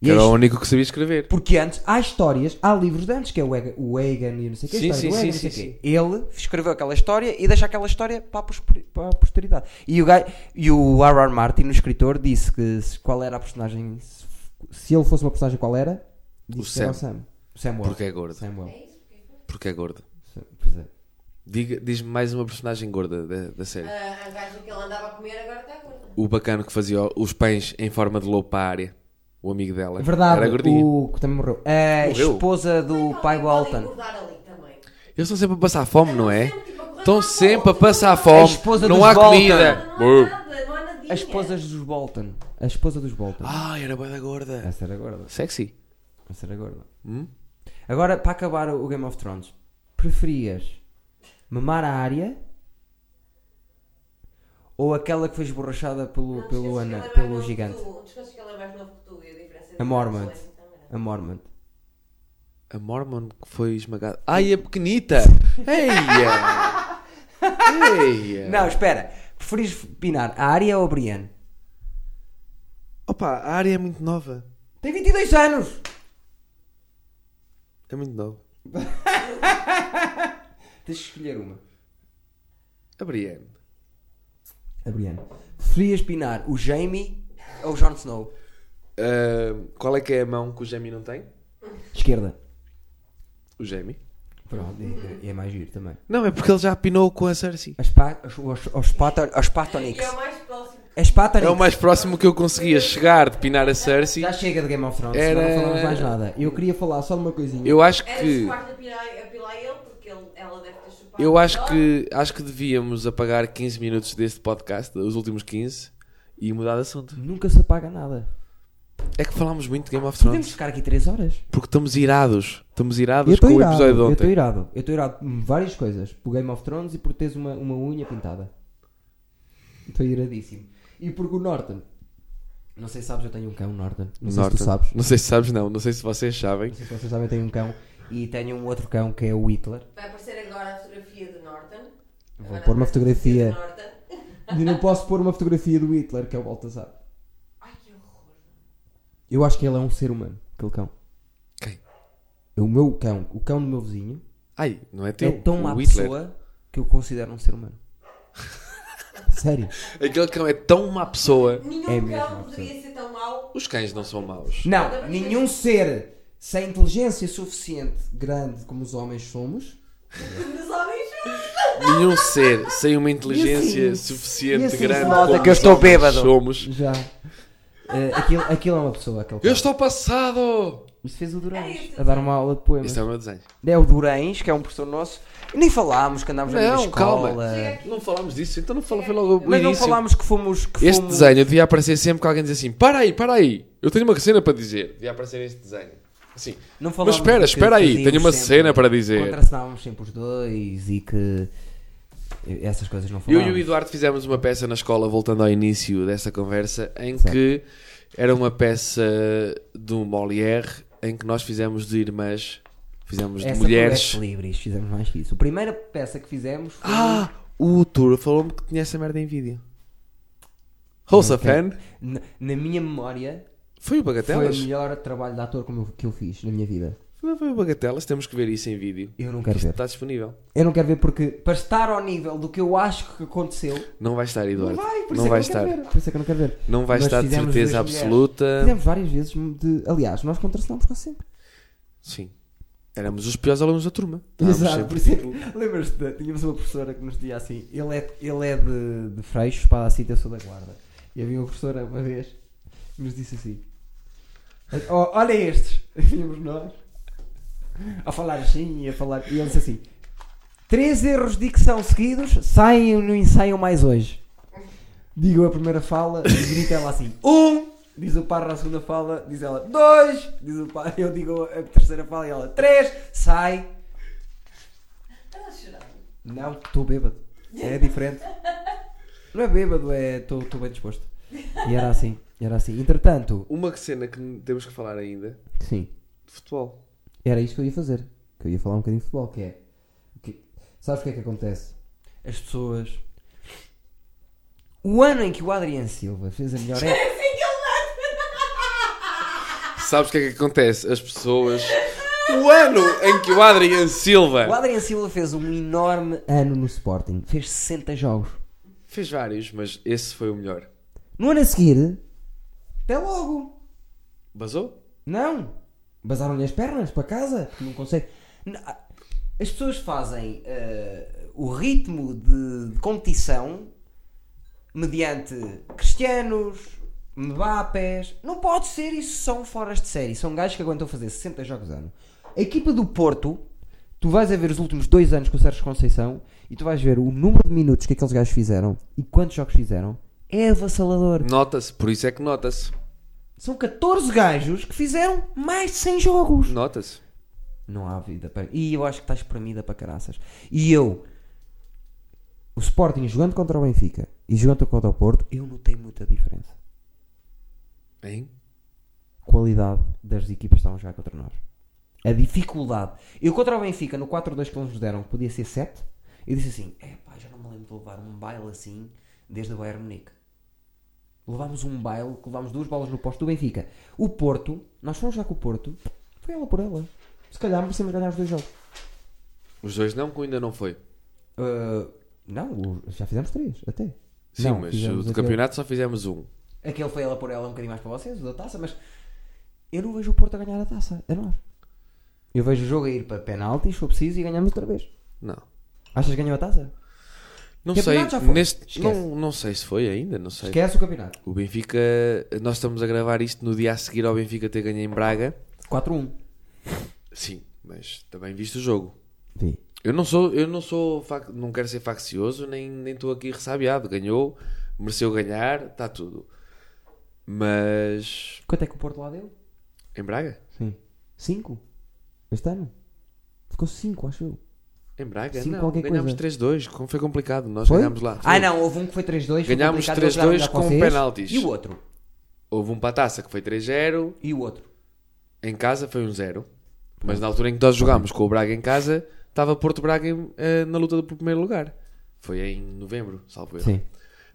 [SPEAKER 1] E
[SPEAKER 3] Que era
[SPEAKER 1] é
[SPEAKER 3] o
[SPEAKER 1] isto-
[SPEAKER 3] único que sabia escrever.
[SPEAKER 1] Porque antes, há histórias, há livros de antes, que é o Egan, o Egan e não sei o que, a
[SPEAKER 3] Sim,
[SPEAKER 1] história
[SPEAKER 3] sim,
[SPEAKER 1] do Egan,
[SPEAKER 3] sim,
[SPEAKER 1] não sei o
[SPEAKER 3] sim,
[SPEAKER 1] quê. Ele escreveu aquela história e deixa aquela história para a, posperi- para a posteridade. E o, gai- e o R.R. Martin, o escritor, disse que se- qual era a personagem, se, se ele fosse uma personagem, qual era? Disse que era o
[SPEAKER 3] Sam.
[SPEAKER 1] Sam. O Samuel.
[SPEAKER 3] Porque é gordo.
[SPEAKER 1] Samuel.
[SPEAKER 3] Porque é gordo.
[SPEAKER 1] Pois é.
[SPEAKER 3] Diga- Diz-me mais uma personagem gorda da, da série.
[SPEAKER 2] Ah, A gaja que ele andava a comer agora está gorda.
[SPEAKER 3] O bacano que fazia os pães em forma de lobo para a área. O amigo dela.
[SPEAKER 1] Verdade,
[SPEAKER 3] Era gordinho.
[SPEAKER 1] o que também morreu. A
[SPEAKER 3] Morreu?
[SPEAKER 1] esposa do
[SPEAKER 2] Alguém
[SPEAKER 1] pai
[SPEAKER 2] pode
[SPEAKER 1] Walton.
[SPEAKER 2] engordar ali também.
[SPEAKER 3] Eles estão sempre a passar fome, não é?
[SPEAKER 2] Sempre, tipo, a correr
[SPEAKER 3] Estão
[SPEAKER 2] para a
[SPEAKER 3] sempre a
[SPEAKER 2] volta.
[SPEAKER 3] passar
[SPEAKER 1] A
[SPEAKER 3] fome.
[SPEAKER 1] esposa
[SPEAKER 3] Não
[SPEAKER 1] dos
[SPEAKER 3] há
[SPEAKER 1] Bolton.
[SPEAKER 2] Não
[SPEAKER 3] comida.
[SPEAKER 2] há nada, não há nadinha.
[SPEAKER 1] As esposas dos Bolton. A esposa dos Bolton.
[SPEAKER 3] Ah, era boa da gorda.
[SPEAKER 1] Essa era gorda.
[SPEAKER 3] Sexy.
[SPEAKER 1] Essa era gorda.
[SPEAKER 3] Hum?
[SPEAKER 1] Agora, para acabar o Game of Thrones, preferias mamar a área ou aquela que foi esborrachada pelo,
[SPEAKER 2] Não,
[SPEAKER 1] pelo,
[SPEAKER 2] esqueças que
[SPEAKER 1] ana,
[SPEAKER 2] ele é mais
[SPEAKER 1] pelo
[SPEAKER 2] novo que
[SPEAKER 1] gigante?
[SPEAKER 2] tu. Esqueças que ele é mais novo que tu e a diferença
[SPEAKER 1] A
[SPEAKER 2] de
[SPEAKER 1] Mormont.
[SPEAKER 2] gerações, então, não.
[SPEAKER 1] A Mormont.
[SPEAKER 3] A Mormon que foi esmagada. Ai, a pequenita! Eia! Eia!
[SPEAKER 1] Não, espera. Preferias pinar a área ou a Brienne?
[SPEAKER 3] Opa, a área é muito nova.
[SPEAKER 1] Tem 22 anos!
[SPEAKER 3] É muito nova.
[SPEAKER 1] Tens de escolher uma.
[SPEAKER 3] A Brienne.
[SPEAKER 1] A Brienne. Preferias pinar o Jamie ou o Jon Snow?
[SPEAKER 3] Ah, qual é que é a mão que o Jamie não tem?
[SPEAKER 1] Esquerda.
[SPEAKER 3] O Jamie?
[SPEAKER 1] Pronto, e- e é mais giro também.
[SPEAKER 3] Não, é porque ele já pinou com a Cersei.
[SPEAKER 1] As pa- os- os- os pato- Os
[SPEAKER 2] E é o
[SPEAKER 1] Patonix.
[SPEAKER 2] mais próximo.
[SPEAKER 1] As Patonix.
[SPEAKER 3] É o mais próximo que eu conseguia chegar de pinar a Cersei.
[SPEAKER 1] Já chega de Game of Thrones,
[SPEAKER 3] Era-
[SPEAKER 1] senão não falamos mais nada. Eu queria falar só de uma coisinha.
[SPEAKER 3] Eu acho
[SPEAKER 2] Era
[SPEAKER 3] que.
[SPEAKER 2] chupar-lhe a pirar- a pilar ele, porque ele- ela deve ter chupado.
[SPEAKER 3] Eu acho
[SPEAKER 2] melhor.
[SPEAKER 3] que. Acho que devíamos apagar 15 minutos deste podcast, os últimos 15, e mudar de assunto.
[SPEAKER 1] Nunca se apaga nada.
[SPEAKER 3] É que falámos muito de Game of
[SPEAKER 1] Podemos
[SPEAKER 3] Thrones.
[SPEAKER 1] ficar aqui 3 horas?
[SPEAKER 3] Porque estamos irados. Estamos irados
[SPEAKER 1] Eu
[SPEAKER 3] com
[SPEAKER 1] estou
[SPEAKER 3] o
[SPEAKER 1] irado,
[SPEAKER 3] episódio de
[SPEAKER 1] eu estou
[SPEAKER 3] ontem.
[SPEAKER 1] irado. Eu estou irado por várias coisas. Por Game of Thrones e por teres uma, uma unha pintada. Estou iradíssimo. E porque o Norton. Não sei se sabes, eu tenho um cão, Norton. Não sei se
[SPEAKER 3] Norton.
[SPEAKER 1] tu sabes.
[SPEAKER 3] Não sei se sabes, não. Não sei se vocês sabem.
[SPEAKER 1] Não sei se vocês sabem, eu tenho um cão. E tenho um outro cão que é o Hitler.
[SPEAKER 2] Vai aparecer agora a fotografia de Norton.
[SPEAKER 1] Vou
[SPEAKER 2] Agora
[SPEAKER 1] pôr uma
[SPEAKER 2] aparece a
[SPEAKER 1] fotografia.
[SPEAKER 2] de Norton.
[SPEAKER 1] E não posso pôr uma fotografia do Hitler, que é o Baltazar.
[SPEAKER 2] Ai, que horror.
[SPEAKER 1] Eu acho que ele é um ser humano, aquele cão. É
[SPEAKER 3] Quem?
[SPEAKER 1] O meu cão, o cão do meu vizinho,
[SPEAKER 3] Ai, não é teu.
[SPEAKER 1] é tão
[SPEAKER 3] o
[SPEAKER 1] má
[SPEAKER 3] Hitler.
[SPEAKER 1] pessoa que eu considero um ser humano. Sério?
[SPEAKER 3] Aquele cão é tão má pessoa.
[SPEAKER 2] Nenhum
[SPEAKER 1] É mesmo,
[SPEAKER 2] cão poderia ser tão mau.
[SPEAKER 3] Os cães não são maus.
[SPEAKER 1] Não, nenhum ser sem inteligência suficiente grande como os homens somos.
[SPEAKER 2] Nos homens.
[SPEAKER 3] Nenhum ser sem uma inteligência
[SPEAKER 1] E assim- e
[SPEAKER 3] suficiente
[SPEAKER 1] assim se
[SPEAKER 3] grande.
[SPEAKER 1] nota
[SPEAKER 3] como
[SPEAKER 1] que eu estou
[SPEAKER 3] somos-
[SPEAKER 1] bêbado.
[SPEAKER 3] Somos.
[SPEAKER 1] Já. Eh, aquilo, aquilo é uma pessoa, aquele
[SPEAKER 3] Eu
[SPEAKER 1] cão.
[SPEAKER 3] estou passado!
[SPEAKER 1] Isso fez o Durães
[SPEAKER 2] isso.
[SPEAKER 1] a dar uma aula de poemas.
[SPEAKER 3] Isto é o meu desenho.
[SPEAKER 1] É o Durães, que é um professor nosso. Nem falámos que andámos na
[SPEAKER 3] Não,
[SPEAKER 1] mesma escola.
[SPEAKER 3] calma. Não falámos disso, então não fala, foi logo o
[SPEAKER 1] Mas não
[SPEAKER 3] início.
[SPEAKER 1] falámos que fomos. Que
[SPEAKER 3] Este
[SPEAKER 1] fomos...
[SPEAKER 3] desenho devia aparecer sempre que alguém diz assim: para aí, para aí, eu tenho uma cena para dizer. Devia aparecer este desenho. Assim,
[SPEAKER 1] Não
[SPEAKER 3] mas
[SPEAKER 1] falámos
[SPEAKER 3] espera,
[SPEAKER 1] que
[SPEAKER 3] espera aí,
[SPEAKER 1] fazíamos
[SPEAKER 3] tenho uma
[SPEAKER 1] sempre-
[SPEAKER 3] cena para dizer.
[SPEAKER 1] Contracenávamos sempre os dois e que. Essas coisas não
[SPEAKER 3] Eu
[SPEAKER 1] falámos.
[SPEAKER 3] e o Eduardo fizemos uma peça na escola, voltando ao início dessa conversa, em
[SPEAKER 1] Certo.
[SPEAKER 3] que era uma peça do Molière, em que nós fizemos de irmãs, fizemos de
[SPEAKER 1] Essa
[SPEAKER 3] mulheres.
[SPEAKER 1] foi o Ex Libris, fizemos mais que isso. A primeira peça que fizemos foi.
[SPEAKER 3] Ah, o Arthur falou-me que tinha essa merda em vídeo. Rosa
[SPEAKER 1] Ok.
[SPEAKER 3] Fan
[SPEAKER 1] Na, na minha memória, foi
[SPEAKER 3] foi o
[SPEAKER 1] o
[SPEAKER 3] Bagatelas.
[SPEAKER 1] melhor trabalho de ator como eu- que eu fiz na minha vida.
[SPEAKER 3] Foi, foi o Bagatelas, temos que ver isso em vídeo.
[SPEAKER 1] Eu não quero ver.
[SPEAKER 3] Está disponível.
[SPEAKER 1] Eu não quero ver porque, para estar ao nível do que eu acho que aconteceu,
[SPEAKER 3] Não vai estar,
[SPEAKER 1] não
[SPEAKER 3] Eduardo.
[SPEAKER 1] vai, por isso
[SPEAKER 3] não
[SPEAKER 1] é
[SPEAKER 3] vai
[SPEAKER 1] que eu não
[SPEAKER 3] estar. Ah.
[SPEAKER 1] quero ver. Por isso é que eu não quero ver.
[SPEAKER 3] Não vai
[SPEAKER 1] Nós
[SPEAKER 3] estar de
[SPEAKER 1] fizemos
[SPEAKER 3] certeza
[SPEAKER 1] duas mulheres.
[SPEAKER 3] absoluta.
[SPEAKER 1] Fizemos várias vezes de. Aliás, nós contracenámos quase sempre.
[SPEAKER 3] Sim. Éramos os piores alunos da turma. Estávamos
[SPEAKER 1] Exato,
[SPEAKER 3] sempre-
[SPEAKER 1] por isso é que- lembras-te, da- tínhamos uma professora que nos dizia assim: ele é, ele é de, de Freixo, espada assim, eu sou da guarda. E havia uma professora uma vez que nos disse assim: "Ó, Olha estes, vimos nós a falar assim e a falar. E ele disse assim: Três erros de dicção seguidos saem no ensaio mais hoje. Digo a primeira fala e grita ela assim: Um! Diz o par na segunda fala, diz ela dois, diz o par, eu digo a terceira fala e ela três, sai,
[SPEAKER 2] Ela chorando.
[SPEAKER 1] não, estou bêbado. É diferente. Não é bêbado, é estou estou bem disposto. E era assim, era assim. Entretanto,
[SPEAKER 3] Uma cena que temos que falar ainda
[SPEAKER 1] sim,
[SPEAKER 3] de futebol.
[SPEAKER 1] era isto que eu ia fazer. Que eu ia falar um bocadinho de futebol, que é. que- sabes o que é que acontece? As pessoas. O ano em que o Adriano Silva fez a melhor época.
[SPEAKER 2] Assim
[SPEAKER 3] Sabes o que é que acontece? As pessoas. O ano em que o Adrian
[SPEAKER 1] O
[SPEAKER 3] Silva
[SPEAKER 1] Adriano Silva fez um enorme ano no Sporting. Fez 60 jogos.
[SPEAKER 3] fez vários, mas esse foi o melhor.
[SPEAKER 1] No ano a seguir. Até logo!
[SPEAKER 3] Basou?
[SPEAKER 1] Não! Basaram-lhe as pernas para casa? Não consegue. N- ah, As pessoas fazem eh, o ritmo de, de competição mediante cristianos, Mbappés. Não pode ser isso, são foras de série. São gajos que aguentam fazer 60 jogos ano. A equipa do Porto, tu vais a ver os últimos dois anos com o Sérgio Conceição e tu vais ver o número de minutos que aqueles gajos fizeram e quantos jogos fizeram. É avassalador.
[SPEAKER 3] Nota-se, por isso é que nota-se.
[SPEAKER 1] São 14 gajos que fizeram mais de 100 jogos.
[SPEAKER 3] Nota-se.
[SPEAKER 1] Não há vida para. E eu acho que estás espremida para caraças. E eu, o Sporting jogando contra o Benfica e jogando contra o Porto, eu notei muita diferença.
[SPEAKER 3] Hein?
[SPEAKER 1] Qualidade das equipas que estavam a jogar contra nós. A dificuldade. Eu contra o Benfica, no 4-2 que eles nos deram, que podia ser 7, eu disse assim: é pá, já não me lembro de levar um baile assim desde o Bayern Munique. Levámos um baile, que levámos duas bolas no posto do Benfica. O Porto, nós fomos já com o Porto, foi ela por ela. Se calhar merecemos ganhar os dois jogos.
[SPEAKER 3] Os dois não, que ainda não foi.
[SPEAKER 1] Uh, não, o- já fizemos três, até.
[SPEAKER 3] Sim,
[SPEAKER 1] Não,
[SPEAKER 3] mas
[SPEAKER 1] fizemos
[SPEAKER 3] o do
[SPEAKER 1] aquele-
[SPEAKER 3] campeonato só fizemos um.
[SPEAKER 1] Aquele foi ela por ela um bocadinho mais para vocês, o da taça, mas eu não vejo o Porto a ganhar a taça, a nós. Eu vejo o jogo a ir para penaltis, se for preciso, e ganhamos outra vez.
[SPEAKER 3] Não.
[SPEAKER 1] Achas que ganhou a taça?
[SPEAKER 3] Não
[SPEAKER 1] Campeonato já
[SPEAKER 3] sei.
[SPEAKER 1] foi.
[SPEAKER 3] Neste...
[SPEAKER 1] Esquece.
[SPEAKER 3] Não, não sei se foi ainda, não sei.
[SPEAKER 1] Esquece o campeonato.
[SPEAKER 3] O Benfica, nós estamos a gravar isto no dia a seguir ao Benfica ter ganho em Braga.
[SPEAKER 1] 4-1.
[SPEAKER 3] Sim, mas também viste o jogo.
[SPEAKER 1] Vi.
[SPEAKER 3] Eu não sou, eu não sou, fac- não quero ser faccioso, nem nem estou aqui ressabiado. Ganhou, mereceu ganhar, está tudo. Mas.
[SPEAKER 1] Quanto é que o Porto lá deu?
[SPEAKER 3] Em Braga?
[SPEAKER 1] Sim. 5? Este ano? Ficou 5, acho eu.
[SPEAKER 3] Em Braga?
[SPEAKER 1] Sim,
[SPEAKER 3] não,
[SPEAKER 1] qualquer
[SPEAKER 3] ganhámos
[SPEAKER 1] coisa.
[SPEAKER 3] 3-2. Como foi complicado, nós
[SPEAKER 1] Foi?
[SPEAKER 3] ganhámos lá.
[SPEAKER 1] Ah,
[SPEAKER 3] Foi.
[SPEAKER 1] não, houve um que foi 3-2. foi
[SPEAKER 3] Ganhámos
[SPEAKER 1] complicado, eles jogaram
[SPEAKER 3] 3-2
[SPEAKER 1] melhor que
[SPEAKER 3] com
[SPEAKER 1] vocês.
[SPEAKER 3] penaltis.
[SPEAKER 1] E o outro?
[SPEAKER 3] Houve um para a taça que foi 3-0.
[SPEAKER 1] E o outro?
[SPEAKER 3] Em casa foi um 0. Mas na altura em que nós jogámos com o Braga em casa, estava Porto Braga em- eh, na luta do primeiro lugar. Foi em novembro, salvo eu.
[SPEAKER 1] Sim.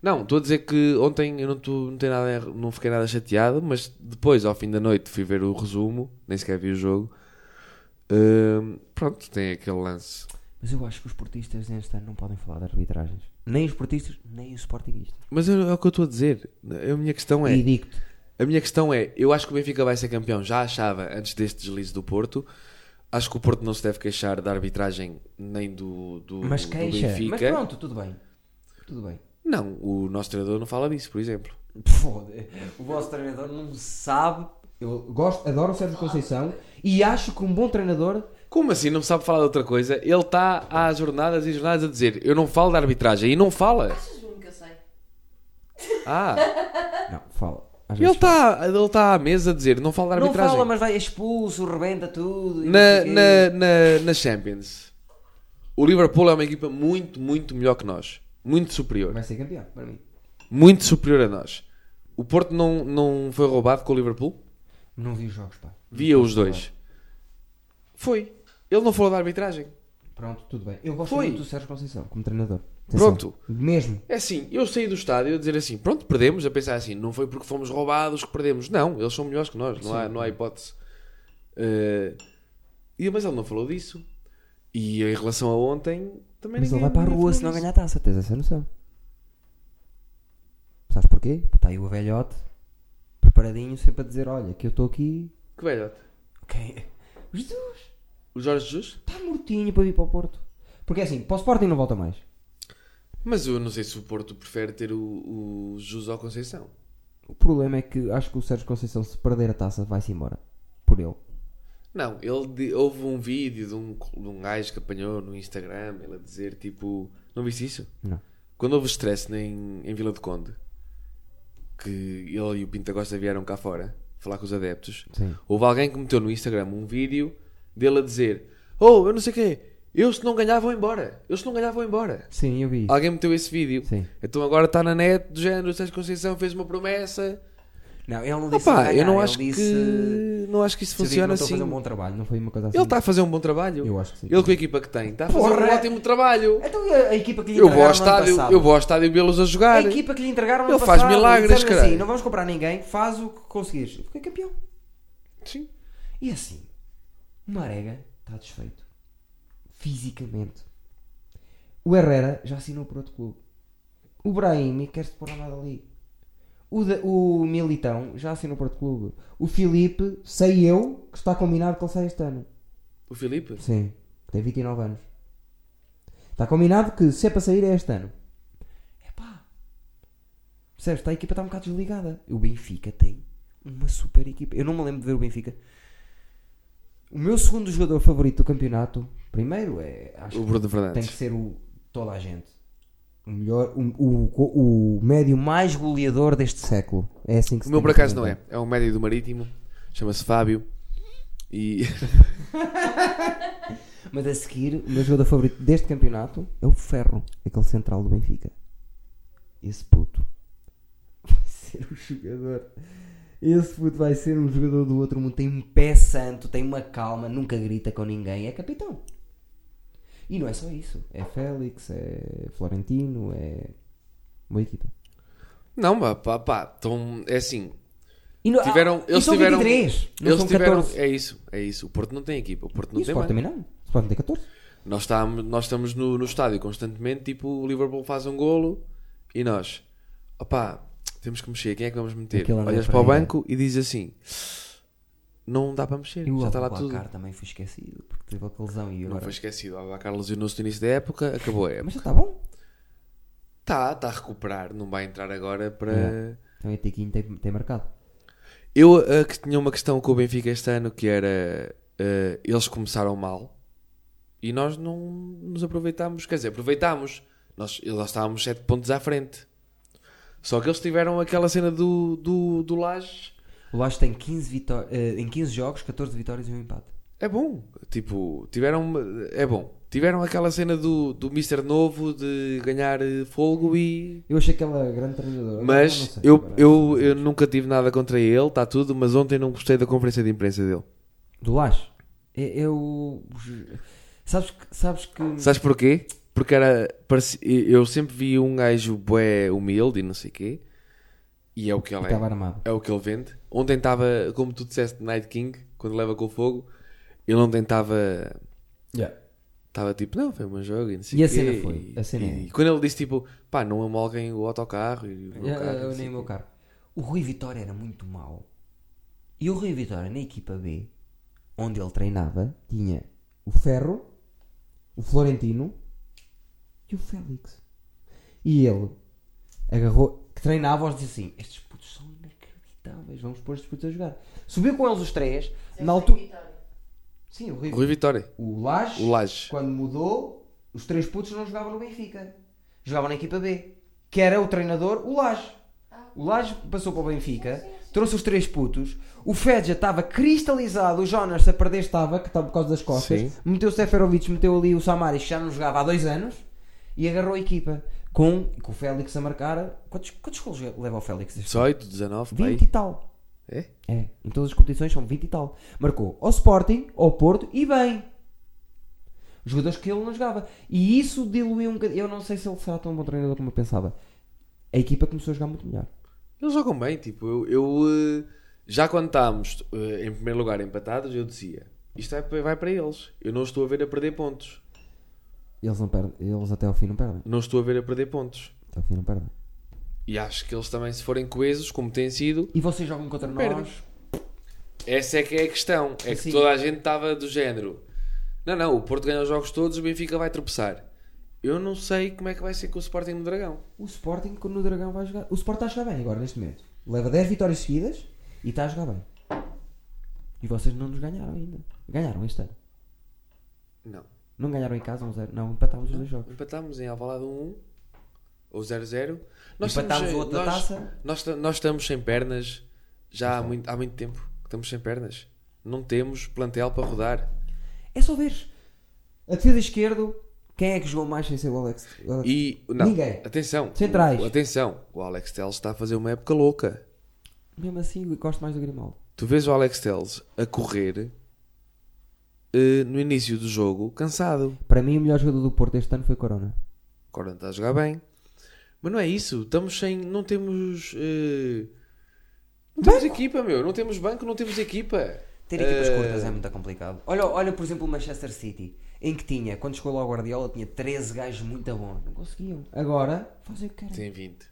[SPEAKER 3] Não, estou a dizer que ontem eu não, tô- não, tenho nada, não fiquei nada chateado, mas depois, ao fim da noite, fui ver o resumo, nem sequer vi o jogo. Ahm, pronto, tem aquele lance.
[SPEAKER 1] Mas eu acho que os portistas neste ano não podem falar de arbitragens. Nem os portistas, nem os sportinguistas.
[SPEAKER 3] Mas eu- é o que eu estou a dizer. A minha questão é.
[SPEAKER 1] E digo-te,
[SPEAKER 3] A minha questão é, eu acho que o Benfica vai ser campeão. Já achava antes deste deslize do Porto. Acho que o Porto não se deve queixar da arbitragem nem do, do,
[SPEAKER 1] mas
[SPEAKER 3] do
[SPEAKER 1] queixa.
[SPEAKER 3] Benfica.
[SPEAKER 1] Mas pronto, tudo bem. Tudo bem.
[SPEAKER 3] Não, o nosso treinador não fala disso, por exemplo.
[SPEAKER 1] Foda. O vosso treinador não sabe. Eu gosto, adoro o Sérgio Conceição e acho que um bom treinador.
[SPEAKER 3] Como assim não sabe falar de outra coisa? Ele está há jornadas e jornadas a dizer eu não falo da arbitragem e não fala.
[SPEAKER 2] Achas mesmo que eu sei?
[SPEAKER 3] Ah,
[SPEAKER 1] Não, fala. Às
[SPEAKER 3] ele
[SPEAKER 1] vezes
[SPEAKER 3] está ele tá à mesa a dizer não falo da
[SPEAKER 1] fala. Não
[SPEAKER 3] arbitragem.
[SPEAKER 1] fala, mas vai expulso, rebenta tudo. e não
[SPEAKER 3] na,
[SPEAKER 1] sei quê.
[SPEAKER 3] na, na, na Champions, o Liverpool é uma equipa muito, muito melhor que nós. Muito superior.
[SPEAKER 1] Vai ser campeão, para mim.
[SPEAKER 3] muito superior a nós. O Porto não, não foi roubado com o Liverpool?
[SPEAKER 1] Não vi os jogos, pá.
[SPEAKER 3] Via os dois. Foi. Ele não falou da arbitragem.
[SPEAKER 1] Pronto, tudo bem. Eu gosto
[SPEAKER 3] Foi.
[SPEAKER 1] muito do Sérgio Conceição como treinador.
[SPEAKER 3] Pronto.
[SPEAKER 1] Mesmo.
[SPEAKER 3] É assim, eu saí do estádio a dizer assim, pronto, perdemos, a pensar assim, não foi porque fomos roubados que perdemos. Não, eles são melhores que nós, não, há, não há hipótese. Eh, e mas ele não falou disso. E em relação a ontem, também
[SPEAKER 1] Mas ele
[SPEAKER 3] ninguém-
[SPEAKER 1] vai para a
[SPEAKER 3] ninguém
[SPEAKER 1] rua
[SPEAKER 3] falou
[SPEAKER 1] se não
[SPEAKER 3] disso.
[SPEAKER 1] ganhar a taça, tens essa noção. Sabes porquê? Porque Está aí o velhote, preparadinho, sempre a dizer: Olha, que eu estou aqui.
[SPEAKER 3] Que velhote.
[SPEAKER 1] Ok. Jesus,
[SPEAKER 3] O Jorge Jesus?
[SPEAKER 1] está mortinho para vir para o Porto. Porque é assim, para o Sporting não volta mais.
[SPEAKER 3] Mas eu não sei se o Porto prefere ter o, o Jesus ao Conceição.
[SPEAKER 1] O problema é que acho que o Sérgio Conceição, se perder a taça, vai-se embora. Por ele.
[SPEAKER 3] Não, ele de- houve um vídeo de um, de um gajo que apanhou no Instagram, ele a dizer tipo. Não viste isso?
[SPEAKER 1] Não.
[SPEAKER 3] Quando houve stress em, em Vila do Conde, que ele e o Pinta Costa vieram cá fora falar com os adeptos,
[SPEAKER 1] Sim.
[SPEAKER 3] houve alguém que meteu no Instagram um vídeo dele a dizer: Oh, eu não sei o quê, eu se não ganhar vou embora, eu se não ganhar vou embora.
[SPEAKER 1] Sim, eu vi isso.
[SPEAKER 3] Alguém meteu esse vídeo.
[SPEAKER 1] Sim.
[SPEAKER 3] Então agora está na net do género, o Sérgio Conceição fez uma promessa.
[SPEAKER 1] Não, ele não disse.
[SPEAKER 3] Opa,
[SPEAKER 1] ganhar,
[SPEAKER 3] eu não
[SPEAKER 1] ele
[SPEAKER 3] acho
[SPEAKER 1] disse,
[SPEAKER 3] que não acho que isso
[SPEAKER 1] "Se eu digo que
[SPEAKER 3] funciona
[SPEAKER 1] não estou
[SPEAKER 3] assim.
[SPEAKER 1] a fazer um bom trabalho, não foi uma coisa assim.
[SPEAKER 3] Ele está a fazer um bom trabalho.
[SPEAKER 1] Eu acho que sim.
[SPEAKER 3] Ele com a equipa que tem, está a fazer um
[SPEAKER 1] Porra!
[SPEAKER 3] ótimo trabalho.
[SPEAKER 1] Então e a, a equipa que lhe
[SPEAKER 3] Eu vou, ao
[SPEAKER 1] entregaram no ano
[SPEAKER 3] estádio,
[SPEAKER 1] passado?
[SPEAKER 3] eu vou ao estádio vê-los a
[SPEAKER 1] A
[SPEAKER 3] jogar.
[SPEAKER 1] equipa que lhe entregaram no
[SPEAKER 3] Ele faz
[SPEAKER 1] passado,
[SPEAKER 3] milagres,
[SPEAKER 1] disseram-lhe
[SPEAKER 3] caralho.
[SPEAKER 1] assim, não vamos comprar ninguém, faz o que conseguires. Fica campeão.
[SPEAKER 3] Sim.
[SPEAKER 1] E assim, o Marega está desfeito. Fisicamente. O Herrera já assinou por outro clube. O Brahimi quer-se pôr nada ali. O, da- o Militão já assinou por outro clube. O Filipe, sei eu, que está combinado que ele sai este ano.
[SPEAKER 3] O Filipe?
[SPEAKER 1] Sim, tem 29 anos. Está combinado que se é para sair é este ano. Epá. Percebes? Está a equipa está um bocado desligada. O Benfica tem uma super equipa. Eu não me lembro de ver o Benfica. O meu segundo jogador favorito do campeonato, primeiro é. Acho
[SPEAKER 3] O Bruno
[SPEAKER 1] que tem que
[SPEAKER 3] Fernandes.
[SPEAKER 1] ser o toda a gente. O melhor, o, o, o médio mais goleador deste século. É assim que
[SPEAKER 3] O
[SPEAKER 1] se
[SPEAKER 3] meu
[SPEAKER 1] tem
[SPEAKER 3] por
[SPEAKER 1] que
[SPEAKER 3] acaso não é.
[SPEAKER 1] apresentar.
[SPEAKER 3] É um médio do Marítimo. Chama-se Fábio. E
[SPEAKER 1] Mas a seguir, o meu jogador favorito deste campeonato é o Ferro, aquele central do Benfica. Esse puto vai ser um jogador. Esse puto vai ser um jogador do outro mundo. Tem um pé santo, tem uma calma, nunca grita com ninguém. É capitão. E não é só isso. É Félix, é Florentino, é. Uma equipa.
[SPEAKER 3] não, pá, pá, pá, então é assim.
[SPEAKER 1] E não-
[SPEAKER 3] Tiveram,
[SPEAKER 1] ah, e
[SPEAKER 3] eles
[SPEAKER 1] são
[SPEAKER 3] tiveram,
[SPEAKER 1] 23, não
[SPEAKER 3] eles
[SPEAKER 1] são
[SPEAKER 3] tiveram,
[SPEAKER 1] 14.
[SPEAKER 3] é isso, é isso. O Porto não tem equipa, o Porto
[SPEAKER 1] E
[SPEAKER 3] não
[SPEAKER 1] o
[SPEAKER 3] tem
[SPEAKER 1] Sport
[SPEAKER 3] mais.
[SPEAKER 1] também não. O Sport tem 14.
[SPEAKER 3] Nós estamos, nós estamos no, no estádio constantemente, tipo, o Liverpool faz um golo e nós, opá, temos que mexer, quem é que vamos meter?
[SPEAKER 1] Aquele André
[SPEAKER 3] Olhas para o
[SPEAKER 1] Pereira.
[SPEAKER 3] banco e dizes assim, não dá para mexer,
[SPEAKER 1] E o
[SPEAKER 3] já está lá tudo.
[SPEAKER 1] Abubacar também foi esquecido, porque teve aquela lesão e
[SPEAKER 3] Não
[SPEAKER 1] agora...
[SPEAKER 3] foi esquecido, o Carlos lesionou-se no início da época, acabou é, a época.
[SPEAKER 1] Mas já está bom.
[SPEAKER 3] Está, está Tá, a recuperar, não vai entrar agora para...
[SPEAKER 4] Então
[SPEAKER 1] Também Tiquinho tem, tem marcado.
[SPEAKER 3] Eu eh, que tinha uma questão com o Benfica este ano que era eh, eles começaram mal e nós não nos aproveitámos. Quer dizer, aproveitámos. Nós, nós estávamos 7 pontos à frente. Só que eles tiveram aquela cena do, do, do Laje.
[SPEAKER 4] O Lages tem 15 vitó- eh, em 15 jogos, 14 vitórias e um empate.
[SPEAKER 3] É bom. Tipo, tiveram. É bom. Tiveram aquela cena do, do Mister Novo de ganhar eh, fogo e.
[SPEAKER 1] Eu achei que ela era grande treinadora. não
[SPEAKER 3] Mas
[SPEAKER 1] sei,
[SPEAKER 3] eu,
[SPEAKER 1] agora.
[SPEAKER 3] eu, eu nunca tive nada contra ele, está tudo, mas ontem não gostei da conferência de imprensa dele.
[SPEAKER 4] Do É, Lages?
[SPEAKER 1] Eu. eu- Sabes que. Sabes que...
[SPEAKER 3] Sabes porquê? Porque era. pareci- Eu sempre vi um gajo bué humilde e não sei quê. E é o que ele
[SPEAKER 1] Estava
[SPEAKER 3] é.
[SPEAKER 1] armado.
[SPEAKER 3] É o que ele vende. Ontem estava, como tu disseste, Night King, quando leva com o fogo. Ele ontem estava. Estava tipo, não, foi um bom jogo e não sei
[SPEAKER 1] E a
[SPEAKER 3] quê.
[SPEAKER 1] cena foi,
[SPEAKER 3] E,
[SPEAKER 1] a cena é.
[SPEAKER 3] e, quando ele disse tipo, pá, não amolguem o autocarro e o meu
[SPEAKER 1] Eu-
[SPEAKER 3] carro.
[SPEAKER 1] É, eu
[SPEAKER 3] assim.
[SPEAKER 1] nem o meu carro.
[SPEAKER 4] O Rui Vitória era muito mau. E o Rui Vitória, na equipa B, onde ele treinava,
[SPEAKER 1] Tinha o Ferro, o Florentino e o Félix. E ele agarrou. Que treinava-os e disse assim: Estes putos são inacreditáveis, vamos pôr estes putos a jogar. Subiu com eles os três.
[SPEAKER 2] Sem
[SPEAKER 1] Na altura.
[SPEAKER 2] vitória.
[SPEAKER 1] Sim, o Rui.
[SPEAKER 3] tipo, Rui Vitória,
[SPEAKER 1] O Laje.
[SPEAKER 3] o Laje.
[SPEAKER 1] Quando mudou, os três putos não jogavam no Benfica. Jogavam na equipa B. Que era o treinador, o Laje. O Laje passou para o Benfica, trouxe os três putos. O Fed já estava cristalizado. O Jonas, a perder, estava, que estava por causa das costas.
[SPEAKER 3] Sim.
[SPEAKER 1] Meteu o Seferovic, meteu ali o Samaris, que já não jogava há dois anos. E agarrou a equipa. Com, com o Félix a marcar. Quantos, quantos golos leva o Félix? este
[SPEAKER 3] 18, 19, pá, aí.
[SPEAKER 1] 20 e tal.
[SPEAKER 3] É?
[SPEAKER 1] É, em todas as competições são 20 e tal. Marcou ao Sporting, ao Porto e bem. Jogadores que ele não jogava. E isso diluiu um bocadinho. Eu não sei se ele será tão bom treinador como eu pensava. A equipa começou a jogar muito melhor.
[SPEAKER 3] Eles jogam bem, tipo, eu, eu, eh, já quando estávamos eh, em primeiro lugar empatados, eu dizia, isto vai, para- vai para eles, eu não estou a ver a perder pontos,
[SPEAKER 1] Eles, não perdem, eles até ao fim não perdem.
[SPEAKER 3] não estou a ver a perder pontos.
[SPEAKER 1] Até ao fim não perdem.
[SPEAKER 3] E acho que eles também, se forem coesos, como têm sido,
[SPEAKER 1] E vocês jogam contra nós.
[SPEAKER 3] Perdem. essa é que é a questão, é que
[SPEAKER 1] Assim.
[SPEAKER 3] toda a gente estava do género, não, não, o Porto ganha os jogos todos, o Benfica vai tropeçar. Eu não sei como é que vai ser com o Sporting no Dragão.
[SPEAKER 1] O Sporting quando o Dragão vai jogar. O Sporting está a jogar bem agora neste momento. Leva 10 vitórias seguidas e está a jogar bem. E vocês não nos ganharam ainda. Ganharam este ano.
[SPEAKER 3] Não.
[SPEAKER 1] Não ganharam em casa 1-0. não, empatámos os dois jogos.
[SPEAKER 3] Empatámos em Alvalade 1-1 ou 0-0.
[SPEAKER 4] Empatámos
[SPEAKER 3] estamos-
[SPEAKER 4] o outro na
[SPEAKER 3] nós-
[SPEAKER 4] taça.
[SPEAKER 3] Nós, nós estamos sem pernas já há muito, há muito tempo que estamos sem pernas. Não temos plantel para rodar.
[SPEAKER 1] É só ver. A defesa esquerdo, quem é que jogou mais sem ser o Alex? o Alex-
[SPEAKER 3] E não,
[SPEAKER 1] Ninguém.
[SPEAKER 3] atenção.
[SPEAKER 1] Centrais.
[SPEAKER 3] O, atenção. O Alex Telles está a fazer uma época louca.
[SPEAKER 1] Mesmo assim, eu gosto mais do Grimaldo.
[SPEAKER 3] Tu vês o Alex Telles a correr eh, no início do jogo cansado.
[SPEAKER 1] Para mim, o melhor jogador do Porto este ano foi Corona.
[SPEAKER 3] Agora não está a jogar bem. Mas não é isso. Estamos sem. Não temos. eh, não temos equipa, meu. Não temos banco, não temos equipa.
[SPEAKER 4] Ter equipas
[SPEAKER 3] Eh,
[SPEAKER 4] curtas é muito complicado. Olha, olha, por exemplo, o Manchester City, em que tinha, quando chegou lá o Guardiola, tinha 13 gajos muito bons.
[SPEAKER 1] Não conseguiam. Agora, fazem o que querem.
[SPEAKER 3] Tem 20.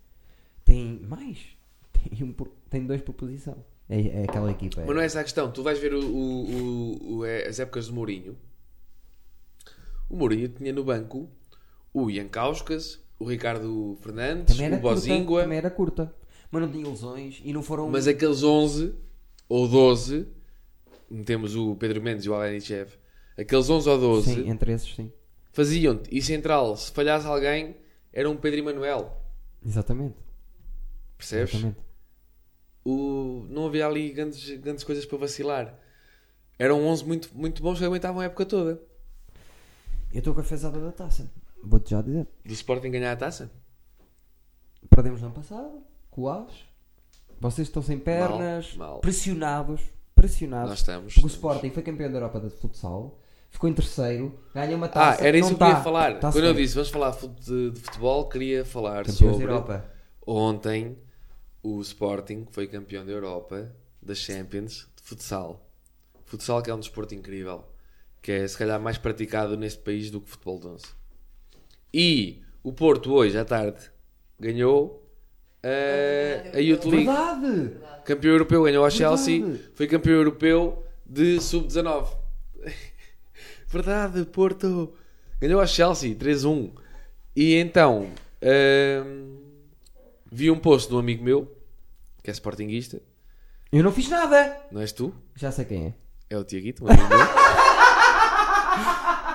[SPEAKER 1] Tem mais. Tem, um por- tem dois por posição. É, é aquela equipa. é.
[SPEAKER 3] Mas não é essa a questão. Tu vais ver o- o- o- o- é- as épocas do Mourinho. O Mourinho tinha no banco o Ian Kauskas, o Ricardo Fernandes,
[SPEAKER 1] Também era
[SPEAKER 3] o
[SPEAKER 1] curta.
[SPEAKER 3] Bozingua.
[SPEAKER 1] Também era um curta.
[SPEAKER 4] Mas não tinha lesões e não foram.
[SPEAKER 3] Mas é aqueles 11 ou 12, metemos o Pedro Mendes e o Alenichev, aqueles 11 ou 12
[SPEAKER 1] Sim, entre esses, sim.
[SPEAKER 3] faziam-te. E central, se falhasse alguém, era um Pedro Emanuel.
[SPEAKER 1] Exatamente.
[SPEAKER 3] Percebes?
[SPEAKER 1] Exatamente.
[SPEAKER 3] o- não havia ali grandes, grandes coisas para vacilar. Eram 11 muito, muito bons que aguentavam a época toda.
[SPEAKER 4] Eu estou com a fezada da taça.
[SPEAKER 1] Vou-te já dizer.
[SPEAKER 3] Do Sporting ganhar a taça?
[SPEAKER 1] Perdemos no ano passado. Colados. Vocês estão sem pernas.
[SPEAKER 3] Mal, mal.
[SPEAKER 1] Pressionados. Pressionados.
[SPEAKER 3] Nós estamos.
[SPEAKER 1] Porque o
[SPEAKER 3] estamos.
[SPEAKER 1] Sporting foi campeão da Europa de futsal, ficou em terceiro, ganha uma
[SPEAKER 3] Ah,
[SPEAKER 1] taça.
[SPEAKER 3] era isso
[SPEAKER 1] não
[SPEAKER 3] que eu ia
[SPEAKER 1] tá-
[SPEAKER 3] falar.
[SPEAKER 1] tá
[SPEAKER 3] Quando eu
[SPEAKER 1] certo.
[SPEAKER 3] disse vamos falar fut- de, de futebol, queria falar
[SPEAKER 1] Campeões
[SPEAKER 3] sobre
[SPEAKER 1] da Europa.
[SPEAKER 3] ontem o Sporting que foi campeão da Europa da Champions de futsal. Futsal que é um desporto incrível, que é se calhar mais praticado neste país do que futebol de 11. E o Porto hoje à tarde ganhou eh, a Youth League.
[SPEAKER 1] Verdade!
[SPEAKER 3] Campeão europeu ganhou ao
[SPEAKER 1] Verdade.
[SPEAKER 3] Chelsea, foi campeão europeu de sub-19. Verdade, Porto ganhou ao Chelsea 3-1. E então hum, vi um post de um amigo meu que é sportinguista,
[SPEAKER 1] Eu não fiz nada!
[SPEAKER 3] não és tu?
[SPEAKER 1] Já sei quem é.
[SPEAKER 3] É o Tiaguito, um amigo meu,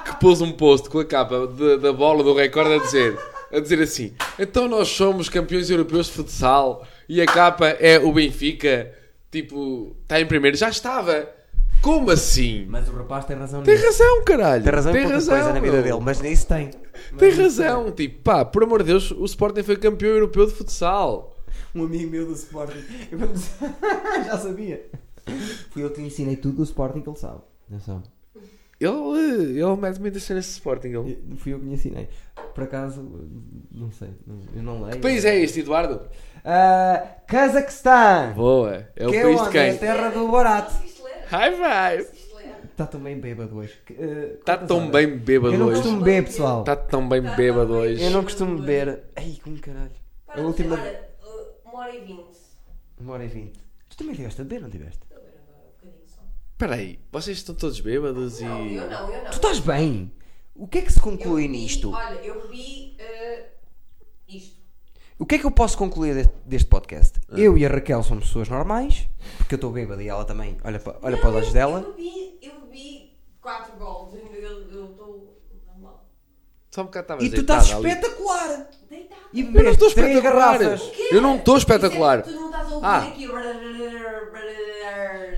[SPEAKER 3] que pôs um post com a capa de- da bola do recorde a dizer a dizer assim: então nós somos campeões europeus de futsal e a capa é o Benfica, tipo, está em primeiro. Já estava. Como assim?
[SPEAKER 1] Mas o rapaz tem razão
[SPEAKER 3] Tem
[SPEAKER 1] nisso.
[SPEAKER 3] razão, caralho.
[SPEAKER 1] Tem razão em pouca coisa na vida
[SPEAKER 3] meu.
[SPEAKER 1] dele, mas nisso tem.
[SPEAKER 3] Tem razão. Tipo, pá, por amor de Deus, o Sporting foi campeão europeu de futsal.
[SPEAKER 1] Um amigo meu do Sporting. Já sabia.
[SPEAKER 5] Fui eu que lhe ensinei tudo do Sporting que ele sabe. Atenção.
[SPEAKER 3] Ele, ele mete muitas cenas de Sporting. Ele.
[SPEAKER 5] Eu- Fui eu que lhe ensinei. Por acaso, não sei. não- Eu não leio.
[SPEAKER 3] Que país é este, Eduardo?
[SPEAKER 5] Ah, Cazaquistão.
[SPEAKER 3] Boa. É o
[SPEAKER 5] Que
[SPEAKER 3] país
[SPEAKER 5] onde?
[SPEAKER 3] de quem?
[SPEAKER 5] É terra do Borat.
[SPEAKER 2] é
[SPEAKER 3] High five.
[SPEAKER 5] Está tão bem bêbado hoje. Que, ah,
[SPEAKER 3] Está
[SPEAKER 5] coisa
[SPEAKER 3] Tá tão
[SPEAKER 5] sabe?
[SPEAKER 3] bem bêbado
[SPEAKER 5] Eu não
[SPEAKER 3] hoje.
[SPEAKER 5] costumo beber, pessoal.
[SPEAKER 3] Está Tá tão bem bêbado hoje.
[SPEAKER 1] Eu não costumo beber. Ai, como caralho.
[SPEAKER 2] Para
[SPEAKER 5] A última-
[SPEAKER 2] Agora, uh, uma hora e vinte.
[SPEAKER 5] Uma hora e vinte.
[SPEAKER 1] Tu também tiveste a beber, não tiveste?
[SPEAKER 2] Estou a ver agora um bocadinho só.
[SPEAKER 3] Espera aí, vocês estão todos bêbados e.
[SPEAKER 2] Não, eu não, eu não.
[SPEAKER 1] Tu estás bem? O que é que se
[SPEAKER 2] Eu
[SPEAKER 1] conclui
[SPEAKER 2] vi-
[SPEAKER 1] nisto?
[SPEAKER 2] Olha, eu vi uh, isto.
[SPEAKER 1] O que é que eu posso concluir de- deste podcast?
[SPEAKER 3] Ah.
[SPEAKER 1] Eu e a Raquel somos pessoas normais, porque eu estou bêbada e ela também. Olha, pa- olha
[SPEAKER 2] Não,
[SPEAKER 1] para os olhos
[SPEAKER 2] eu-
[SPEAKER 1] dela.
[SPEAKER 2] Eu vi, eu vi quatro gols. Eu estou normal.
[SPEAKER 3] Só um bocado estava
[SPEAKER 1] E tu
[SPEAKER 3] deitado
[SPEAKER 1] estás
[SPEAKER 3] ali.
[SPEAKER 1] espetacular!
[SPEAKER 2] Deitado.
[SPEAKER 1] E
[SPEAKER 3] Eu não estou
[SPEAKER 1] bebeste três
[SPEAKER 3] espetacular!
[SPEAKER 1] garrafas!
[SPEAKER 2] Quê?
[SPEAKER 3] Eu não estou
[SPEAKER 2] Isso é que
[SPEAKER 3] espetacular!
[SPEAKER 2] Tu não estás a ouvir
[SPEAKER 3] Ah.
[SPEAKER 2] aqui.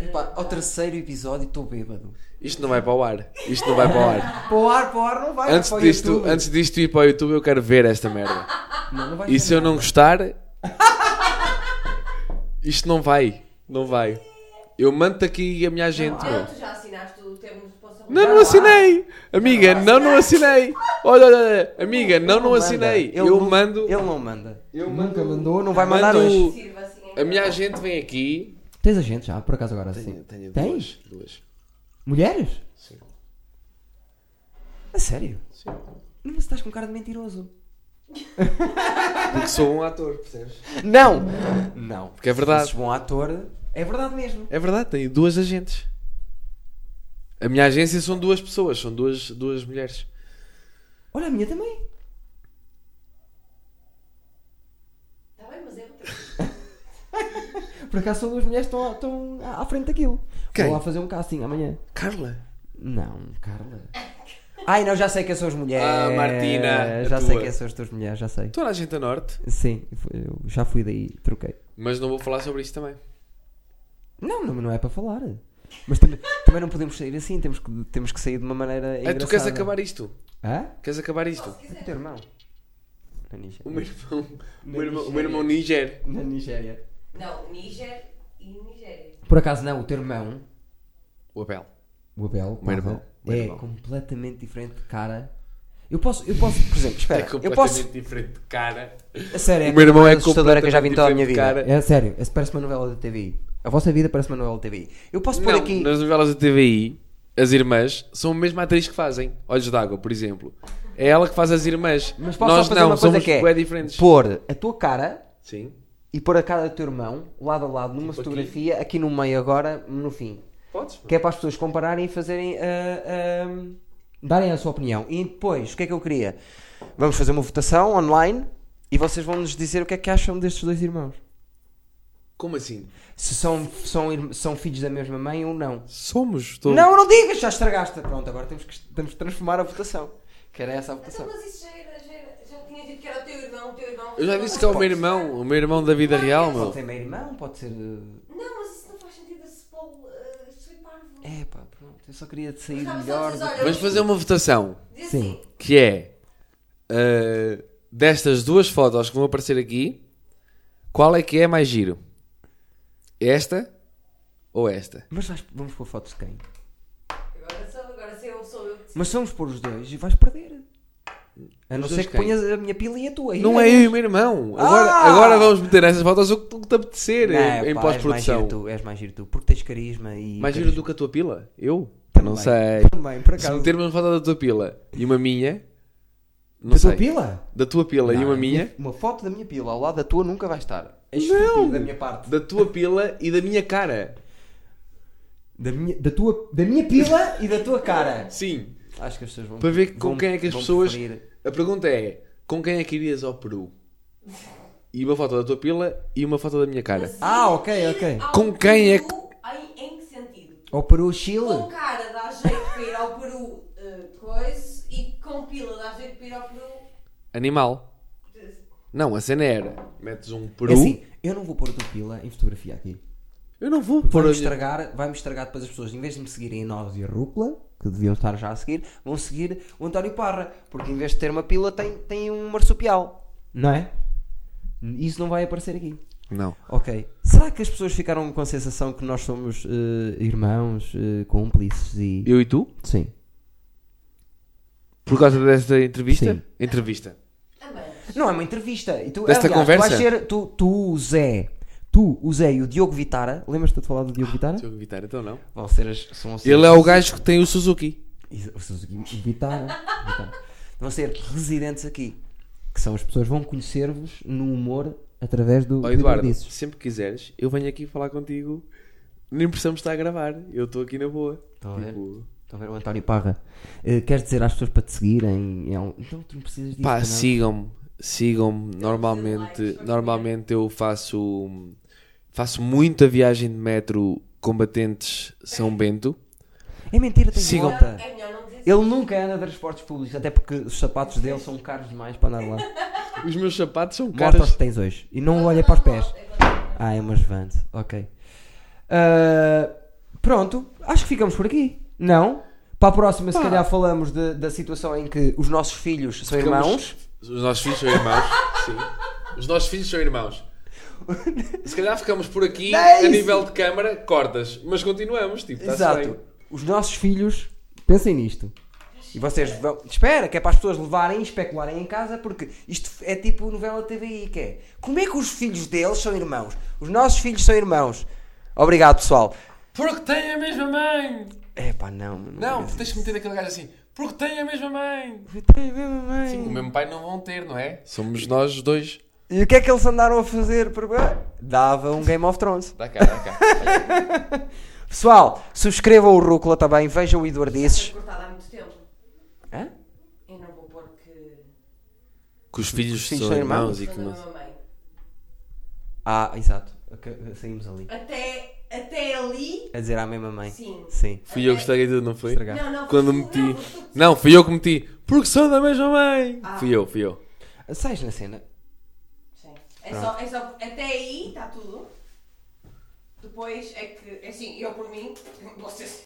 [SPEAKER 2] Epá,
[SPEAKER 1] Pá, ao terceiro episódio estou bêbado.
[SPEAKER 3] Isto não vai para o ar. Isto não vai para o ar.
[SPEAKER 5] Para o ar, para o ar não vai.
[SPEAKER 3] Antes
[SPEAKER 5] vai para o
[SPEAKER 3] disto,
[SPEAKER 5] YouTube.
[SPEAKER 3] antes disto ir para o YouTube, eu quero ver esta merda.
[SPEAKER 5] Não, não vai
[SPEAKER 3] E se eu não gostar. Isto não vai. Não vai. Eu mando aqui a minha agente, meu.
[SPEAKER 2] Não, tu já assinaste o termo de Ah, responsabilidade.
[SPEAKER 3] Não, não assinei! Amiga, não, não assinei! Olha, olha, olha! Amiga, não, não
[SPEAKER 1] manda.
[SPEAKER 3] assinei!
[SPEAKER 1] Ele
[SPEAKER 3] Eu
[SPEAKER 1] não-
[SPEAKER 3] mando.
[SPEAKER 1] Ele não manda.
[SPEAKER 3] eu
[SPEAKER 5] Nunca
[SPEAKER 3] mando-
[SPEAKER 5] mandou, não vai mandar
[SPEAKER 3] mando-
[SPEAKER 5] hoje.
[SPEAKER 2] Sirva assim.
[SPEAKER 3] A minha agente vem aqui.
[SPEAKER 5] Tens a gente já, por acaso agora sim.
[SPEAKER 3] Tenho, tenho
[SPEAKER 5] Tens?
[SPEAKER 3] duas. duas.
[SPEAKER 5] Mulheres?
[SPEAKER 3] Sim.
[SPEAKER 1] A sério?
[SPEAKER 3] Sim.
[SPEAKER 1] Não, mas estás com cara de mentiroso.
[SPEAKER 3] Porque sou um ator, percebes?
[SPEAKER 1] Não! Não.
[SPEAKER 3] Porque é verdade.
[SPEAKER 1] Se fosses bom ator, é verdade mesmo.
[SPEAKER 3] É verdade, tenho duas agentes. A minha agência são duas pessoas, são duas, duas mulheres.
[SPEAKER 1] Olha, a minha também.
[SPEAKER 2] Está bem, mas é outra.
[SPEAKER 5] Por acaso são duas mulheres que estão, estão à à frente daquilo.
[SPEAKER 3] Quem?
[SPEAKER 5] Vou lá fazer um casting amanhã.
[SPEAKER 3] Carla?
[SPEAKER 5] Não, Carla.
[SPEAKER 1] Ai, não, já sei que são as mulheres.
[SPEAKER 3] Ah, Martina, a
[SPEAKER 1] Já
[SPEAKER 3] tua.
[SPEAKER 1] sei que são as tuas mulheres, já sei.
[SPEAKER 3] Estou na agente a é norte,
[SPEAKER 5] Sim, eu já fui daí, troquei.
[SPEAKER 3] mas não vou falar sobre isso também.
[SPEAKER 5] Não, não, não é para falar.
[SPEAKER 1] Mas também, também não podemos sair assim, temos que, temos que sair de uma maneira
[SPEAKER 3] Ah,
[SPEAKER 1] engraçada.
[SPEAKER 3] tu queres acabar isto?
[SPEAKER 5] Hã?
[SPEAKER 3] Queres acabar isto?
[SPEAKER 1] O teu irmão? Na Níger.
[SPEAKER 3] O meu irmão, o meu irmão, o meu irmão Níger.
[SPEAKER 5] Na Nigéria.
[SPEAKER 2] Não, Níger e Nigéria.
[SPEAKER 5] Por acaso não, o teu irmão,
[SPEAKER 3] O Abel.
[SPEAKER 5] o Abel,
[SPEAKER 3] meu
[SPEAKER 5] Pava,
[SPEAKER 3] irmão, meu
[SPEAKER 5] é
[SPEAKER 3] irmão.
[SPEAKER 5] completamente diferente de cara.
[SPEAKER 1] Eu posso, eu posso, por exemplo,
[SPEAKER 3] É
[SPEAKER 1] espera, eu
[SPEAKER 3] completamente
[SPEAKER 1] posso,
[SPEAKER 3] diferente de cara.
[SPEAKER 1] a sério, é
[SPEAKER 3] O meu irmão
[SPEAKER 1] a
[SPEAKER 3] é
[SPEAKER 1] coisa assustadora que eu já vi em toda a minha
[SPEAKER 3] completamente
[SPEAKER 1] vida.
[SPEAKER 3] diferente
[SPEAKER 5] É
[SPEAKER 3] de
[SPEAKER 5] sério, esse parece uma novela da TVI.
[SPEAKER 1] A vossa vida parece uma novela de TVI. Eu posso pôr
[SPEAKER 3] Não,
[SPEAKER 1] aqui,
[SPEAKER 3] Nas novelas da TVI, as irmãs são a mesma atriz que fazem. Olhos d'água, por exemplo. É ela que faz as irmãs.
[SPEAKER 5] Mas posso
[SPEAKER 3] Nós
[SPEAKER 5] só fazer
[SPEAKER 3] não,
[SPEAKER 5] uma coisa
[SPEAKER 3] somos
[SPEAKER 5] que é
[SPEAKER 3] bué diferentes.
[SPEAKER 1] pôr a tua cara
[SPEAKER 3] Sim.
[SPEAKER 1] e pôr a cara do teu irmão lado a lado numa
[SPEAKER 3] Tipo aqui.
[SPEAKER 1] fotografia, aqui. no meio agora, no fim.
[SPEAKER 3] Podes?
[SPEAKER 1] Que é para as pessoas compararem e fazerem, ah, ah, darem a sua opinião. E depois, o que é que eu queria? Vamos fazer uma votação online e vocês vão nos dizer o que é que acham destes dois irmãos.
[SPEAKER 3] Como assim?
[SPEAKER 1] Se são, são, irm- são filhos da mesma mãe ou não.
[SPEAKER 3] Somos. Tô...
[SPEAKER 1] Não, não digas, já estragaste. Pronto, agora temos que, temos que transformar a votação. Que era essa a
[SPEAKER 2] Então,
[SPEAKER 1] votação.
[SPEAKER 2] mas isso já era, já era. Já tinha dito que era o teu irmão, o teu irmão.
[SPEAKER 3] Eu já disse que é o meu irmão. O meu irmão da vida real,
[SPEAKER 1] Pode
[SPEAKER 3] meu.
[SPEAKER 1] ser meio irmão, pode ser. uh,
[SPEAKER 2] Não, mas isso não faz sentido. Esse Paulo. Uh, sou parvo.
[SPEAKER 1] É pá, pronto, eu só queria te sair
[SPEAKER 2] Não, mas
[SPEAKER 1] melhor.
[SPEAKER 2] eles
[SPEAKER 1] do-
[SPEAKER 2] olham-
[SPEAKER 3] Vamos fazer uma votação.
[SPEAKER 2] Diz
[SPEAKER 5] Sim.
[SPEAKER 2] assim.
[SPEAKER 3] Que é... ah, destas duas fotos que vão aparecer aqui, qual é que é mais giro? É Esta ou é esta?
[SPEAKER 1] Mas vais- vamos pôr fotos de quem?
[SPEAKER 2] Agora sou, agora sou eu, sou eu que
[SPEAKER 1] Mas se vamos pôr os dois e vais perder. A não
[SPEAKER 3] Os
[SPEAKER 1] ser
[SPEAKER 3] dois
[SPEAKER 1] que
[SPEAKER 3] quem?
[SPEAKER 1] ponhas a minha pila e a tua.
[SPEAKER 3] Não é eu e o meu irmão. Agora,
[SPEAKER 1] Ah!
[SPEAKER 3] agora vamos meter nessas fotos o que o que te apetecer eh,
[SPEAKER 1] Não,
[SPEAKER 3] é em
[SPEAKER 1] pá, És mais,
[SPEAKER 3] pós-produção.
[SPEAKER 1] giro tu, és mais giro tu, porque tens carisma e.
[SPEAKER 3] Mais giro
[SPEAKER 1] carisma.
[SPEAKER 3] do que a tua pila? Eu?
[SPEAKER 1] Também.
[SPEAKER 3] Não sei.
[SPEAKER 1] Também, por
[SPEAKER 3] Se
[SPEAKER 1] acaso.
[SPEAKER 3] metermos uma foto da tua pila e uma minha. Não
[SPEAKER 5] Da
[SPEAKER 3] sei.
[SPEAKER 5] tua pila?
[SPEAKER 3] Da tua pila e
[SPEAKER 1] Não,
[SPEAKER 3] uma
[SPEAKER 1] a minha-
[SPEAKER 3] minha.
[SPEAKER 1] Uma foto da minha pila ao lado da tua nunca vai estar. É
[SPEAKER 3] Não!
[SPEAKER 1] estúpido da minha parte.
[SPEAKER 3] Da tua pila e da minha cara.
[SPEAKER 5] Da minha, da tua, da minha pila?
[SPEAKER 1] E da tua cara.
[SPEAKER 3] Sim.
[SPEAKER 1] Acho que as pessoas vão.
[SPEAKER 3] Para ver
[SPEAKER 1] vão-
[SPEAKER 3] com quem é que as
[SPEAKER 1] vão
[SPEAKER 3] pessoas.
[SPEAKER 1] preferir.
[SPEAKER 3] A pergunta é: com quem é que irias ao Peru? E uma foto da tua pila e uma foto da minha cara.
[SPEAKER 5] Ah, ok, ok.
[SPEAKER 2] Ao
[SPEAKER 3] Com quem é que-
[SPEAKER 2] Peru, Em, em que sentido?
[SPEAKER 5] Ou para o Chile?
[SPEAKER 2] Com cara dá jeito para ir ao Peru eh, coisa e com pila dá jeito para ir ao Peru
[SPEAKER 3] Animal. Não, a cena era. Metes um peru.
[SPEAKER 1] É assim, eu não vou pôr a tua pila em fotografia aqui.
[SPEAKER 3] eu não vou pôr.
[SPEAKER 1] Vai-me
[SPEAKER 3] a-
[SPEAKER 1] estragar, vai estragar depois as pessoas, em vez de me seguirem a nós e a Rúcula, que deviam estar já a seguir, vão seguir o António Parra, porque em vez de ter uma pila tem, tem um marsupial, não é? Isso não vai aparecer aqui.
[SPEAKER 3] Não.
[SPEAKER 1] Ok. Será que as pessoas ficaram com a sensação que nós somos eh, irmãos, eh, cúmplices e.
[SPEAKER 3] Eu e tu?
[SPEAKER 1] Sim.
[SPEAKER 3] Por causa desta entrevista?
[SPEAKER 1] Sim.
[SPEAKER 3] Entrevista.
[SPEAKER 2] Ambas.
[SPEAKER 1] Não, é uma entrevista. E tu,
[SPEAKER 3] Desta
[SPEAKER 1] aliás,
[SPEAKER 3] conversa?
[SPEAKER 1] Tu, vais ser, tu, tu, o Zé, tu, o Zé e o Diogo Vitara, lembras-te de falar do Diogo Vitara?
[SPEAKER 3] Diogo Vitara, então não.
[SPEAKER 1] Vão ser as. São ser
[SPEAKER 3] Ele é o gajo que tem o Suzuki.
[SPEAKER 1] Isso, o Suzuki Vitara, Vitara. Vão ser residentes aqui. Que são as pessoas que vão conhecer-vos no humor através do
[SPEAKER 3] Ó
[SPEAKER 1] do
[SPEAKER 3] Eduardo,
[SPEAKER 1] Liberdices.
[SPEAKER 3] sempre que quiseres, eu venho aqui falar contigo. Nem precisamos estar a gravar. Eu estou aqui na boa.
[SPEAKER 1] Estão a ver?
[SPEAKER 3] Tipo,
[SPEAKER 1] Estão a ver o António Parra? Eh, queres dizer às pessoas para te seguirem? É um- Então tu não precisas disso.
[SPEAKER 3] Pá,
[SPEAKER 1] pois não.
[SPEAKER 3] sigam-me. Sigam-me. Normalmente, normalmente eu faço. Faço muita viagem de metro Combatentes São Bento.
[SPEAKER 1] É mentira, tem
[SPEAKER 3] Sigam.
[SPEAKER 1] volta.
[SPEAKER 2] É melhor não dizer
[SPEAKER 1] Ele nunca anda de transportes públicos, até porque os sapatos dele são caros demais para andar lá.
[SPEAKER 3] Os meus sapatos são
[SPEAKER 1] Mostra os
[SPEAKER 3] caros.
[SPEAKER 1] que tens hoje. E não olha para os pés. Ah, é umas vans. Ok. Ah, pronto. Acho que ficamos por aqui. Não? Para a próxima, se calhar, falamos de- da situação em que os nossos filhos são
[SPEAKER 3] Ficamos-
[SPEAKER 1] irmãos.
[SPEAKER 3] Os nossos filhos são irmãos. Sim. Os nossos filhos são irmãos. Se calhar ficamos por aqui
[SPEAKER 1] Não é
[SPEAKER 3] a
[SPEAKER 1] isso.
[SPEAKER 3] nível de câmara, cortas, mas continuamos, tipo, está-se
[SPEAKER 1] Exato.
[SPEAKER 3] bem.
[SPEAKER 1] Os nossos filhos, pensem nisto. E vocês vão. Espera, que é para as pessoas levarem e especularem em casa, porque isto é tipo novela TVI, que é. Como é que os filhos deles são irmãos? Os nossos filhos são irmãos. Obrigado, pessoal.
[SPEAKER 3] Porque tem a mesma mãe!
[SPEAKER 1] É pá, não. mano,
[SPEAKER 3] Não,
[SPEAKER 1] digas
[SPEAKER 3] tens que meter aquele gajo assim, porque tem a mesma mãe!
[SPEAKER 1] isso. Tem mesmo, mãe.
[SPEAKER 3] O mesmo pai não vão ter, não é? Somos nós dois.
[SPEAKER 1] E o que é que eles andaram a fazer? Para... Dava um Game of Thrones.
[SPEAKER 3] Dá cá, dá cá.
[SPEAKER 1] Pessoal, subscrevam o Rúcula também, vejam o
[SPEAKER 2] Foi
[SPEAKER 1] Eduardices.
[SPEAKER 2] cortada há muito tempo.
[SPEAKER 1] Hã?
[SPEAKER 2] Eu não vou pôr que.
[SPEAKER 3] Que os filhos,
[SPEAKER 1] filhos
[SPEAKER 3] são
[SPEAKER 1] são irmãos
[SPEAKER 3] irmãos, e
[SPEAKER 2] sou
[SPEAKER 3] que
[SPEAKER 2] da
[SPEAKER 3] não.
[SPEAKER 2] minha mãe.
[SPEAKER 1] Ah, exato. Ok, Saímos ali.
[SPEAKER 2] Até, até ali.
[SPEAKER 1] A dizer à mesma mãe.
[SPEAKER 2] Sim.
[SPEAKER 1] Sim.
[SPEAKER 3] Fui eu que estraguei tudo, não foi?
[SPEAKER 1] Estragar.
[SPEAKER 2] Não, não,
[SPEAKER 3] Quando
[SPEAKER 2] foi-
[SPEAKER 3] meti.
[SPEAKER 2] não, foi tu.
[SPEAKER 3] Não, fui eu que meti, porque são da mesma mãe! Fui eu, fui eu.
[SPEAKER 1] Sais na cena.
[SPEAKER 2] Sim. É só, é só, até aí está tudo. Depois é que. é Assim, eu por mim. Vocês.